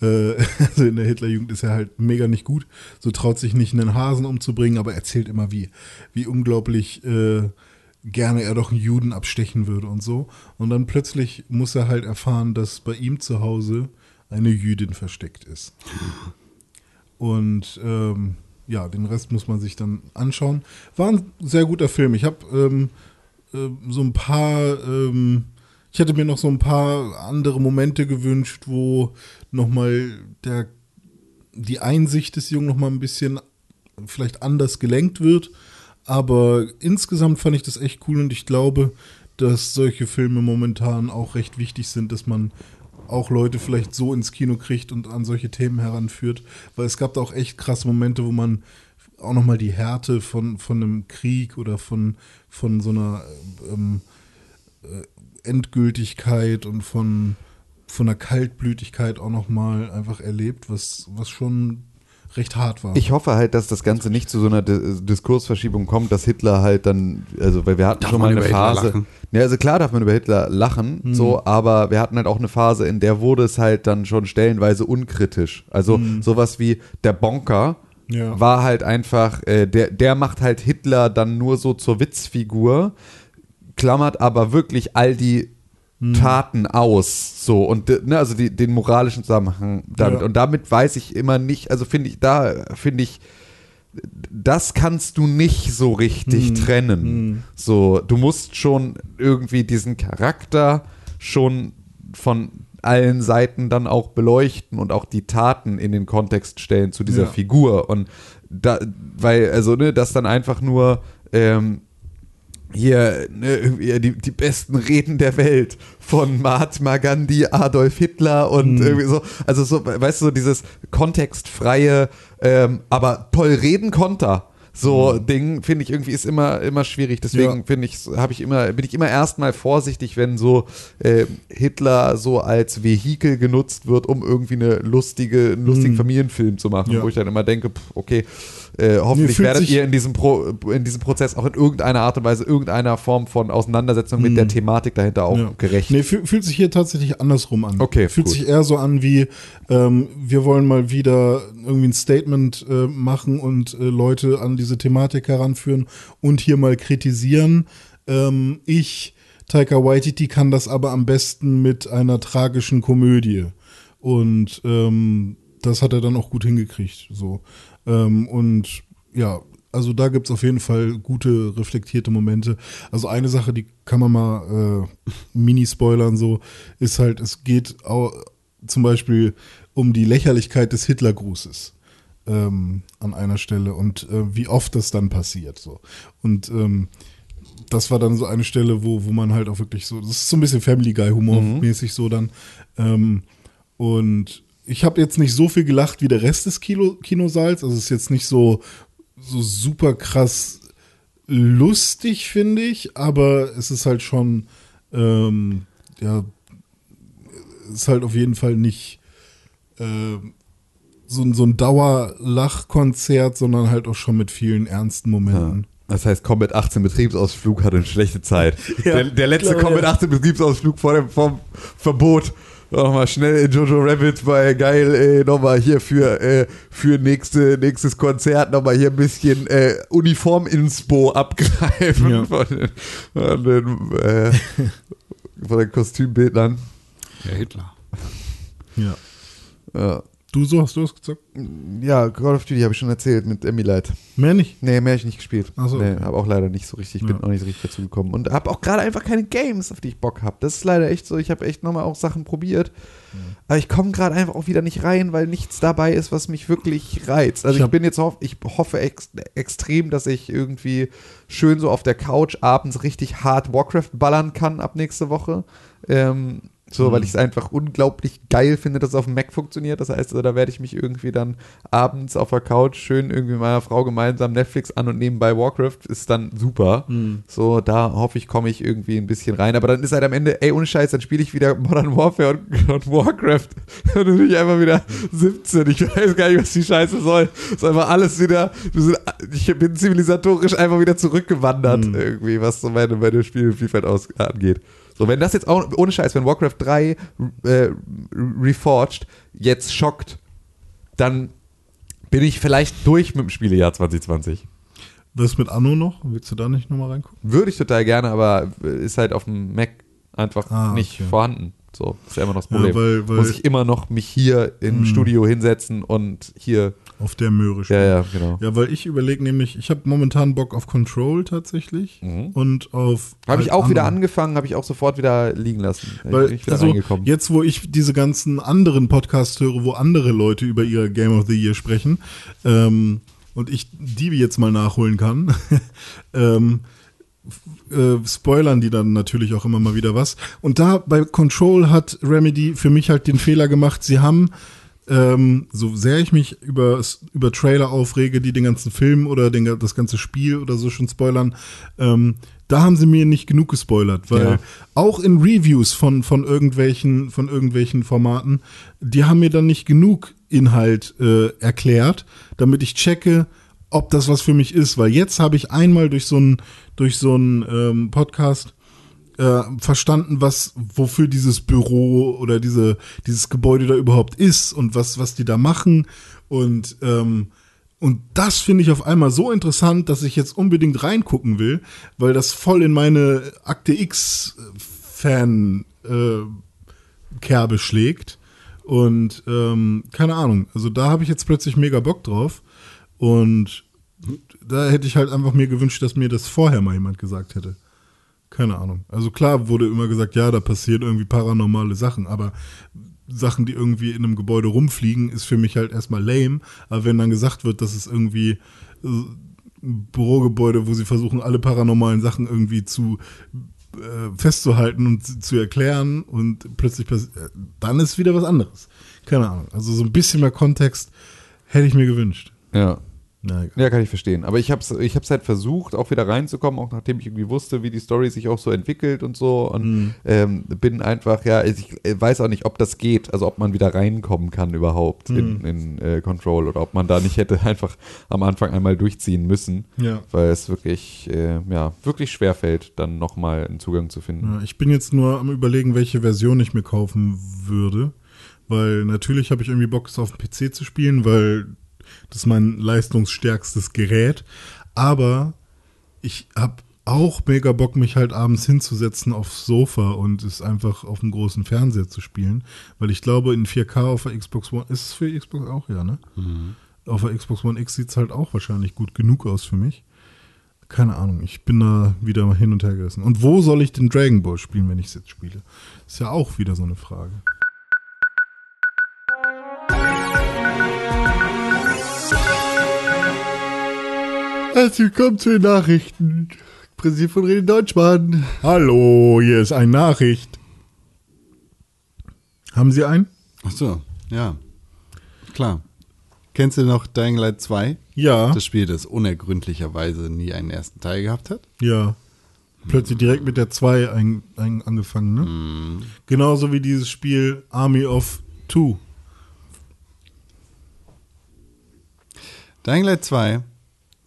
Äh, [laughs] also in der Hitlerjugend ist er halt mega nicht gut, so traut sich nicht einen Hasen umzubringen, aber erzählt immer wie, wie unglaublich äh, gerne er doch einen Juden abstechen würde und so. Und dann plötzlich muss er halt erfahren, dass bei ihm zu Hause eine Jüdin versteckt ist. Und ähm, ja, den Rest muss man sich dann anschauen. War ein sehr guter Film. Ich habe ähm, äh, so ein paar, ähm, ich hätte mir noch so ein paar andere Momente gewünscht, wo nochmal der die Einsicht des Jungen nochmal ein bisschen vielleicht anders gelenkt wird. Aber insgesamt fand ich das echt cool und ich glaube, dass solche Filme momentan auch recht wichtig sind, dass man auch Leute vielleicht so ins Kino kriegt und an solche Themen heranführt. Weil es gab da auch echt krasse Momente, wo man auch nochmal die Härte von, von einem Krieg oder von, von so einer ähm, äh, Endgültigkeit und von, von einer Kaltblütigkeit auch nochmal einfach erlebt, was, was schon recht hart war. Ich hoffe halt, dass das Ganze nicht zu so einer Di- Diskursverschiebung kommt, dass Hitler halt dann, also weil wir hatten Darf schon mal man eine über Hitler Phase. lachen? Mhm. Ja, also klar darf man über Hitler lachen, so, aber wir hatten halt auch eine Phase, in der wurde es halt dann schon stellenweise unkritisch. Also Mhm. sowas wie der Bonker Ja. war halt einfach, äh, der, der macht halt Hitler dann nur so zur Witzfigur, klammert aber wirklich all die Hm. Taten aus, so und de- ne, also die, den moralischen Zusammenhang damit. Ja. Und damit weiß ich immer nicht, also finde ich, da finde ich, das kannst du nicht so Hm. richtig trennen. So, du musst schon irgendwie diesen Charakter schon von allen Seiten dann auch beleuchten und auch die Taten in den Kontext stellen zu dieser Ja. Figur. Und da, weil, also, ne, das dann einfach nur, ähm, hier ne, irgendwie die, die besten Reden der Welt von Mahatma Gandhi, Adolf Hitler und Mhm. irgendwie so, also so, weißt du, so dieses kontextfreie, ähm, aber toll reden konnte. So Ding finde ich irgendwie ist immer immer schwierig. Deswegen Mhm. Ja. finde ich habe ich immer bin ich immer erstmal vorsichtig, wenn so äh, Hitler so als Vehikel genutzt wird, um irgendwie eine lustige einen lustigen Familienfilm zu machen, Mhm. Ja. wo ich dann immer denke, pff, okay, äh, hoffentlich fühlt werdet sich- ihr in diesem, Pro, in diesem Prozess auch in irgendeiner Art und Weise, irgendeiner Form von Auseinandersetzung mit der Thematik dahinter auch Mhm. Ja. gerecht. Nee, fühl, fühlt sich hier tatsächlich andersrum an. Okay, Fühlt gut. sich eher so an wie, ähm, wir wollen mal wieder irgendwie ein Statement äh, machen und äh, Leute an diese Thematik heranführen und hier mal kritisieren. Ähm, ich, Taika Waititi, kann das aber am besten mit einer tragischen Komödie. Und ähm, das hat er dann auch gut hingekriegt. So. Ähm, und ja, also da gibt es auf jeden Fall gute, reflektierte Momente. Also eine Sache, die kann man mal äh, mini-spoilern, so, ist halt, es geht au- zum Beispiel um die Lächerlichkeit des Hitlergrußes ähm, an einer Stelle und äh, wie oft das dann passiert. So. Und ähm, das war dann so eine Stelle, wo, wo man halt auch wirklich so, das ist so ein bisschen Family Guy-Humor-mäßig so dann. Ähm, und ich habe jetzt nicht so viel gelacht wie der Rest des Kilo Kinosaals. Also es ist jetzt nicht so, so super krass lustig, finde ich, aber es ist halt schon, ähm, ja, es ist halt auf jeden Fall nicht ähm, so, ein- so ein Dauerlachkonzert, sondern halt auch schon mit vielen ernsten Momenten. Das heißt, Combat 18 Betriebsausflug hatte eine schlechte Zeit. [laughs] Ja, der, der letzte glaube, Combat ja. 18 Betriebsausflug vor dem vom Verbot. Nochmal schnell in Jojo Rabbit, weil geil, äh, nochmal hier für, äh, für nächste, nächstes Konzert nochmal hier ein bisschen äh, Uniform-Inspo abgreifen Ja. von, den, von, den, äh, von den Kostümbildern. Der Hitler. Ja. Ja. Du so hast du das gesagt? Ja, Call of Duty habe ich schon erzählt mit Emmy Light. Mehr nicht. Nee, mehr habe ich nicht gespielt. Ach so, nee, okay. habe auch leider nicht so richtig, bin Ja. auch nicht so richtig dazu gekommen. Und habe auch gerade einfach keine Games, auf die ich Bock habe. Das ist leider echt so. Ich habe echt nochmal auch Sachen probiert. Aber ich komme gerade einfach auch wieder nicht rein, weil nichts dabei ist, was mich wirklich reizt. Also Ich ich, hab- bin jetzt, hoff, ich hoffe ex extrem, dass ich irgendwie schön so auf der Couch abends richtig hart Warcraft ballern kann ab nächste Woche. Ähm, so, weil ich es einfach unglaublich geil finde, dass es auf dem Mac funktioniert. Das heißt, also, da werde ich mich irgendwie dann abends auf der Couch schön irgendwie mit meiner Frau gemeinsam Netflix an und nebenbei Warcraft ist dann super. So, da hoffe ich, komme ich irgendwie ein bisschen rein. Aber dann ist halt am Ende, ey, ohne Scheiß, dann spiele ich wieder Modern Warfare und, [laughs] und Warcraft. Und dann bin ich einfach wieder 17. Ich weiß gar nicht, was die Scheiße soll. Ist einfach alles wieder, wir sind, ich bin zivilisatorisch einfach wieder zurückgewandert, irgendwie, was so meine, meine Spielvielfalt aus, angeht. So, wenn das jetzt auch, ohne Scheiß, wenn Warcraft 3 äh, Reforged jetzt schockt, dann bin ich vielleicht durch mit dem Spielejahr 2020. Was mit Anno noch? Willst du da nicht nochmal reingucken? Würde ich total gerne, aber ist halt auf dem Mac einfach Ah, nicht okay. vorhanden. So, ist ja immer noch das Ja, Problem. weil- Hm. weil- Muss ich immer noch mich hier im Studio hinsetzen und hier. Auf der Möhre Ja, spielen. ja, genau. Ja, weil ich überlege nämlich, ich habe momentan Bock auf Control tatsächlich und auf. Habe Mhm. ich auch wieder angefangen. angefangen, habe ich auch sofort wieder liegen lassen. bin halt Weil, ich wieder also, reingekommen. jetzt, wo ich diese ganzen anderen Podcasts höre, wo andere Leute über ihr Game of the Year sprechen ähm, und ich die jetzt mal nachholen kann, [laughs] ähm, äh, spoilern die dann natürlich auch immer mal wieder was. Und da bei Control hat Remedy für mich halt den Fehler gemacht, sie haben Ähm, so sehr ich mich über, über Trailer aufrege, die den ganzen Film oder den, das ganze Spiel oder so schon spoilern, ähm, da haben sie mir nicht genug gespoilert, weil Ja. auch in Reviews von, von, irgendwelchen, von irgendwelchen Formaten, die haben mir dann nicht genug Inhalt äh, erklärt, damit ich checke, ob das was für mich ist. Weil jetzt habe ich einmal durch so einen durch so einen, ähm, Podcast äh, verstanden, was, wofür dieses Büro oder diese, dieses Gebäude da überhaupt ist und was, was die da machen. Und, ähm, und das finde ich auf einmal so interessant, dass ich jetzt unbedingt reingucken will, weil das voll in meine Akte X-Fan äh, Kerbe schlägt. Und ähm, keine Ahnung, also da habe ich jetzt plötzlich mega Bock drauf. Und da hätte ich halt einfach mir gewünscht, dass mir das vorher mal jemand gesagt hätte. Keine Ahnung. Also klar wurde immer gesagt, ja, da passieren irgendwie paranormale Sachen, aber Sachen, die irgendwie in einem Gebäude rumfliegen, ist für mich halt erstmal lame. Aber wenn dann gesagt wird, dass es irgendwie äh, ein Bürogebäude, wo sie versuchen, alle paranormalen Sachen irgendwie zu äh, festzuhalten und zu- zu erklären und plötzlich passi- äh, dann ist wieder was anderes. Keine Ahnung. Also so ein bisschen mehr Kontext hätte ich mir gewünscht. Ja. Na egal. Ja, kann ich verstehen. Aber ich habe es ich hab's halt versucht, auch wieder reinzukommen, auch nachdem ich irgendwie wusste, wie die Story sich auch so entwickelt und so. Und Mhm. ähm, bin einfach, ja, ich äh, weiß auch nicht, ob das geht, also ob man wieder reinkommen kann überhaupt Mhm. in, in äh, Control oder ob man da nicht hätte [laughs] einfach am Anfang einmal durchziehen müssen, Ja. weil es wirklich, äh, ja, wirklich schwer fällt, dann nochmal einen Zugang zu finden. Ja, ich bin jetzt nur am überlegen, welche Version ich mir kaufen würde. Weil natürlich habe ich irgendwie Bock, es auf dem PC zu spielen, weil das ist mein leistungsstärkstes Gerät. Aber ich habe auch mega Bock, mich halt abends hinzusetzen aufs Sofa und es einfach auf dem großen Fernseher zu spielen. Weil ich glaube, in 4K auf der Xbox One, ist es für die Xbox auch, ja, ne? Auf der Xbox One X sieht es halt auch wahrscheinlich gut genug aus für mich. Keine Ahnung, ich bin da wieder mal hin und her gerissen. Und wo soll ich den Dragon Ball spielen, wenn ich es jetzt spiele? Ist ja auch wieder so eine Frage. Herzlich willkommen zu den Nachrichten. Präsident von Reden Deutschmann. Hallo, hier ist eine Nachricht. Haben Sie einen? Ach so, ja. Klar. Kennst du noch Dying Light 2? Ja. Das Spiel, das unergründlicherweise nie einen ersten Teil gehabt hat? Ja. Plötzlich direkt mit der 2 ein, ein, angefangen, ne? Genauso wie dieses Spiel Army of Two. Dying Light 2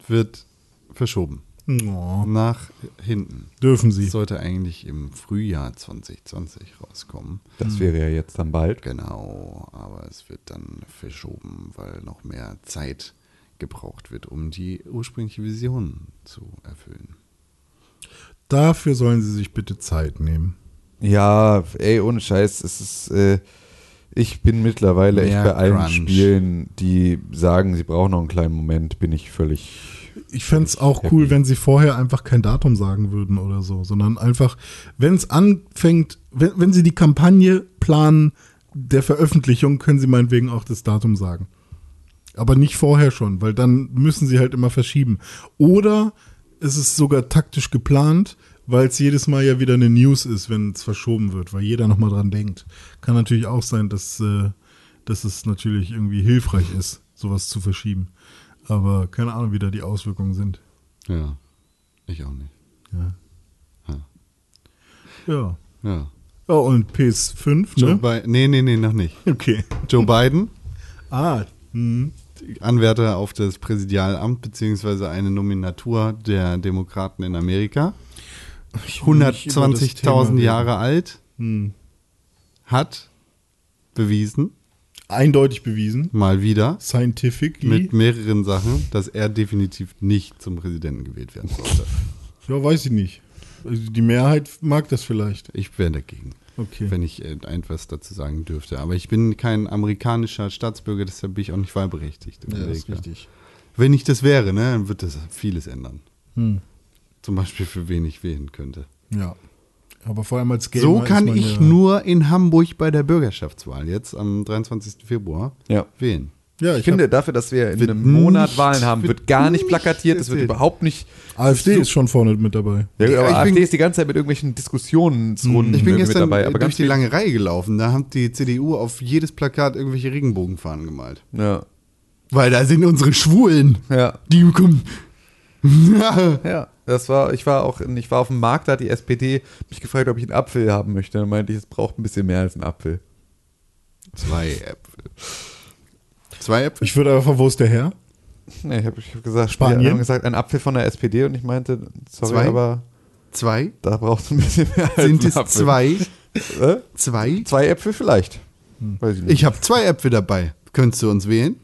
wird verschoben. Oh, Nach hinten. dürfen Sie. Das sollte eigentlich im Frühjahr 2020 rauskommen. Das Mhm. wäre ja jetzt dann bald. Genau, aber es wird dann verschoben, weil noch mehr Zeit gebraucht wird, um die ursprüngliche Vision zu erfüllen. Dafür sollen Sie sich bitte Zeit nehmen. Ja, ey, ohne Scheiß, es ist. Äh, ich bin mittlerweile echt Mehr bei allen Crunch. Spielen, die sagen, sie brauchen noch einen kleinen Moment, bin ich völlig. Ich fände es auch cool, wenn sie vorher einfach kein Datum sagen würden oder so, sondern einfach, wenn es anfängt, wenn, wenn sie die Kampagne planen der Veröffentlichung, können sie meinetwegen auch das Datum sagen. Aber nicht vorher schon, weil dann müssen sie halt immer verschieben. Oder es ist sogar taktisch geplant, weil es jedes Mal ja wieder eine News ist, wenn es verschoben wird, weil jeder nochmal dran denkt. Kann natürlich auch sein, dass, äh, dass es natürlich irgendwie hilfreich ist, sowas zu verschieben. Aber keine Ahnung, wie da die Auswirkungen sind. Ja, ich auch nicht. Ja. Ja. Ja. Ja. Ja, und PS5, Joe ne? Biden, nee, nee, nee, noch nicht. Okay. Joe Biden, Ah, hm. Anwärter auf das Präsidialamt beziehungsweise eine Nominatur der Demokraten in Amerika, Ich will nicht über das Thema 120.000 reden. Jahre alt, ne? Hm. hat bewiesen, Eindeutig bewiesen. mal wieder, Scientifically. mit mehreren Sachen, dass er definitiv nicht zum Präsidenten gewählt werden sollte. ja, weiß ich nicht. Also die Mehrheit mag das vielleicht. Ich wäre dagegen. Okay. wenn ich äh, etwas dazu sagen dürfte. Aber ich bin kein amerikanischer Staatsbürger, deshalb bin ich auch nicht wahlberechtigt. in ja, ist Amerika. richtig. Wenn ich das wäre, ne, dann wird das vieles ändern. Hm. Zum Beispiel für wen ich wählen könnte. Ja. Aber vor allem als Gamer so ist kann man ich ja- nur in Hamburg bei der Bürgerschaftswahl jetzt am 23. Februar Ja. wählen. Ja, ich finde, dafür, dass wir in einem Monat Wahlen haben, wird gar nicht plakatiert, es wird überhaupt nicht. AfD ist schon vorne mit dabei. Ja, Ja, aber ich AfD bin- ist die ganze Zeit mit irgendwelchen Diskussionsrunden Ich bin irgendwie gestern Hm. dabei. Aber durch ganz die viel- lange Reihe gelaufen. Da hat die CDU auf jedes Plakat irgendwelche Regenbogenfahnen gemalt. Ja. Weil da sind unsere Schwulen. Ja. Die kommen. Ja, das war, ich war auch, in- ich war auf dem Markt, da hat die SPD mich gefragt, ob ich einen Apfel haben möchte. Dann meinte ich, es braucht ein bisschen mehr als einen Apfel. [laughs] Zwei Äpfel. Zwei Äpfel? Ich würde einfach, wo ist der Herr? Nee, ich habe ich hab gesagt, Spanien? die haben gesagt, ein Apfel von der SPD und ich meinte, sorry, Zwei? aber Zwei? da braucht es ein bisschen mehr als Sind es einen Apfel. zwei? Äh? Zwei? Zwei Äpfel vielleicht. Weiß Hm. ich nicht. Ich habe zwei Äpfel dabei. Könntest du uns wählen?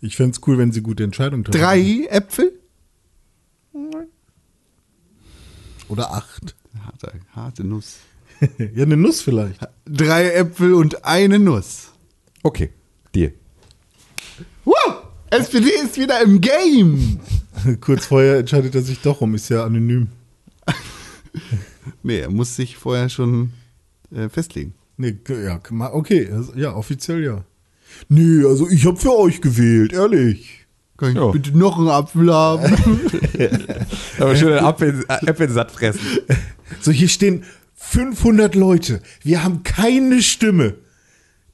Ich fände es cool, wenn sie gute Entscheidungen treffen. Drei Äpfel? Oder acht. [laughs] Harte, harte Nuss. ja, eine [laughs] Nuss vielleicht. Drei Äpfel und eine Nuss. Okay, Deal. Wow! SPD ist wieder im Game! Kurz vorher entscheidet er sich doch um, ist ja anonym. Nee, er muss sich vorher schon äh, festlegen. Nee, g- ja, kann man- okay, also, ja, offiziell ja. Nee, also ich habe für euch gewählt, ehrlich. Kann ich Ja. bitte noch einen Apfel haben? Aber schön [laughs] einen Apfel, äh, Äpfel satt fressen. So, hier stehen 500 Leute. Wir haben keine Stimme.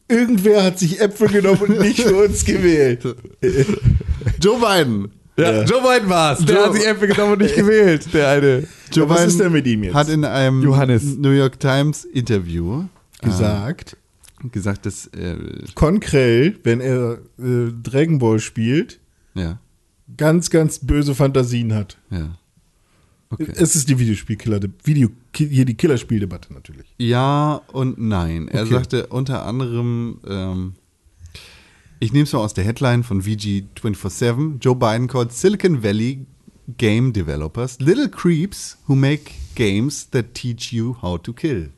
Irgendwer hat sich Äpfel genommen und nicht für uns gewählt. [laughs] Joe Biden. Ja, Joe Biden war's. Der Joe- hat sich Äpfel genommen [laughs] und nicht gewählt, der eine. Joe Ja, was Biden ist denn mit ihm jetzt? Hat in einem Johannes. New York Times Interview Gesagt. äh, gesagt, dass äh, Konkrell, wenn er äh, Dragon Ball spielt, ja, ganz, ganz böse Fantasien hat. ja. Okay. Es ist die Videospielkiller, Video, hier die Killerspieldebatte natürlich. [laughs] Ja und nein. Er Okay. sagte unter anderem, ähm, ich nehme es mal aus der Headline von VG247, Joe Biden called Silicon Valley Game Developers Little Creeps who make games that teach you how to kill.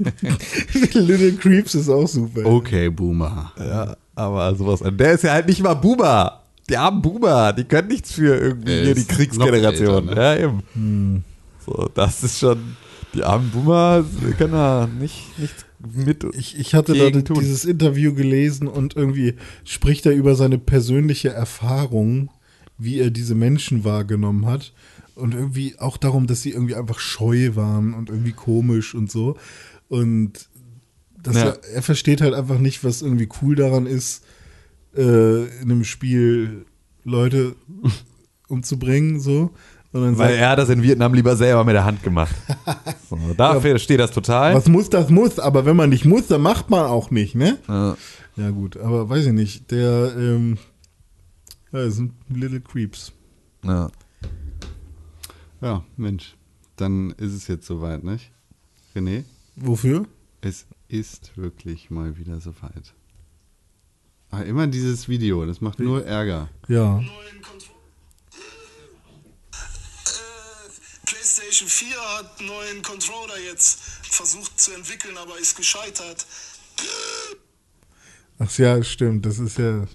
Little Creeps ist auch super. Okay, Boomer. Ja, aber sowas. an- Der ist ja halt nicht mal Boomer. Die haben Boomer, die können nichts für irgendwie Äh, hier die ist noch Kriegsgeneration. älter, ne? Ja, eben. Hm. So, das ist schon. Die armen Boomer können da nicht, nichts mit. Ich, ich hatte da Gegen di- tun. dieses Interview gelesen und irgendwie spricht er über seine persönliche Erfahrung, wie er diese Menschen wahrgenommen hat. Und irgendwie auch darum, dass sie irgendwie einfach scheu waren und irgendwie komisch und so. Und dass Ja. er, er versteht halt einfach nicht, was irgendwie cool daran ist, äh, in einem Spiel Leute [laughs] umzubringen, so. Und dann Weil sagt, er hat das in Vietnam lieber selber mit der Hand gemacht. So, dafür steht das total. was muss, das muss, aber wenn man nicht muss, dann macht man auch nicht, ne? Ja. Ja, gut, aber weiß ich nicht. Der, ähm, ja, das sind Little Creeps. Ja. Ja, Mensch. Dann ist es jetzt soweit, nicht? René, Wofür? es ist wirklich mal wieder soweit. Ah, immer dieses Video, das macht nur Ärger. Ja. neuen Kontro äh, PlayStation 4 hat einen neuen Controller jetzt versucht zu entwickeln, aber ist gescheitert. Ach ja, stimmt, das ist ja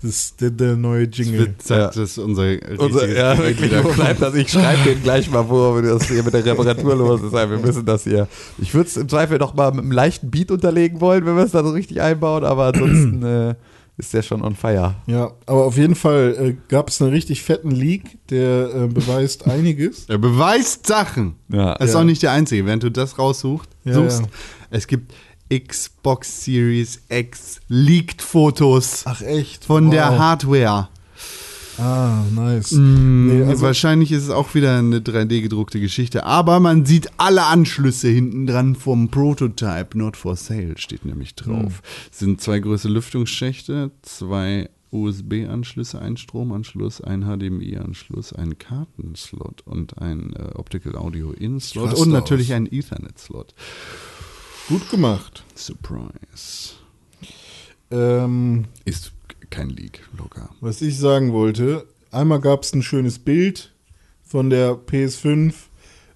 das ist der, der neue Es Jingle. wird sagt, dass unser richtiges Unser, ja, Gerät wirklich, wieder wo bleibt das? Ich schreibe denen gleich mal vor, wenn das hier mit der Reparatur los ist. Wir müssen das hier. Ich würde es im Zweifel noch mal mit einem leichten Beat unterlegen wollen, wenn wir es dann so richtig einbauen, aber ansonsten äh, ist der schon on fire. Ja, aber auf jeden Fall äh, gab es einen richtig fetten Leak, der äh, beweist [laughs] einiges. Er beweist Sachen. Ja. Er ist Ja. auch nicht der Einzige. Während du das raussuchst, Ja, suchst, ja. es gibt Xbox Series X leaked Fotos Ach echt? von der Hand. Hardware. Ah, nice. Nee, nee, also, Wahrscheinlich ist es auch wieder eine 3D gedruckte Geschichte, aber man sieht alle Anschlüsse hinten dran vom Prototype. Not for sale steht nämlich drauf. Es sind zwei große Lüftungsschächte, zwei USB-Anschlüsse, ein Stromanschluss, ein HDMI-Anschluss, ein Kartenslot und ein äh, Optical Audio In-Slot raste und natürlich aus. ein Ethernet-Slot. gut gemacht. Surprise. Ähm, Ist k- kein Leak, locker. Was ich sagen wollte, einmal gab es ein schönes Bild von der PS5,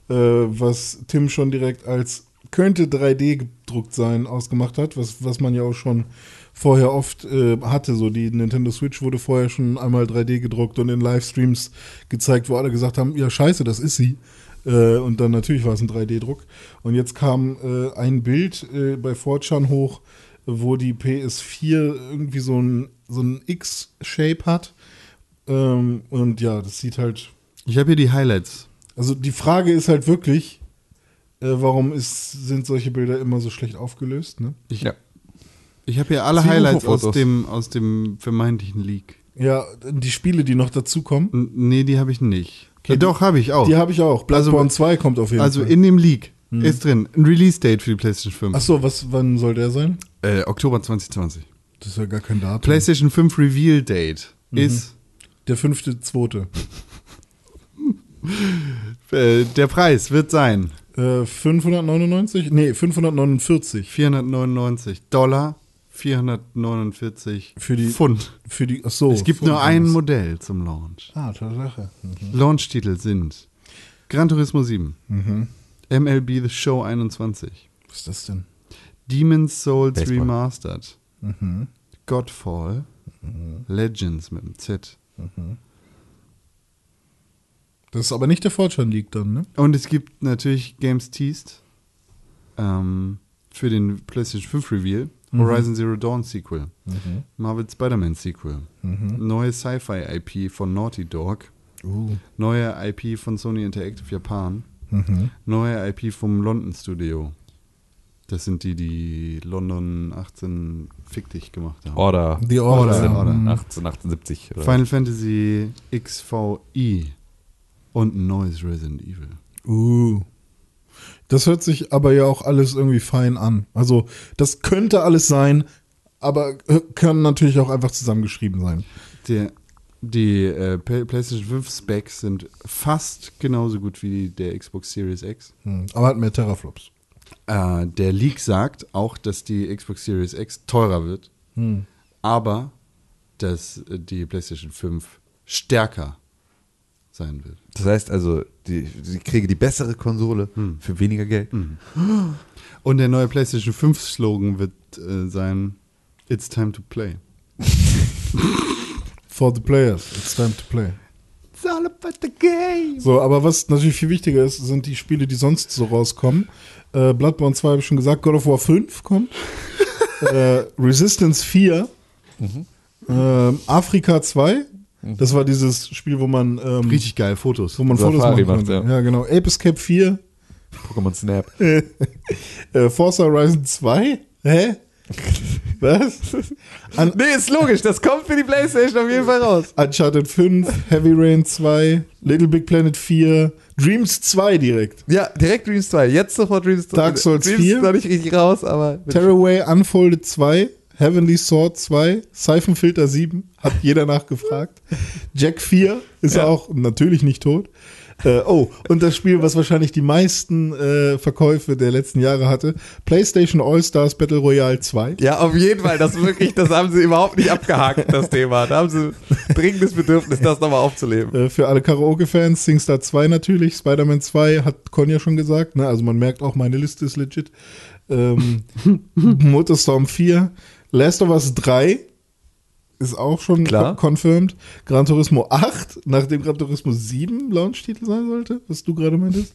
äh, was Tim schon direkt als könnte 3D gedruckt sein ausgemacht hat, was, was man ja auch schon vorher oft äh, hatte. So die Nintendo Switch wurde vorher schon einmal 3D gedruckt und in Livestreams gezeigt, wo alle gesagt haben, ja scheiße, das ist sie. Äh, und dann natürlich war es ein 3D-Druck. Und jetzt kam äh, ein Bild äh, bei Fortran hoch, wo die PS4 irgendwie so ein, so ein X-Shape hat. Ähm, und ja, das sieht halt. Ich habe hier die Highlights. Also die Frage ist halt wirklich, äh, warum ist, sind solche Bilder immer so schlecht aufgelöst, ne? Ich, ich habe hier alle Sieben Highlights aus Fotos. dem, aus dem vermeintlichen Leak. Ja, die Spiele, die noch dazukommen, N nee, die habe ich nicht. Okay, Äh, Doch, habe ich auch. die habe ich auch. Bloodborne Also- 2 kommt auf jeden also Fall. Hm. in dem Leak ist drin ein Release-Date für die PlayStation 5. Achso, was, wann soll der sein? Äh, Oktober 2020. Das ist ja gar kein Datum. PlayStation 5 Reveal-Date Mhm. ist der fünfte, zweite. äh, der Preis wird sein Äh, 599? Nee, 549 499 Dollar, 449 Für die- Oh, Pfund. für die. Achso. es gibt nur ein Modell zum Launch. Ah, Tatsache. Launch-Titel sind Gran Turismo 7, MLB The Show 21, Was ist das denn? Demon's Souls Baseball. Remastered, Mhm. Godfall, Legends mit dem Z. Das ist aber nicht der Fortran League dann, ne? Und es gibt natürlich Games Teased ähm, für den PlayStation 5 Reveal, Horizon Zero Dawn Sequel, Marvel Spider-Man Sequel, neue Sci-Fi IP von Naughty Dog, Uh. neue IP von Sony Interactive Japan, Mhm. neue IP vom London Studio. Das sind die, die London 18 fick dich gemacht Oh, haben. Order. The Order. Order, Order. Mhm. 18, 1870. Oder? Final Fantasy XVI und ein neues Resident Evil. Uh. Das hört sich aber ja auch alles irgendwie fein an. Also, das könnte alles sein, aber äh, kann natürlich auch einfach zusammengeschrieben sein. Der, die äh, Play- PlayStation 5 Specs sind fast genauso gut wie der Xbox Series X. Hm. Aber hat mehr Terraflops. Äh, der Leak sagt auch, dass die Xbox Series X teurer wird, Hm. aber dass äh, die PlayStation 5 stärker sein wird. Das heißt also, die, die kriege die bessere Konsole für weniger Geld. Und der neue PlayStation 5 Slogan wird äh, sein: It's time to play. For the players, it's time to play. It's all about the game. So, aber was natürlich viel wichtiger ist, sind die Spiele, die sonst so rauskommen. Äh, Bloodborne 2 habe ich schon gesagt, God of War 5 kommt. äh, Resistance 4. Ähm, Afrika 2. Das war dieses Spiel, wo man, ähm, Richtig geil, Fotos. wo man Safari Fotos machen macht, konnte. ja. genau. Ape Escape 4. Pokémon Snap. Äh, Forza Horizon 2. Hä? was? Un nee, ist logisch, das kommt für die Playstation auf jeden Fall raus. Uncharted 5, Heavy Rain 2, Little Big Planet 4, Dreams 2 direkt. Ja, direkt Dreams 2. Jetzt sofort Dreams 2. Dark Souls Dreams 4. ist noch nicht richtig raus, aber. Tearaway Unfolded 2, Heavenly Sword 2, Seifenfilter 7, hat jeder nachgefragt. Jack 4 ist auch natürlich nicht tot. Äh, oh, und das Spiel, was wahrscheinlich die meisten äh, Verkäufe der letzten Jahre hatte, PlayStation All-Stars Battle Royale 2. Ja, auf jeden Fall. Das wirklich, das haben sie überhaupt nicht abgehakt, das Thema. Da haben sie dringendes Bedürfnis, das nochmal aufzuleben. Äh, Für alle Karaoke-Fans, SingStar 2 natürlich, Spider-Man 2 hat Conja schon gesagt, ne? also man merkt auch, meine Liste ist legit. Ähm, Motorstorm 4, Last of Us 3 ist auch schon Klar. co- confirmed, Gran Turismo 8, nachdem Gran Turismo 7 Launch-Titel sein sollte, was du gerade meintest.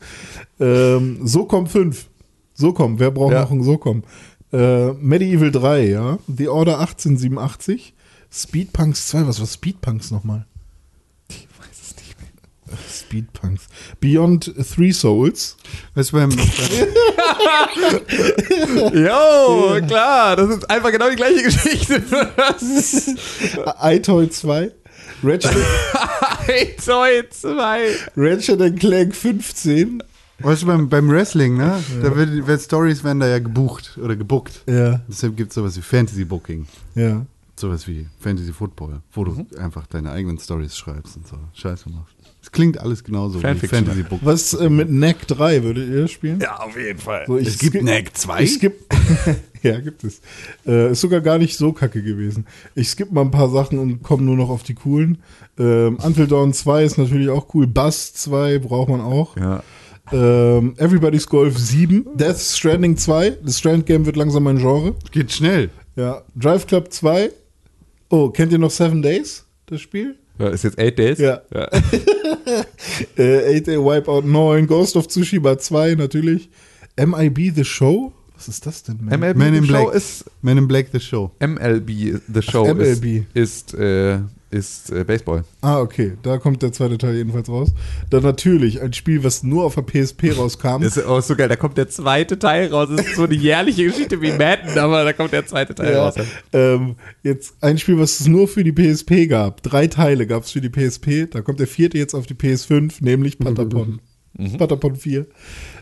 Ähm, Socom 5, Socom, wer braucht Ja. noch einen Socom? Äh, Medieval 3, ja, The Order 1887, Speedpunks 2, was war Speedpunks nochmal? Speedpunks. Beyond Three Souls. Weißt [laughs] du, beim, Jo, klar. Das ist einfach genau die gleiche Geschichte. iToy 2. Ratchet, Toy 2. Ratchet and Clank 15. weißt du, beim, beim Wrestling, ne? Da wird, wird Stories werden da ja gebucht oder gebuckt. Ja, Deshalb gibt es sowas wie Fantasy Booking. ja. Sowas wie Fantasy Football, wo du einfach deine eigenen Stories schreibst und so. Scheiße machst. Es klingt alles genauso wie Fanfiction. Fantasy Book. Was äh, mit Knack 3 würdet ihr das spielen? Ja, auf jeden Fall. So, ich Es gibt skip- Knack 2? Ich skip [laughs] ja, gibt es. Äh, ist sogar gar nicht so kacke gewesen. Ich skippe mal ein paar Sachen und komme nur noch auf die coolen. Ähm, Until Dawn 2 ist natürlich auch cool. Bass 2 braucht man auch. Ja. Ähm, Everybody's Golf 7. Death Stranding 2. Das Strand Game wird langsam mein Genre. Geht schnell. Ja, Drive Club 2. Oh, kennt ihr noch Seven Days, das Spiel? Ja, ist jetzt 8 Days? Ja. Äh, 8 Day Wipeout 9, Ghost of Tsushima 2 natürlich. MIB The Show? Was ist das denn? MLB Man The in Show Black. ist Man in Black, the show. MLB The Show Ach, MLB. ist ist, äh, ist äh, Baseball. Ah, okay. Da kommt der zweite Teil jedenfalls raus. Dann natürlich ein Spiel, was nur auf der PSP rauskam. Das ist auch so geil. Da kommt der zweite Teil raus. Das ist so eine jährliche Geschichte wie Madden, aber da kommt der zweite Teil ja, raus. ähm, jetzt ein Spiel, was es nur für die PSP gab. Drei Teile gab es für die PSP. Da kommt der vierte jetzt auf die PS5, nämlich Patapon. Patapon 4.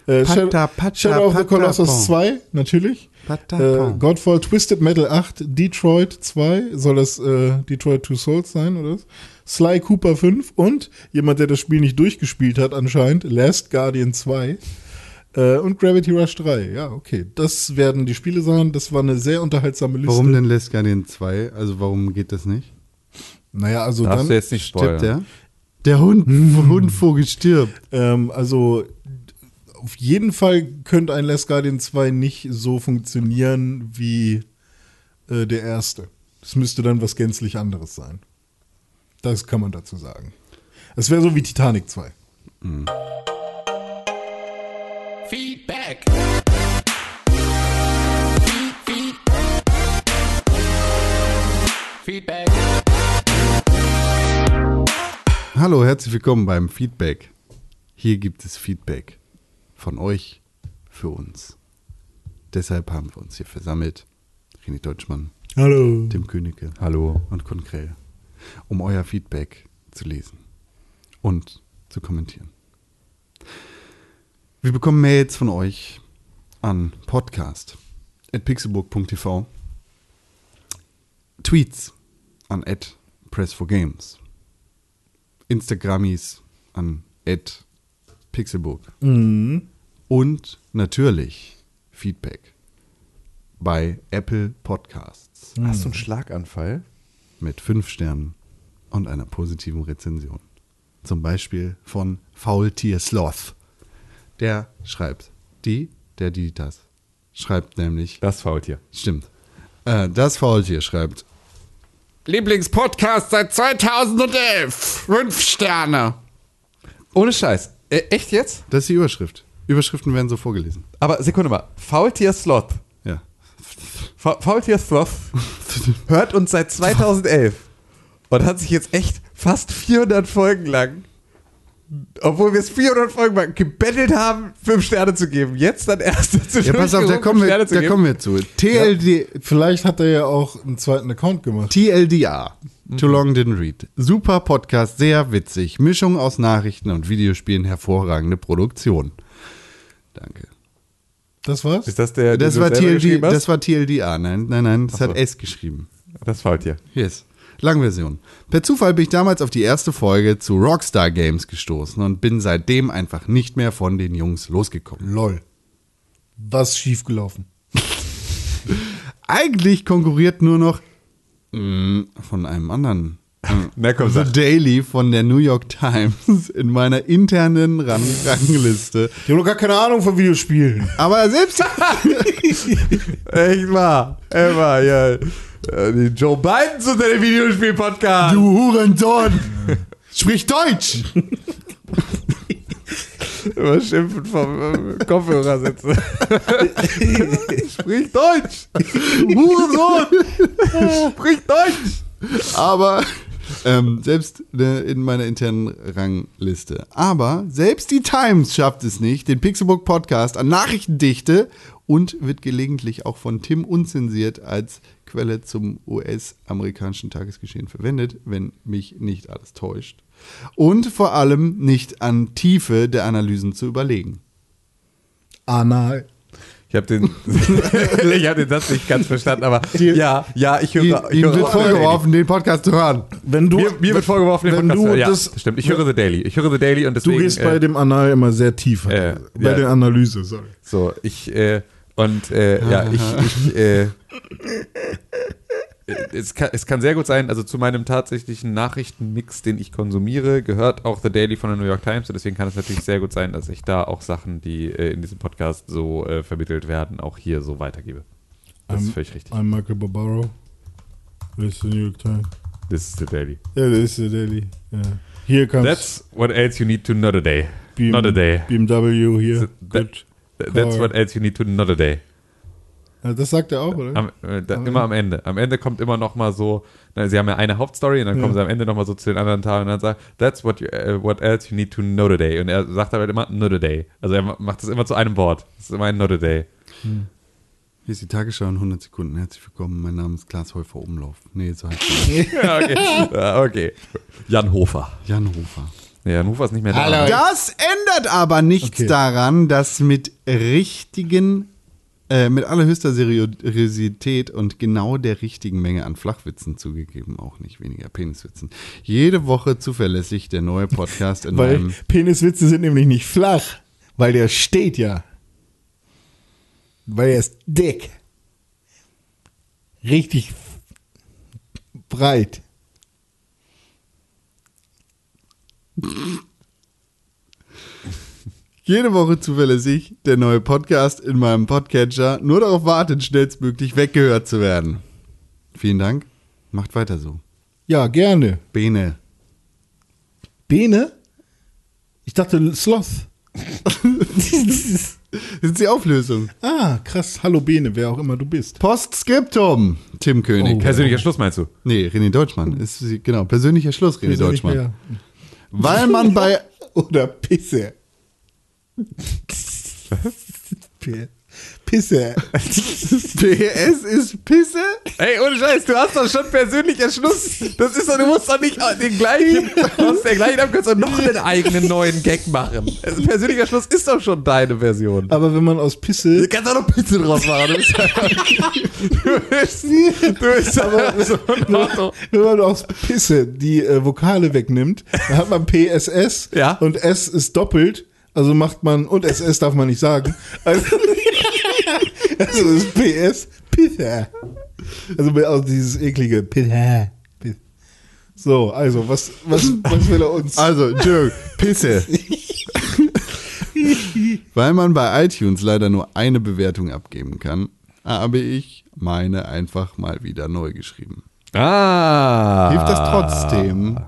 Äh, Pata- Shadow, Pata- Shadow of the Patapon. Colossus 2, natürlich. Äh, Patapon. Godfall Twisted Metal 8, Detroit 2, soll das äh, Detroit Two Souls sein, oder was? Sly Cooper 5 und jemand, der das Spiel nicht durchgespielt hat anscheinend, Last Guardian 2. Äh, und Gravity Rush 3. Ja, okay. Das werden die Spiele sein. Das war eine sehr unterhaltsame Liste. Warum denn Last Guardian 2? Also warum geht das nicht? Naja, also Darfst dann, du jetzt nicht Stirbt spoilern. der? Der Hund, Hm. Hundvogel stirbt. ähm, also auf jeden Fall könnte ein Last Guardian 2 nicht so funktionieren wie äh, der erste. Es müsste dann was gänzlich anderes sein. Das kann man dazu sagen. Es wäre so wie Titanic 2. Feedback. Feed, feed. Feedback. Hallo, herzlich willkommen beim Feedback. Hier gibt es Feedback von euch für uns. Deshalb haben wir uns hier versammelt. René Deutschmann, Hallo. Tim Königke Hallo. und Konkrell, um euer Feedback zu lesen und zu kommentieren. Wir bekommen Mails von euch an podcast.pixelburg.tv, Tweets an press4games, Instagrammis an pixelburg und natürlich Feedback bei Apple Podcasts Hm. Hast du einen Schlaganfall? mit fünf Sternen und einer positiven Rezension. Zum Beispiel von Faultier Sloth. Der schreibt, die, der, die, das. Schreibt nämlich, Das Faultier. stimmt. Äh, das Faultier schreibt, Lieblingspodcast seit 2011. Fünf Sterne. Ohne Scheiß. Äh, echt jetzt? das ist die Überschrift. Überschriften werden so vorgelesen. Aber Sekunde mal. Faultier Sloth. Ja. Fa Faultier Sloth hört uns seit 2011 und hat sich jetzt echt fast 400 Folgen lang, obwohl wir es 400 Folgen lang gebettelt haben, 5 Sterne zu geben. Jetzt dann erst dazu Ja, pass auf, da durchgerungen, kommen fünf wir, Sterne zu da geben. kommen wir zu. TLD, Vielleicht hat er ja auch einen zweiten Account gemacht. TLDR. Too long didn't read. Super Podcast, sehr witzig. Mischung aus Nachrichten und Videospielen, hervorragende Produktion. Danke. Das war's? Ist das der, Das den du war, selber TLD, geschrieben hast? das war TLDA, nein, nein, nein, das Ach so. hat S geschrieben. das Faultier. Yes. Langversion. Per Zufall bin ich damals auf die erste Folge zu Rockstar Games gestoßen und bin seitdem einfach nicht mehr von den Jungs losgekommen. Lol. Was ist schiefgelaufen? Eigentlich konkurriert nur noch mm, von einem anderen. Mm, [laughs] Na komm, The sag. Daily von der New York Times in meiner internen Rang Rangliste. Die haben doch gar keine Ahnung von Videospielen. Aber selbst [laughs] [laughs] Echt wahr. Emma, ja. Äh, Die Joe Bidens unter dem Videospiel-Podcast. du Hurensohn, sprich Deutsch! Immer schimpfen vom äh, Kopfhörer [laughs] sitzen. Sprich Deutsch! Hurensohn! Sprich Deutsch! Aber [laughs] ähm, selbst ne, in meiner internen Rangliste. Aber selbst die Times schafft es nicht, den Pixelbook Podcast an Nachrichtendichte und wird gelegentlich auch von Tim unzensiert als Quelle zum US-amerikanischen Tagesgeschehen verwendet, wenn mich nicht alles täuscht. Und vor allem nicht an Tiefe der Analysen zu überlegen. Anal. Ich habe den, [laughs] ich hab den Satz nicht ganz verstanden, aber ja, ja, ich Ihm höre. Ich ihm höre wird vorgeworfen, den Podcast zu hören. Wenn du, Mir, mir wird vorgeworfen, den wenn Podcast du zu hören. ja, das, Stimmt, ich höre The Daily. Ich höre The Daily und Du deswegen. gehst bei äh, dem Anal immer sehr tief. Äh, bei ja. der Analyse, sorry. so, ich. Äh, und äh, ja, ich. ich äh, es kann, es kann sehr gut sein, also zu meinem tatsächlichen Nachrichtenmix, den ich konsumiere, gehört auch The Daily von der New York Times und deswegen kann es natürlich sehr gut sein, dass ich da auch Sachen, die äh, in diesem Podcast so äh, vermittelt werden, auch hier so weitergebe. Das ist Ähm, völlig richtig. I'm Michael Barbaro. This is the New York Times. This is The Daily. Yeah, this is the Daily. Yeah. Here comes That's what else you need to know today. Not a day. BMW here. That- Good. That's what else you need to know today. Also das sagt er auch, oder? Am, äh, da, immer am Ende. Am Ende kommt immer noch mal so, na, sie haben ja eine Hauptstory und dann kommen sie am Ende noch mal so zu den anderen Teilen und dann sagt, that's what you, äh, what else you need to know today. Und er sagt aber immer know today. Also er ma- macht das immer zu einem Wort. Das ist immer ein know today. Hier ist die Tagesschau in 100 Sekunden. Herzlich willkommen, mein Name ist Klaas Häufer Umlauf. Nee, so heißt er. [laughs] Ja, okay. [laughs] ja, okay. Jan Hofer. Jan Hofer. Ja, Jan Hofer ist nicht mehr da. Hallo. Das ändert aber nichts Okay. daran, dass mit richtigen, äh, mit allerhöchster Seriosität und genau der richtigen Menge an Flachwitzen zugegeben, auch nicht weniger Peniswitzen. Jede Woche zuverlässig der neue Podcast in Weil meinem. Peniswitze sind nämlich nicht flach, weil der steht ja. Weil er ist dick. Richtig f- breit. Jede Woche zuverlässig der neue Podcast in meinem Podcatcher. Nur darauf wartet, schnellstmöglich weggehört zu werden. Vielen Dank. Macht weiter so. Ja, gerne. Bene. Bene? Ich dachte [laughs] Sloth. Das ist die Auflösung. ah, krass. Hallo Bene, wer auch immer du bist. Postskriptum. Tim König. Persönlicher Schluss meinst du? Nee, René Deutschmann. Ist, sie- genau, persönlicher Schluss, René Deutschmann. Ja. Weil man bei. Oder Pisse. P- [laughs] Pisse. PS ist Pisse? Ey, ohne Scheiß, du hast doch schon persönlicher Schluss. Das ist doch, du musst doch nicht den gleichen, aus der gleichen Abkürzung noch einen eigenen neuen Gag machen. Also persönlicher Schluss ist doch schon deine Version. Aber wenn man aus [laughs] Pisse. kannst auch noch Pizza draus machen. Du bist, [laughs] du bist, du bist [laughs] aber so ein Auto. Wenn man aus Pisse die äh, Vokale wegnimmt, dann hat man PSS Ja. und S ist doppelt. Also macht man, und SS darf man nicht sagen. Also, [laughs] also ist PS Pisse. Also, mit- also dieses eklige Pisse. Pisse. So, also, was, was, was will er uns? Also, Entschuldigung, Pisse. Weil man bei iTunes leider nur eine Bewertung abgeben kann, habe ich meine einfach mal wieder neu geschrieben. Ah. Hilft das trotzdem?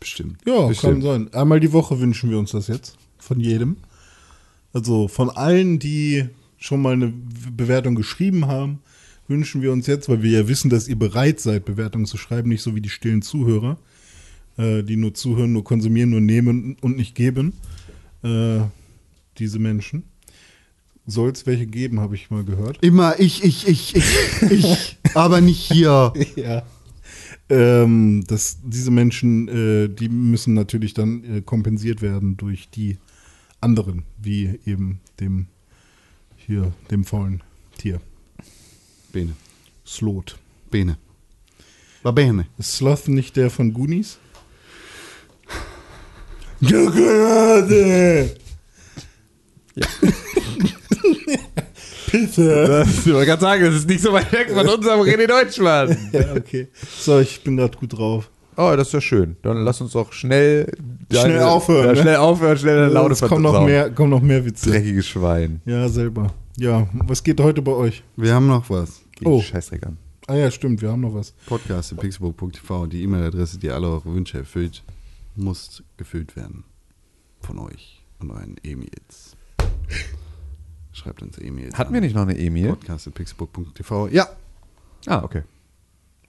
Bestimmt. Ja, Bestimmt. kann sein. Einmal die Woche wünschen wir uns das jetzt. Von jedem. Also von allen, die schon mal eine Bewertung geschrieben haben, wünschen wir uns jetzt, weil wir ja wissen, dass ihr bereit seid, Bewertungen zu schreiben, nicht so wie die stillen Zuhörer, äh, die nur zuhören, nur konsumieren, nur nehmen und nicht geben. Äh, diese Menschen. Soll es welche geben, habe ich mal gehört. Immer ich, ich, ich, ich, ich, aber nicht hier. [laughs] Ja. Ähm, das, diese Menschen, äh, die müssen natürlich dann äh, kompensiert werden durch die anderen, wie eben dem hier, dem faulen Tier. Bene. Slot. Bene. War Bene. Ist Sloth nicht der von Goonies? Bitte. [laughs] Ich wollte gerade sagen, das ist nicht so weit weg von unserem René Deutschmann. Ja, okay. So, ich bin gerade gut drauf. [laughs] Oh, das ist ja schön. Dann lass uns doch schnell. Schnell aufhören, Ja, ne? Schnell aufhören, schnell eine Laune Es kommen noch, versauen. mehr, kommen noch mehr Witze. Dreckiges Schwein. Ja, selber. Ja, was geht heute bei euch? Wir haben noch was. Geh Oh. Scheißdreck an. Ah ja, stimmt, wir haben noch was. Podcast in pixelburg.tv, die E-Mail-Adresse, die alle eure Wünsche erfüllt, muss gefüllt werden. Von euch und euren E-Mails. Schreibt uns E-Mails. Hatten wir nicht noch eine E-Mail? Podcast in pixelburg.tv. Ja, Ah, okay.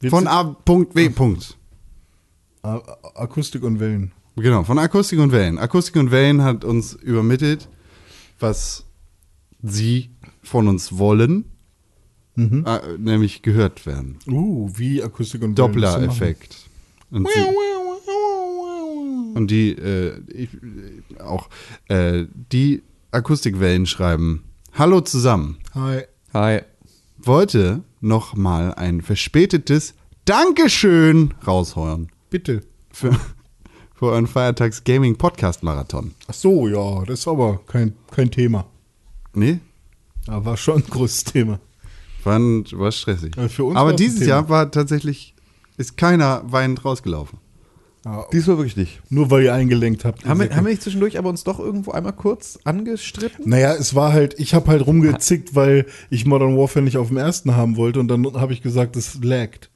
Witze- von A.W. Punkt. A A- Akustik und Wellen. Genau, von Akustik und Wellen. Akustik und Wellen hat uns übermittelt, was sie von uns wollen, Mhm. Ah, nämlich gehört werden. Uh, wie Akustik und Wellen. das zu machen. Doppler-Effekt. Und sie, Und die, äh, ich, äh, auch, äh, die Akustikwellen schreiben. Hallo zusammen. Hi. Hi. Wollte noch mal ein verspätetes Dankeschön rausheuern. Bitte. Für, [laughs] für euren Feiertags-Gaming-Podcast-Marathon. Ach so, ja, das ist aber kein, kein Thema. Nee? Aber war schon ein großes Thema. War, ein- war stressig. Ja, für uns Aber war's ein dieses Thema. Jahr war tatsächlich, ist keiner weinend rausgelaufen. Ja, Diesmal wirklich nicht. nur weil ihr eingelenkt habt. ihr Haben wir, Säcke. haben wir nicht zwischendurch aber uns doch irgendwo einmal kurz angestritten? naja, es war halt, ich habe halt rumgezickt, weil ich Modern Warfare nicht auf dem ersten haben wollte und dann habe ich gesagt, es laggt.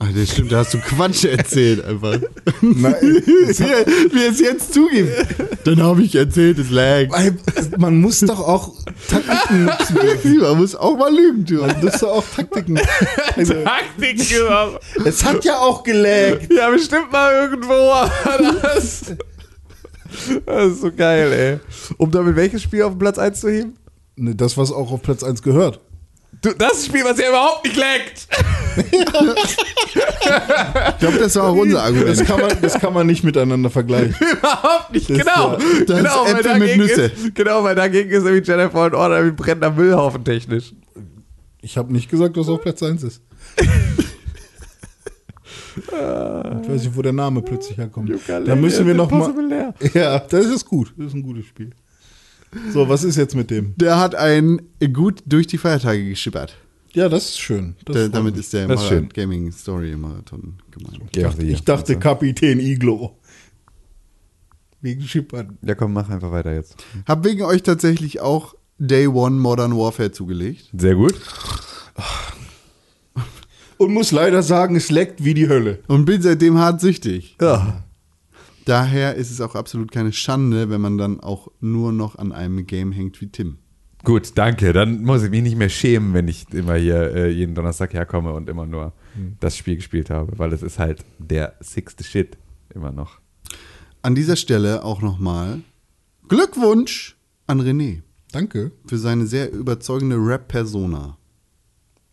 Ach, das stimmt, da hast du Quatsch erzählt einfach. Nein. Hier, [laughs] wie er es jetzt zugibt. Dann habe ich erzählt, es lag. Weil Man muss doch auch Taktiken nutzen. Man muss auch mal lügen, du. Man muss doch auch [laughs] Taktiken. Also, Taktik überhaupt. es hat ja auch gelaggt. [laughs] Ja, bestimmt mal irgendwo. aber Das, [laughs] das ist so geil, ey. Um damit welches Spiel auf den Platz 1 zu heben? Ne, Das, was auch auf Platz 1 gehört. Du, das Spiel, was ja überhaupt nicht leckt. [laughs] Ich glaube, das war auch unser Das Argument. kann man, das kann man nicht miteinander vergleichen. überhaupt nicht. ist Genau. ja- das genau, ist Äpfel weil mit dagegen Nüsse. Ist, genau, weil dagegen ist irgendwie Jennifer und Order wie ein brennender Müllhaufen technisch. Ich habe nicht gesagt, dass auf Platz 1 ist. ich weiß nicht, wo der Name plötzlich herkommt. Da müssen wir noch mal. Leer. Ja, das ist gut. Das ist ein gutes Spiel. So, was ist jetzt mit dem? Der hat einen gut durch die Feiertage geschippert. Ja, das ist schön. Das Da, freut damit mich. ist der Das ist Marathon- schön. Gaming Story Marathon gemeint. Game of the Year. ich dachte Kapitän Iglo. Wegen Schippern. Ja, komm, mach einfach weiter jetzt. Hab wegen euch tatsächlich auch Day One Modern Warfare zugelegt. Sehr gut. Und muss leider sagen, es leckt wie die Hölle. Und bin seitdem hart süchtig. Ja. Daher ist es auch absolut keine Schande, wenn man dann auch nur noch an einem Game hängt wie Tim. Gut, danke. Dann muss ich mich nicht mehr schämen, wenn ich immer hier äh, jeden Donnerstag herkomme und immer nur Hm. das Spiel gespielt habe, weil es ist halt der sixte Shit immer noch. An dieser Stelle auch nochmal Glückwunsch an René Danke. für seine sehr überzeugende Rap-Persona.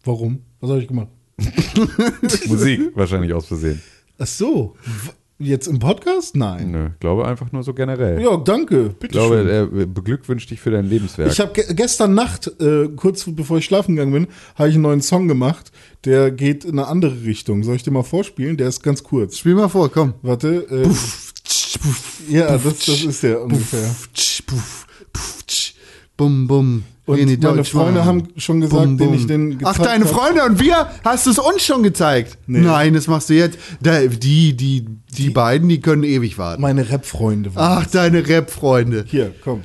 Warum? Was habe ich gemacht? [laughs] Musik wahrscheinlich aus Versehen. Ach so. W- Jetzt im Podcast? Nein. Nö, glaube einfach nur so generell. Ja, danke. ich Bitte glaube, er beglückwünscht dich für dein Lebenswerk. Ich habe ge gestern Nacht, äh, kurz bevor ich schlafen gegangen bin, habe ich einen neuen Song gemacht. Der geht in eine andere Richtung. Soll ich dir mal vorspielen? Der ist ganz kurz. Spiel mal vor, komm. Warte. Äh, ja, das, das ist der ungefähr. Tsch, puff, puff, tsch. Bum, bum. Und René meine Deutschmann. Freunde haben schon gesagt, den ich den Ach, gezeigt deine hab. Freunde und wir? Hast du es uns schon gezeigt? Nein, das machst du jetzt. Da, die, die, die, beiden, die können ewig warten. Meine Rap-Freunde. waren- Ach, deine Rap-Freunde. Ah, Hier, komm.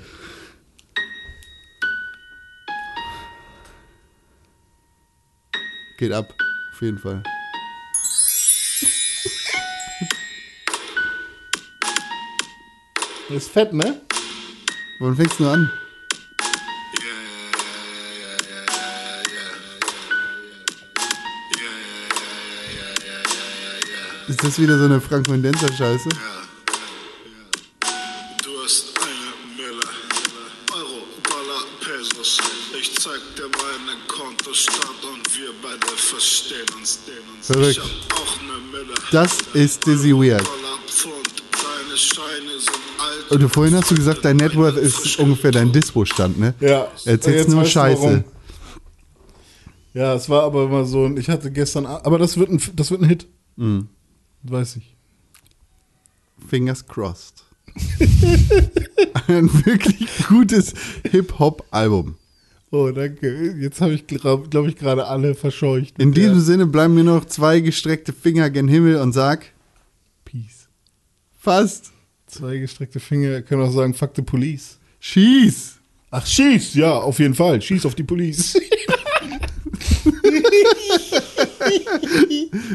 Geht ab. Auf jeden Fall. Ist fett, ne? Wann fängst du an? Ist das wieder so eine Frank Mendenza-Scheiße? Du hast eine Mille, Euro, Dollar, Pesos. Ich zeig dir meine Kontostand und wir beide verstehen uns. Verrückt. Ich hab auch eine Mille. Das ist Dizzy Weird. Dollar, Pfund, deine Scheine sind alt. Und du, Also vorhin hast du gesagt, dein Net Worth ist ungefähr dein Dispo-Stand, ne? Ja. Erzählst Jetzt nur weißt du, warum. Scheiße. Ja, es war aber immer so ein. Ich hatte gestern. a- Aber das wird ein, das wird ein Hit. Mhm. Weiß ich. Fingers crossed. [laughs] Ein wirklich gutes Hip-Hop-Album. Oh, danke. Jetzt habe ich, glaube glaub ich, gerade alle verscheucht. In mit der- diesem Sinne bleiben mir noch zwei gestreckte Finger gen Himmel und sag, Peace. fast, Zwei gestreckte Finger können auch sagen, fuck the police. schieß. Ach, schieß, ja, auf jeden Fall. Schieß auf die Police. [laughs]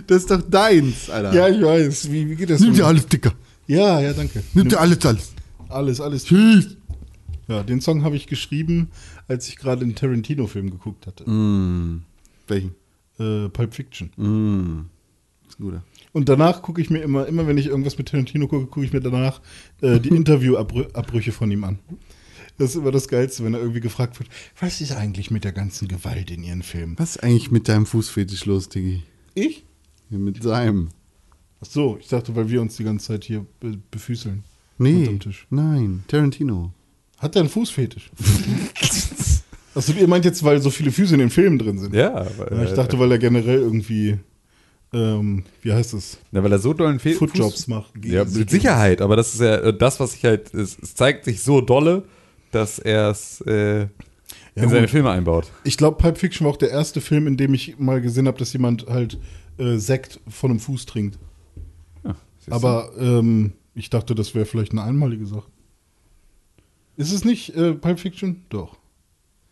Das ist doch deins, Alter. ja, ich weiß. Wie, wie geht das? Nimm dir denn? alles, Dicker. Ja, ja, danke. Nimm dir alles, alles. Alles, alles. Schieß. Ja, den Song habe ich geschrieben, als ich gerade einen Tarantino-Film geguckt hatte. Mhm. Welchen? Äh, Pulp Fiction. Mhm. Ist ein guter. Und danach gucke ich mir immer, immer wenn ich irgendwas mit Tarantino gucke, gucke ich mir danach [laughs] äh, die Interviewabbrüche von ihm an. Das ist immer das Geilste, wenn er irgendwie gefragt wird, was ist eigentlich mit der ganzen Gewalt in ihren Filmen? Was ist eigentlich mit deinem Fußfetisch los, Diggi? Ich? Ja, Mit seinem. Ach so, ich dachte, weil wir uns die ganze Zeit hier be befüßeln. Nee, Unterm Tisch. nein, Tarantino. Hat er einen [laughs] Fußfetisch? Achso, ihr meint jetzt, weil so viele Füße in den Filmen drin sind? ja, äh, Ja, ich dachte, weil er generell irgendwie, ähm, wie heißt es? Na, weil er so dollen Fe Footjobs Fuß- macht. Ja, mit Sicherheit, aber das ist ja äh, das, was ich halt. Es, es zeigt sich so dolle, dass er es äh, in seine gut. Filme einbaut. Ich glaube, Pulp Fiction war auch der erste Film, in dem ich mal gesehen habe, dass jemand halt äh, Sekt von einem Fuß trinkt. Siehst du? Aber ähm, ich dachte, das wäre vielleicht eine einmalige Sache. Ist es nicht äh, Pulp Fiction? Doch.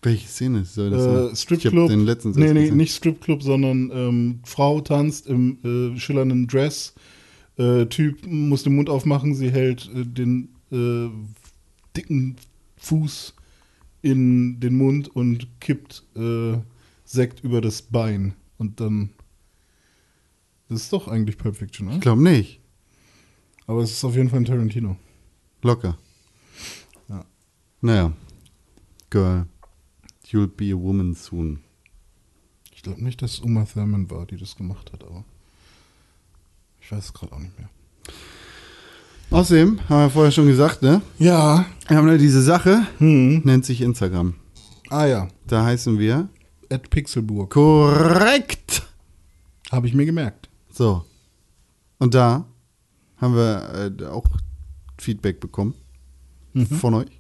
Welche Szene ist soll das? Äh, sein? Ich Stripclub. hab den letzten nee, nee, nicht Stripclub, sondern ähm, Frau tanzt im äh, schillernden Dress. Äh, typ muss den Mund aufmachen, sie hält äh, den äh, dicken Fuß in den Mund und kippt äh, Sekt über das Bein. Und dann. Das ist doch eigentlich Pulp Fiction, ne? Ich glaube nicht. Aber es ist auf jeden Fall ein Tarantino. Locker. Ja. Naja. Girl, you'll be a woman soon. Ich glaube nicht, dass Uma Thurman war, die das gemacht hat, aber. Ich weiß es gerade auch nicht mehr. Außerdem, haben wir vorher schon gesagt, ne? Ja. Wir haben ja diese Sache, Hm. nennt sich Instagram. Ah ja. Da heißen wir At Pixelburg. korrekt. Habe ich mir gemerkt. So. Und da haben wir äh, auch Feedback bekommen von euch. Mhm.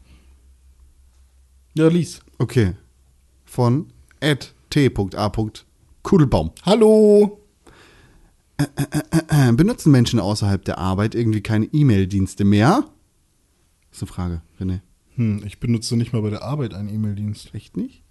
Ja, Lies. Okay. Von t.a.kudelbaum. Hallo. Äh, Benutzen Menschen außerhalb der Arbeit irgendwie keine E-Mail-Dienste mehr? Ist eine Frage, René. Hm, ich benutze nicht mal bei der Arbeit einen E-Mail-Dienst. Echt nicht?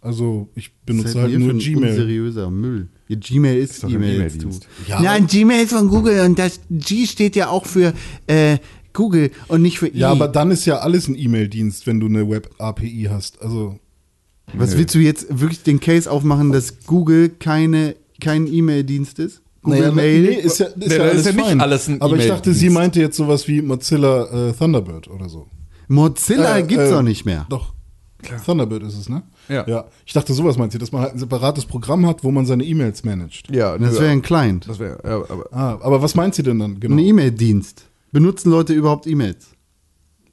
Also, ich Was benutze seid halt ihr nur für ein Gmail. Unseriöser Müll. Ihr Gmail ist, Ist doch ein E-Mail. jetzt E-Mail-Dienst. du. Ja, Nein, Gmail ist von Google und das G steht ja auch für äh, Google und nicht für I. E. Ja, aber dann ist ja alles ein E-Mail-Dienst, wenn du eine Web-API hast. Also, Was willst du jetzt wirklich den Case aufmachen, dass Google keine, kein E-Mail-Dienst ist? Google Naja, Mail? nee, ist ja, ist Nee, ja, dann alles ist ja nicht fein. alles ein Aber ich dachte, sie E-Mail-Dienst. meinte jetzt sowas wie Mozilla äh, Thunderbird oder so. Mozilla Äh, gibt's äh, doch nicht mehr. Doch. Thunderbird ist es, ne? Ja. Ich dachte, sowas meint sie, dass man halt ein separates Programm hat, wo man seine E-Mails managt. Ja, das wäre ein Client. Das wäre, ja, aber Ah, aber was meint sie denn dann genau? Ein E-Mail-Dienst. Benutzen Leute überhaupt E-Mails?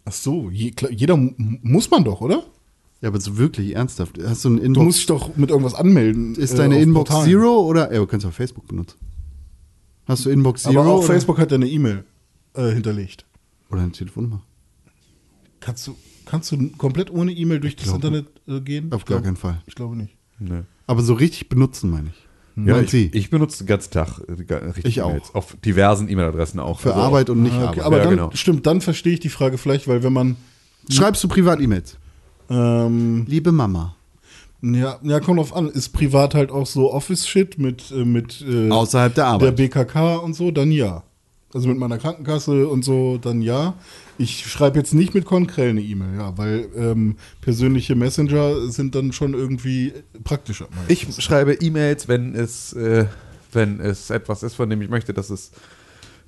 Ach so, je, klar, jeder m- muss man doch, oder? Ja, aber so wirklich ernsthaft. Hast du eine Du Inbox? musst dich doch mit irgendwas anmelden. äh, ist deine auf Inbox Portalen. Zero oder? Ja, du kannst auch Facebook benutzen. Hast du Inbox Zero Aber auch oder, Facebook hat ja eine E-Mail äh, hinterlegt. oder eine Telefonnummer? Kannst du, kannst du komplett ohne E-Mail durch das glaube- Internet äh, gehen? Auf gar keinen Fall. Ich glaube nicht. Aber so richtig benutzen, meine ich. Ja, Meint ich, sie. ich benutze den ganzen Tag äh, die ga- richtig Ich auch. E-Mails. Auf diversen E-Mail-Adressen auch. Für Also auch- Arbeit und nicht Ah, okay, Arbeit. aber Ja, dann, genau. stimmt, dann verstehe ich die Frage vielleicht, weil wenn man, Schreibst du Privat-E-Mails? ähm, Liebe Mama. ja, ja, kommt drauf an, ist privat halt auch so Office-Shit mit, äh, mit äh, Außerhalb der der Arbeit. BKK und so, dann ja. Also mit meiner Krankenkasse und so, dann ja. Ich schreibe jetzt nicht mit Konkrell eine E-Mail, ja, weil ähm, persönliche Messenger sind dann schon irgendwie praktischer. Ich schreibe E-Mails, wenn es, äh, wenn es etwas ist, von dem ich möchte, dass es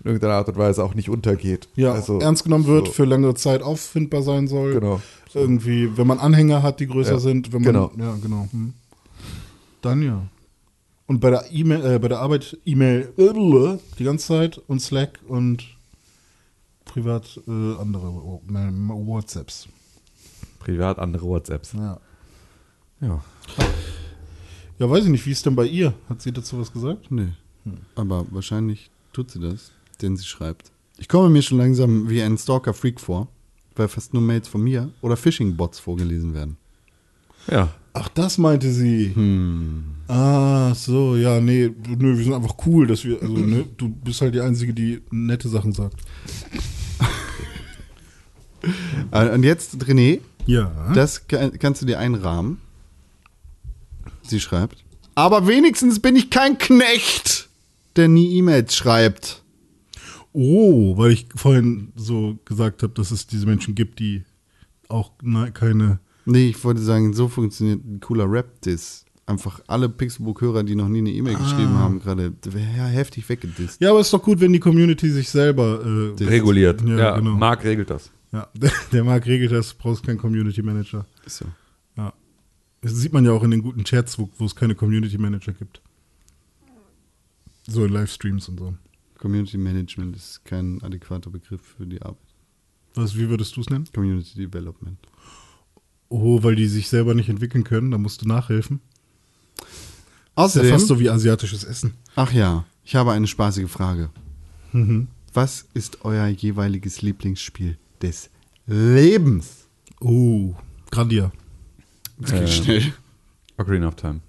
in irgendeiner Art und Weise auch nicht untergeht. ja, also, ernst genommen wird, so. für längere Zeit auffindbar sein soll. Genau. Irgendwie, wenn man Anhänger hat, die größer Ja, sind, wenn man, genau. ja, genau. Hm. Dann ja. Und bei der E-Mail, äh, bei der Arbeit E-Mail äh, die ganze Zeit und Slack und privat äh, andere äh, WhatsApps. Privat andere WhatsApps. Ja. Ja. Ja, weiß ich nicht, wie ist denn bei ihr? Hat sie dazu was gesagt? Nee. Hm. Aber wahrscheinlich tut sie das, denn sie schreibt. Ich komme mir schon langsam wie ein Stalker-Freak vor, weil fast nur Mails von mir oder Phishing-Bots vorgelesen werden. ja. Ach, das meinte sie. Ah, so, ja, nee, nö, wir sind einfach cool, dass wir, also, ne, du bist halt die Einzige, die nette Sachen sagt. Äh, Und jetzt, René, Ja. das ka- kannst du dir einrahmen. Sie schreibt. Aber wenigstens bin ich kein Knecht, der nie E-Mails schreibt. Oh, weil ich vorhin so gesagt habe, dass es diese Menschen gibt, die auch ne- keine. Nee, ich wollte sagen, so funktioniert ein cooler Rap-Diss. Einfach alle Pixelbook-Hörer, die noch nie eine E-Mail geschrieben haben, gerade ja, heftig weggedisst. Ja, aber ist doch gut, wenn die Community sich selber. Äh, Reguliert. Ja, Ja, genau. Marc regelt das. ja, [laughs] der, der Marc regelt das, du brauchst keinen Community Manager. So. Ja. Das sieht man ja auch in den guten Chats, wo, wo es keine Community Manager gibt. So in Livestreams und so. Community Management ist kein adäquater Begriff für die Arbeit. Was, wie würdest du es nennen? Community Development. Oh, weil die sich selber nicht entwickeln können, da musst du nachhelfen. Das ist ja Außerdem, fast so wie asiatisches Essen. ach ja, ich habe eine spaßige Frage. Was ist euer jeweiliges Lieblingsspiel des Lebens? Oh, Grandia. Das Äh, geht schnell. Ocarina of Time.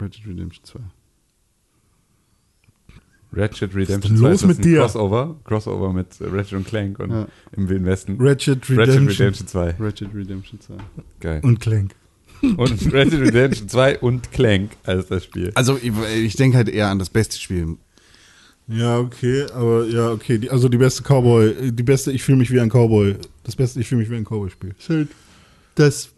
Red Dead Redemption 2. Ratchet Redemption denn 2 los ist das mit ein dir? Crossover, Crossover mit äh, Ratchet und Clank und im Wilden Westen. Ratchet Ratchet Redemption. Redemption 2. Ratchet Redemption 2. Geil. Und Clank. Und Ratchet Redemption 2 und Clank als das Spiel. Also ich, ich denke halt eher an das beste Spiel. Ja, okay, aber ja, okay. Die, also die beste Cowboy, äh, die beste, ich fühle mich wie ein Cowboy. Das beste, ich fühle mich wie ein Cowboy-Spiel. Das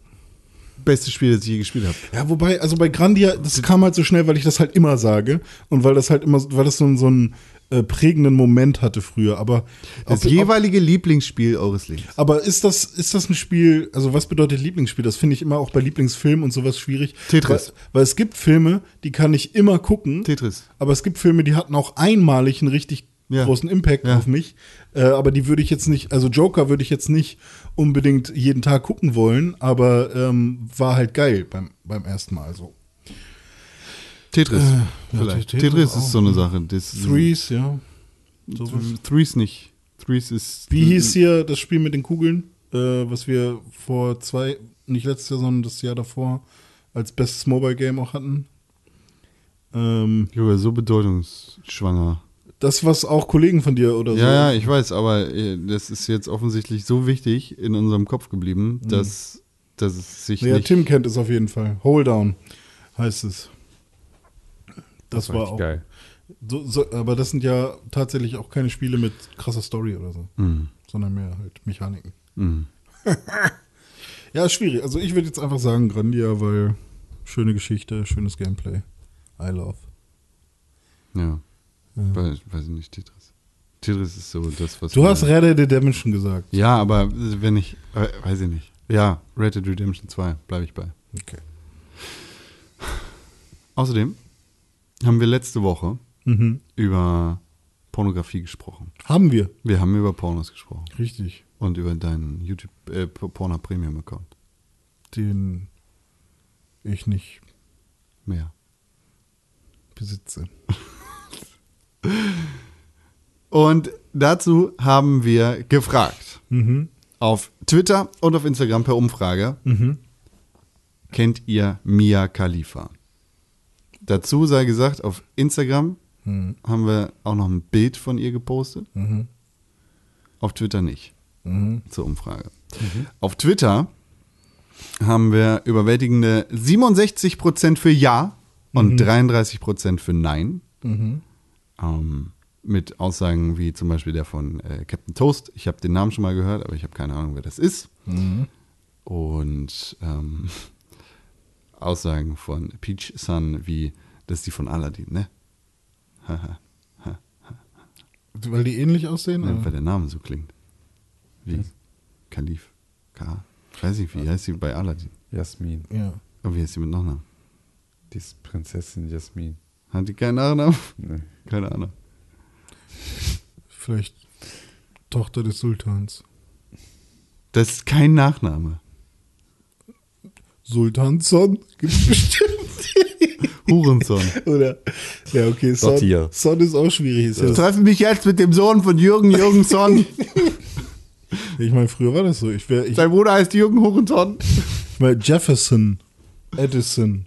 beste Spiel, das ich je gespielt habe. Ja, wobei, also bei Grandia, das kam halt so schnell, weil ich das halt immer sage und weil das halt immer, so- weil das so, einen- so einen äh, prägenden Moment hatte früher. Aber Das ob- jeweilige Lieblingsspiel eures Lebens. Aber ist das, ist das ein Spiel, also was bedeutet Lieblingsspiel? Das finde ich immer auch bei Lieblingsfilmen und sowas schwierig. Tetris. Weil, weil es gibt Filme, die kann ich immer gucken. Tetris. Aber es gibt Filme, die hatten auch einmalig einen richtig Ja. großen Impact Ja. auf mich. Äh, aber die würde ich jetzt nicht, also Joker würde ich jetzt nicht unbedingt jeden Tag gucken wollen, aber ähm, war halt geil beim, beim ersten Mal so. Tetris. Äh, vielleicht. Tetris Tetris, auch. ist so eine Sache. Das Threes, ja. Th- Mhm. Threes nicht. Threes ist. Wie hieß hier das Spiel mit den Kugeln, äh, was wir vor zwei, nicht letztes Jahr, sondern das Jahr davor als bestes Mobile Game auch hatten? Ähm, Junge, so bedeutungsschwanger. das, was auch Kollegen von dir oder so. Ja, ja, ich weiß, aber äh, das ist jetzt offensichtlich so wichtig in unserem Kopf geblieben, dass, dass es sich Mhm. ja, nicht. Tim kennt es auf jeden Fall. Hold Down heißt es. Das, war, auch. Geil. So, so, aber das sind ja tatsächlich auch keine Spiele mit krasser Story oder so, Mhm. sondern mehr halt Mechaniken. ja, ist schwierig. Also ich würde jetzt einfach sagen Grandia, weil schöne Geschichte, schönes Gameplay. I love. Ja. Weil, weiß ich nicht, Tetris. Tetris ist so das, was. Du mir- hast Red Dead Redemption gesagt. Ja, aber wenn ich. Äh, weiß ich nicht. Ja, Red Dead Redemption 2 bleibe ich bei. Okay. Außerdem haben wir letzte Woche Mhm. über Pornografie gesprochen. Haben wir. Wir haben über Pornos gesprochen. Richtig. Und über deinen YouTube äh, Porno Premium Account. Den ich nicht Mehr. besitze. Und dazu haben wir gefragt. Auf Twitter und auf Instagram per Umfrage. Kennt ihr Mia Khalifa? Dazu sei gesagt, auf Instagram haben wir auch noch ein Bild von ihr gepostet. Auf Twitter nicht. Zur Umfrage. Auf Twitter haben wir überwältigende 67% für Ja und 33% für Nein. Ähm, mit Aussagen wie zum Beispiel der von äh, Captain Toast. Ich habe den Namen schon mal gehört, aber ich habe keine Ahnung, wer das ist. Und ähm, [laughs] Aussagen von Peach Sun wie, das ist die von Aladdin, ne? Haha, Weil die ähnlich aussehen? Nein, oder? weil der Name so klingt. Wie? Kalif. K. Ich weiß nicht, wie heißt sie bei Aladdin? Jasmin. Ja. Und wie heißt sie mit Nachnamen? Die ist Prinzessin Jasmin. Hat die keinen Nachnamen? [laughs] Nee. Keine Ahnung. Vielleicht Tochter des Sultans. Das ist kein Nachname. Sultansson? Gibt's [laughs] bestimmt. Hurensohn. Oder? Ja, okay, Son, Sortier. Son ist auch schwierig. Ist ja, Treffen mich jetzt mit dem Sohn von Jürgen Jürgenson. ich meine, früher war das so. Ich wäre ich, Sein Bruder heißt Jürgen Hurensohn. ich mein, Jefferson, Edison,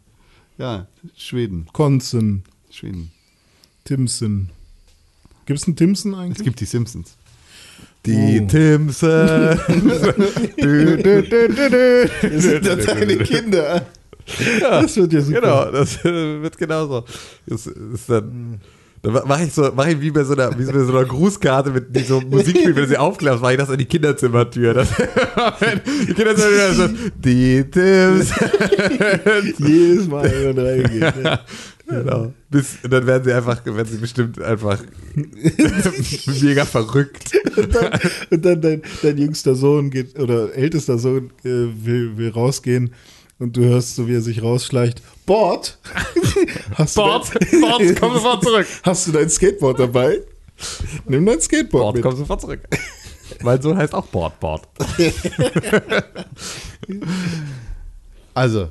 Ja, Schweden. Conson, Schweden. Timson. Gibt es einen Timson Es eigentlich? gibt die Simpsons. Die Oh. [laughs] Timse. du, du, du, du, du. [laughs] Das sind ja deine Kinder. Das wird ja super. Genau, das äh, wird genauso. Das ist dann. Da mache ich so, mache ich wie bei so einer, wie bei so einer Grußkarte mit die so Musik spielt, wenn sie aufklappt, mache ich das an die Kinderzimmertür. Das, [laughs] die Kinderzimmertür ist das, die Tims. Jedes Mal, wenn man reingeht. ne? Genau. Bis, und dann werden sie einfach, werden sie bestimmt einfach [laughs] mega verrückt. Und dann, und dann dein, dein jüngster Sohn geht, oder ältester Sohn äh, will, will rausgehen und du hörst so, wie er sich rausschleicht. Bord! Hast du Bord, dein- Bord, komm sofort zurück. [laughs] Hast du dein Skateboard dabei? Nimm dein Skateboard Bord, mit. komm sofort zurück. Mein Sohn heißt auch Bord, Bord. Also,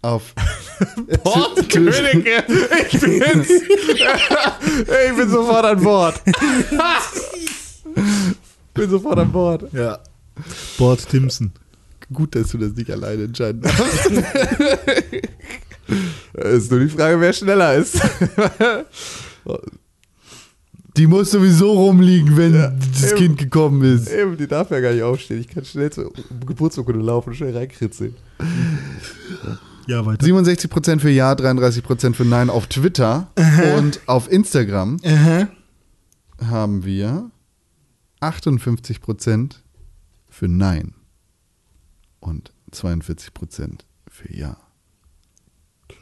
auf Bord, Könige, ich bin's. ich bin sofort an Bord. bin sofort an Bord. Ja. Bord Timson. gut, dass du das nicht alleine entscheiden darfst. Ist nur die Frage, wer schneller ist. Die muss sowieso rumliegen, wenn das Eben. Kind gekommen ist. Eben, die darf ja gar nicht aufstehen. Ich kann schnell zur Geburtsurkunde laufen und schnell reinkritzeln. Ja, weiter. 67% für Ja, 33% für Nein auf Twitter und auf Instagram haben wir 58% für Nein und 42% für Ja.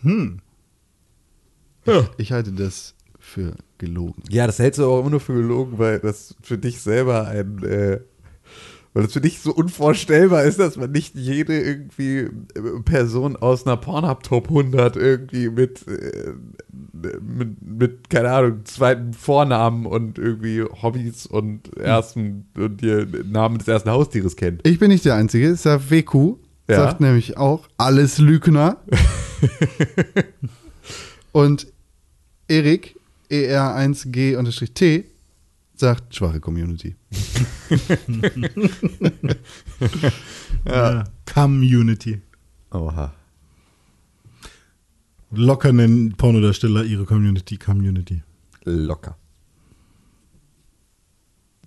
Hm. Ja. Ich halte das für gelogen. Ja, das hältst du aber immer nur für gelogen, weil das für dich selber ein. Äh, weil das für dich so unvorstellbar ist, dass man nicht jede irgendwie äh, Person aus einer Pornhub Top 100 irgendwie mit, äh, mit, mit, keine Ahnung, zweiten Vornamen und irgendwie Hobbys und ersten und dir Namen des ersten Haustieres kennt. Ich bin nicht der Einzige. Saveku Ja. sagt nämlich auch, alles Lügner. Und Erik, E ER1G-T, sagt schwache Community. Ja. Community. Oha. Locker nennen Pornodarsteller ihre Community Community. Locker.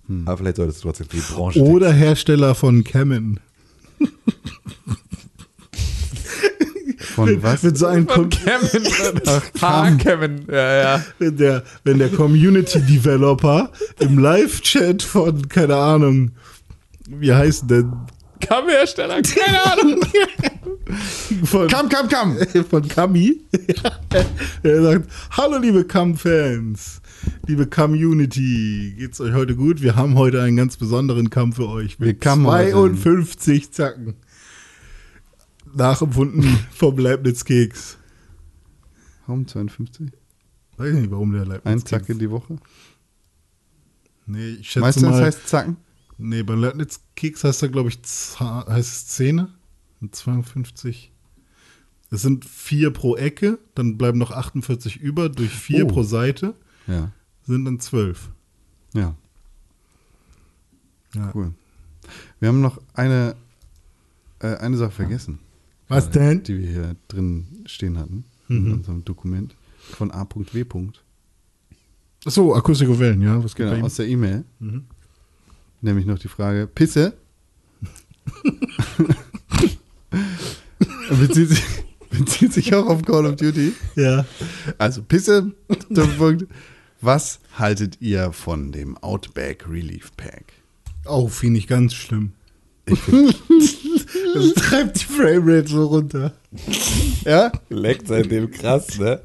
Aber vielleicht solltest du trotzdem die Branche. Oder Hersteller von Canon. Von was? Wenn so ein Com Kevin. Kam. Kevin. Ja, ja. wenn der, wenn der Community Developer im Live-Chat von, keine Ahnung, wie heißt denn? Kammhersteller. Keine Ahnung. Von, Kam, kam, kam! [laughs] von Kami. [laughs] er sagt, hallo liebe Cam-Fans, liebe Community, geht's euch heute gut? Wir haben heute einen ganz besonderen Cam für euch. Wir Mit kammen heute. 52 Zacken. Nachempfunden [laughs] vom Leibniz-Keks. Warum 52? Weiß nicht, warum der Leibniz-Keks. Ein Zacke die Woche? Nee, ich schätze Meistens mal, heißt Zacken. Nee, beim Leibniz-Keks heißt er, glaube ich, Za- heißt es Zähne. Mit 52. Es sind vier pro Ecke, dann bleiben noch 48 über, durch vier Oh. pro Seite Ja, sind dann zwölf. ja, Ja. cool. Wir haben noch eine, äh, eine Sache vergessen, Was denn? die wir hier drin stehen hatten, in unserem Dokument von A.W. Achso, Akustikowellen, ja, was geht Genau, bei aus der E-Mail. Mhm. Nämlich noch die Frage, [laughs] Pisse. bezieht, sich, bezieht sich auch auf Call of Duty. ihm? Ja. Also Pisse, Doppelpunkt. Was haltet ihr von dem Outback Relief Pack? Oh, finde ich ganz schlimm. das Also, treibt die Framerate so runter. Ja, [laughs] Leckt seitdem krass, ne?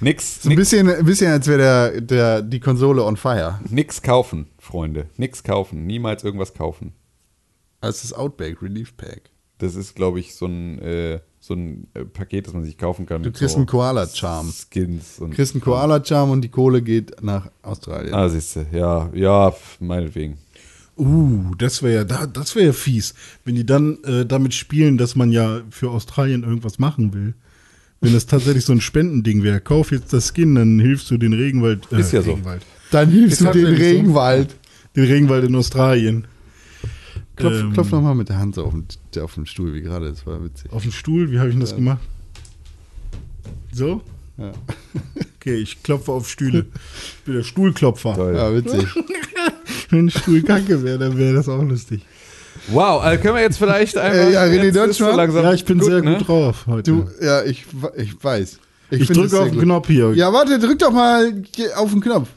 Nix, so ein nix, bisschen, ein bisschen als wäre der, der, die Konsole on fire. nix kaufen, Freunde. Nix kaufen. Niemals irgendwas kaufen. Als das Outback Relief Pack. Das ist, glaube ich, so ein, äh, so ein äh, Paket, das man sich kaufen kann. Du mit kriegst so einen Koala-Charm. Skins und. Kriegst einen Koala-Charm und die Kohle geht nach Australien. Ah, siehst du, ja, ja, pf, meinetwegen. Uh, das wäre ja, da- das wäre ja fies, wenn die dann äh, damit spielen, dass man ja für Australien irgendwas machen will. Wenn das tatsächlich so ein Spendending wäre, kauf jetzt das Skin, dann hilfst du den Regenwald. äh, Ist ja so. Regenwald. Dann hilfst Ist du den tatsächlich so. Regenwald. Den Regenwald in Australien. Klopf, Ähm. klopf nochmal mit der Hand so auf den, auf den Stuhl, wie gerade, das war witzig. Auf dem Stuhl, wie habe ich denn das gemacht? So? Ja. [laughs] Okay, ich klopfe auf [laughs] Stühle. Ich bin der Stuhlklopfer. Toll. Ja, witzig. [laughs] Wenn ein Stuhl kacke wäre, dann wäre das auch lustig. Wow, also können wir jetzt vielleicht einmal. Äh, ja, René jetzt ist so Deutschmann? langsam Ja, ich bin gut, sehr ne? gut drauf heute. Du, ja, ich, wa- ich weiß. ich find das drücke sehr auf den gut. Knopf hier. Ja, warte, drück doch mal ge- auf den Knopf.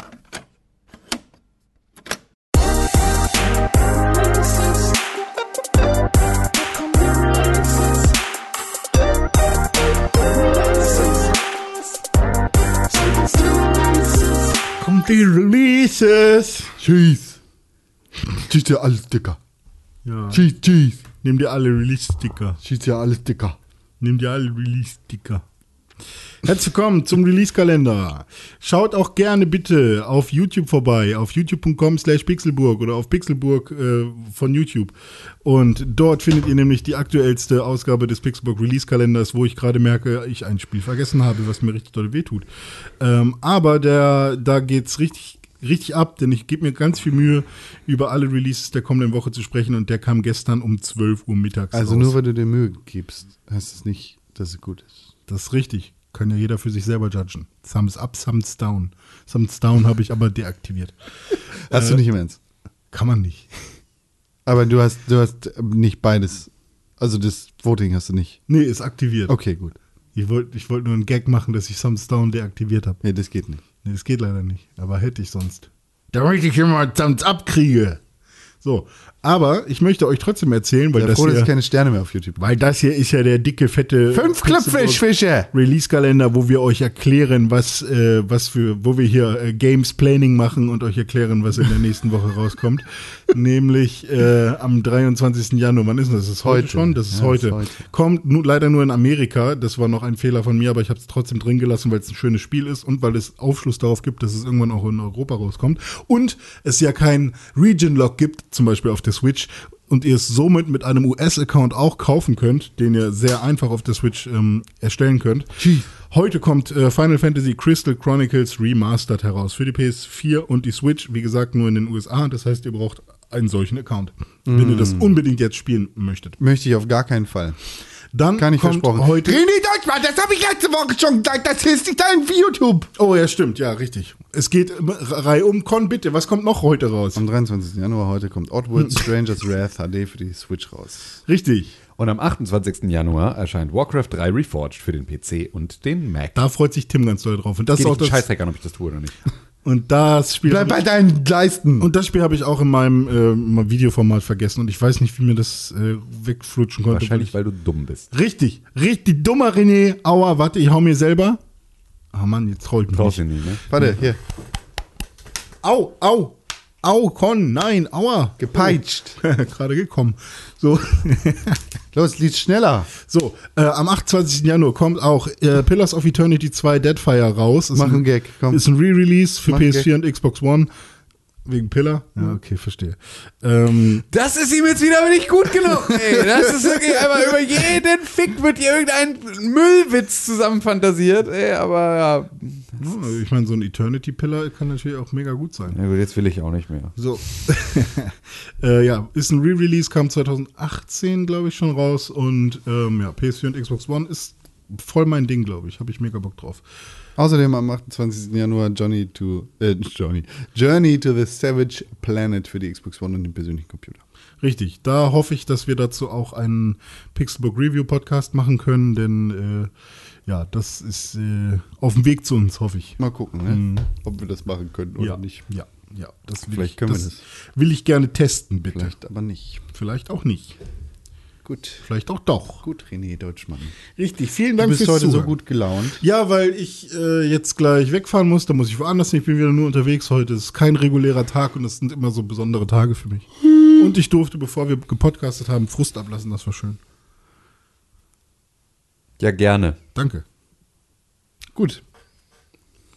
Kommt die Releases. Tschüss. Tschüss dir alles, Dicker. Ja. Tschüss, tschüss. Nimm dir alle Release-Sticker. Tschüss dir alles, Dicker. Nimm dir alle Release-Sticker. Herzlich willkommen zum Release-Kalender. Schaut auch gerne bitte auf YouTube vorbei, auf youtube.com slash pixelburg oder auf pixelburg äh, von YouTube. Und dort findet ihr nämlich die aktuellste Ausgabe des Pixelburg Release-Kalenders, wo ich gerade merke, ich ein Spiel vergessen habe, was mir richtig doll wehtut. Ähm, aber der, da geht's richtig richtig ab, denn ich gebe mir ganz viel Mühe, über alle Releases der kommenden Woche zu sprechen und der kam gestern um 12 Uhr mittags Also raus. nur weil du dir Mühe gibst, heißt es nicht, dass es gut ist. Das ist richtig. Kann ja jeder für sich selber judgen. Thumbs up, thumbs down. Thumbs down habe ich aber deaktiviert. Hast du nicht im Ernst. Kann man nicht. Aber du hast, du hast ähm, nicht beides. Also das Voting hast du nicht. Nee, ist aktiviert. Okay, gut. Ich wollte ich wollt nur einen Gag machen, dass ich Thumbs down deaktiviert habe. Nee, das geht nicht. Nee, das geht leider nicht. Aber hätte ich sonst. Damit ich immer Thumbs up kriege. So. Aber ich möchte euch trotzdem erzählen, weil Der das froh, dass hier. ich keine Sterne mehr auf YouTube habe. Weil das hier ist ja der dicke, fette. Fünf Klöpfischfische! Release-Kalender, wo wir euch erklären, was, äh, was für, wo wir hier äh, Games Planning machen und euch erklären, was in der nächsten Woche [laughs] rauskommt. Nämlich äh, am 23. Januar, wann ist denn das? Das ist heute, Heute. schon? Das ist Ja, heute. ist heute. Kommt nu, leider nur in Amerika. Das war noch ein Fehler von mir, aber ich habe es trotzdem drin gelassen, weil es ein schönes Spiel ist und weil es Aufschluss darauf gibt, dass es irgendwann auch in Europa rauskommt. Und es ja keinen Region-Lock gibt, zum Beispiel auf der Switch. Und ihr es somit mit einem US-Account auch kaufen könnt, den ihr sehr einfach auf der Switch ähm, erstellen könnt. Heute kommt äh, Final Fantasy Crystal Chronicles Remastered heraus für die PS4 und die Switch. Wie gesagt, nur in den USA. Das heißt, ihr braucht einen solchen Account, wenn ihr das unbedingt jetzt spielen möchtet. Möchte ich auf gar keinen Fall. Dann Kann ich kommt versprochen. heute. René Deutschmann, das habe ich letzte Woche schon gesagt. Das ist nicht dein YouTube. Oh ja, stimmt, ja, richtig. Es geht ähm, Reihe um. Con, bitte, was kommt noch heute raus? Am 23. Januar heute kommt Oddworld Stranger's Wrath HD für die Switch raus. Richtig. Und am 28. Januar erscheint Warcraft 3 Reforged für den PC und den Mac. Da freut sich Tim ganz doll drauf. Und das, Geht ist auch nicht einen das, Scheißdreck an, ob ich das tue oder nicht. und das Spiel. Bleib bei deinen Hm. Leisten. und das Spiel habe ich auch in meinem äh, mal Videoformat vergessen und ich weiß nicht, wie mir das äh, wegflutschen konnte. Wahrscheinlich, weil du dumm bist. Richtig, richtig dummer René. Aua, warte, ich hau mir selber. Ah Mann, jetzt trollt mich. Brauchst Nicht. du nicht, ne? Warte, hier. Au, au, au, Con, nein, aua. Gepeitscht. [laughs] Oh. [laughs] Gerade gekommen. So. [laughs] Los, lies schneller. So, äh, am 28. Januar kommt auch äh, Pillars of Eternity 2 Deadfire raus. Ist Mach einen Gag, komm. Ist ein Re-Release für Mach einen PS4 und Xbox One. Wegen Pillar? Ja, okay, verstehe. Ähm, Das ist ihm jetzt wieder nicht gut genug, ey. Das ist wirklich einmal über jeden Fick wird hier irgendein Müllwitz zusammenfantasiert, ey, aber ja. ich meine, so ein Eternity-Pillar kann natürlich auch mega gut sein. gut, jetzt will ich auch nicht mehr. So. äh, ja, ist ein Re-Release, kam 2018, glaube ich, schon raus. Und ähm, ja, PS4 und Xbox One ist voll mein Ding, glaube ich. Habe ich mega Bock drauf. Außerdem am 28. Januar Johnny to äh, Johnny Journey to the Savage Planet für die Xbox One und den persönlichen Computer. Richtig, da hoffe ich, dass wir dazu auch einen Pixelbook Review Podcast machen können, denn äh, ja, das ist äh, auf dem Weg zu uns, hoffe ich. Mal gucken, ne? ob wir das machen können oder ja, nicht. Ja, ja, das will Vielleicht ich, können wir das Will ich gerne testen, bitte. Vielleicht, Vielleicht aber nicht. auch nicht. Gut, Vielleicht auch doch. gut, René Deutschmann. Richtig, Du vielen Dank bist fürs heute Zuhören. so gut gelaunt. Ja, weil ich äh, jetzt gleich wegfahren muss, da muss ich woanders hin. Ich bin wieder nur unterwegs heute. Es ist kein regulärer Tag und es sind immer so besondere Tage für mich. Und ich durfte, bevor wir gepodcastet haben, Frust ablassen, das war schön. Ja, gerne. Danke. Gut.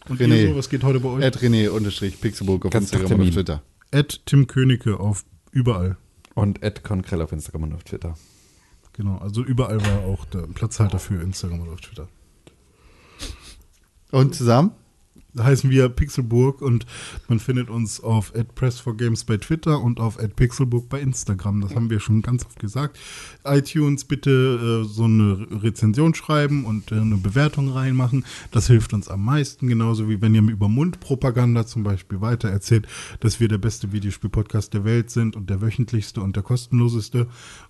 Und René. ihr so, was geht heute bei euch? At René unterstrich Pixelburg auf Ganz Instagram und Termin. auf Twitter. At Tim Königke auf überall. Und Ed Konkrell auf Instagram und auf Twitter. Genau, also überall war auch der Platzhalter für Instagram und auf Twitter. Und zusammen? Da heißen wir Pixelburg und man findet uns auf @press4games bei Twitter und auf @pixelburg bei Instagram. Das haben wir schon ganz oft gesagt. iTunes bitte äh, so eine Rezension schreiben und äh, eine Bewertung reinmachen. Das hilft uns am meisten, genauso wie wenn ihr mir über Mundpropaganda zum Beispiel weiter erzählt, dass wir der beste Videospiel-Podcast der Welt sind und der wöchentlichste und der kostenloseste.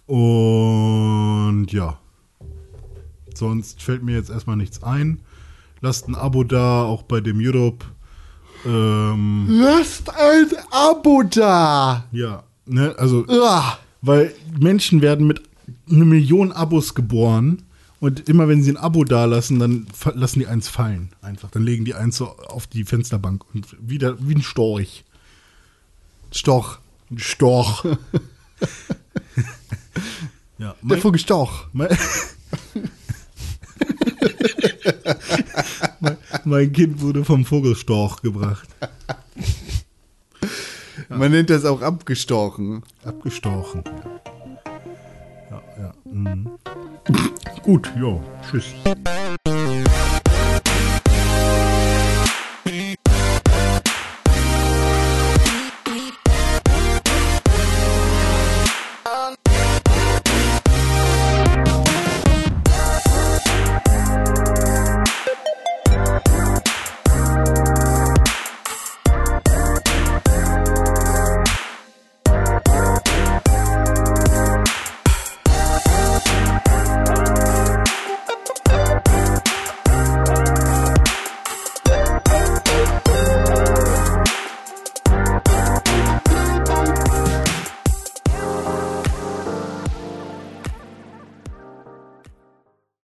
Und ja. Sonst fällt mir jetzt erstmal nichts ein. Lasst ein Abo da, auch bei dem Europe. Ähm, Lasst ein Abo da! ja, ne, also, Uah. weil Menschen werden mit einer Million Abos geboren und immer wenn sie ein Abo dalassen, dann fa- lassen die eins fallen. Einfach. Dann legen die eins so auf die Fensterbank und wieder wie ein Storch. Stoch. [laughs] Ein Storch. ja, Der mein, Vogel Stoch. [laughs] mein, [laughs] mein, mein Kind wurde vom Vogelstorch gebracht. Man nennt das auch abgestochen. Abgestochen. [laughs] Ja, ja. Mhm. Gut, jo. Tschüss.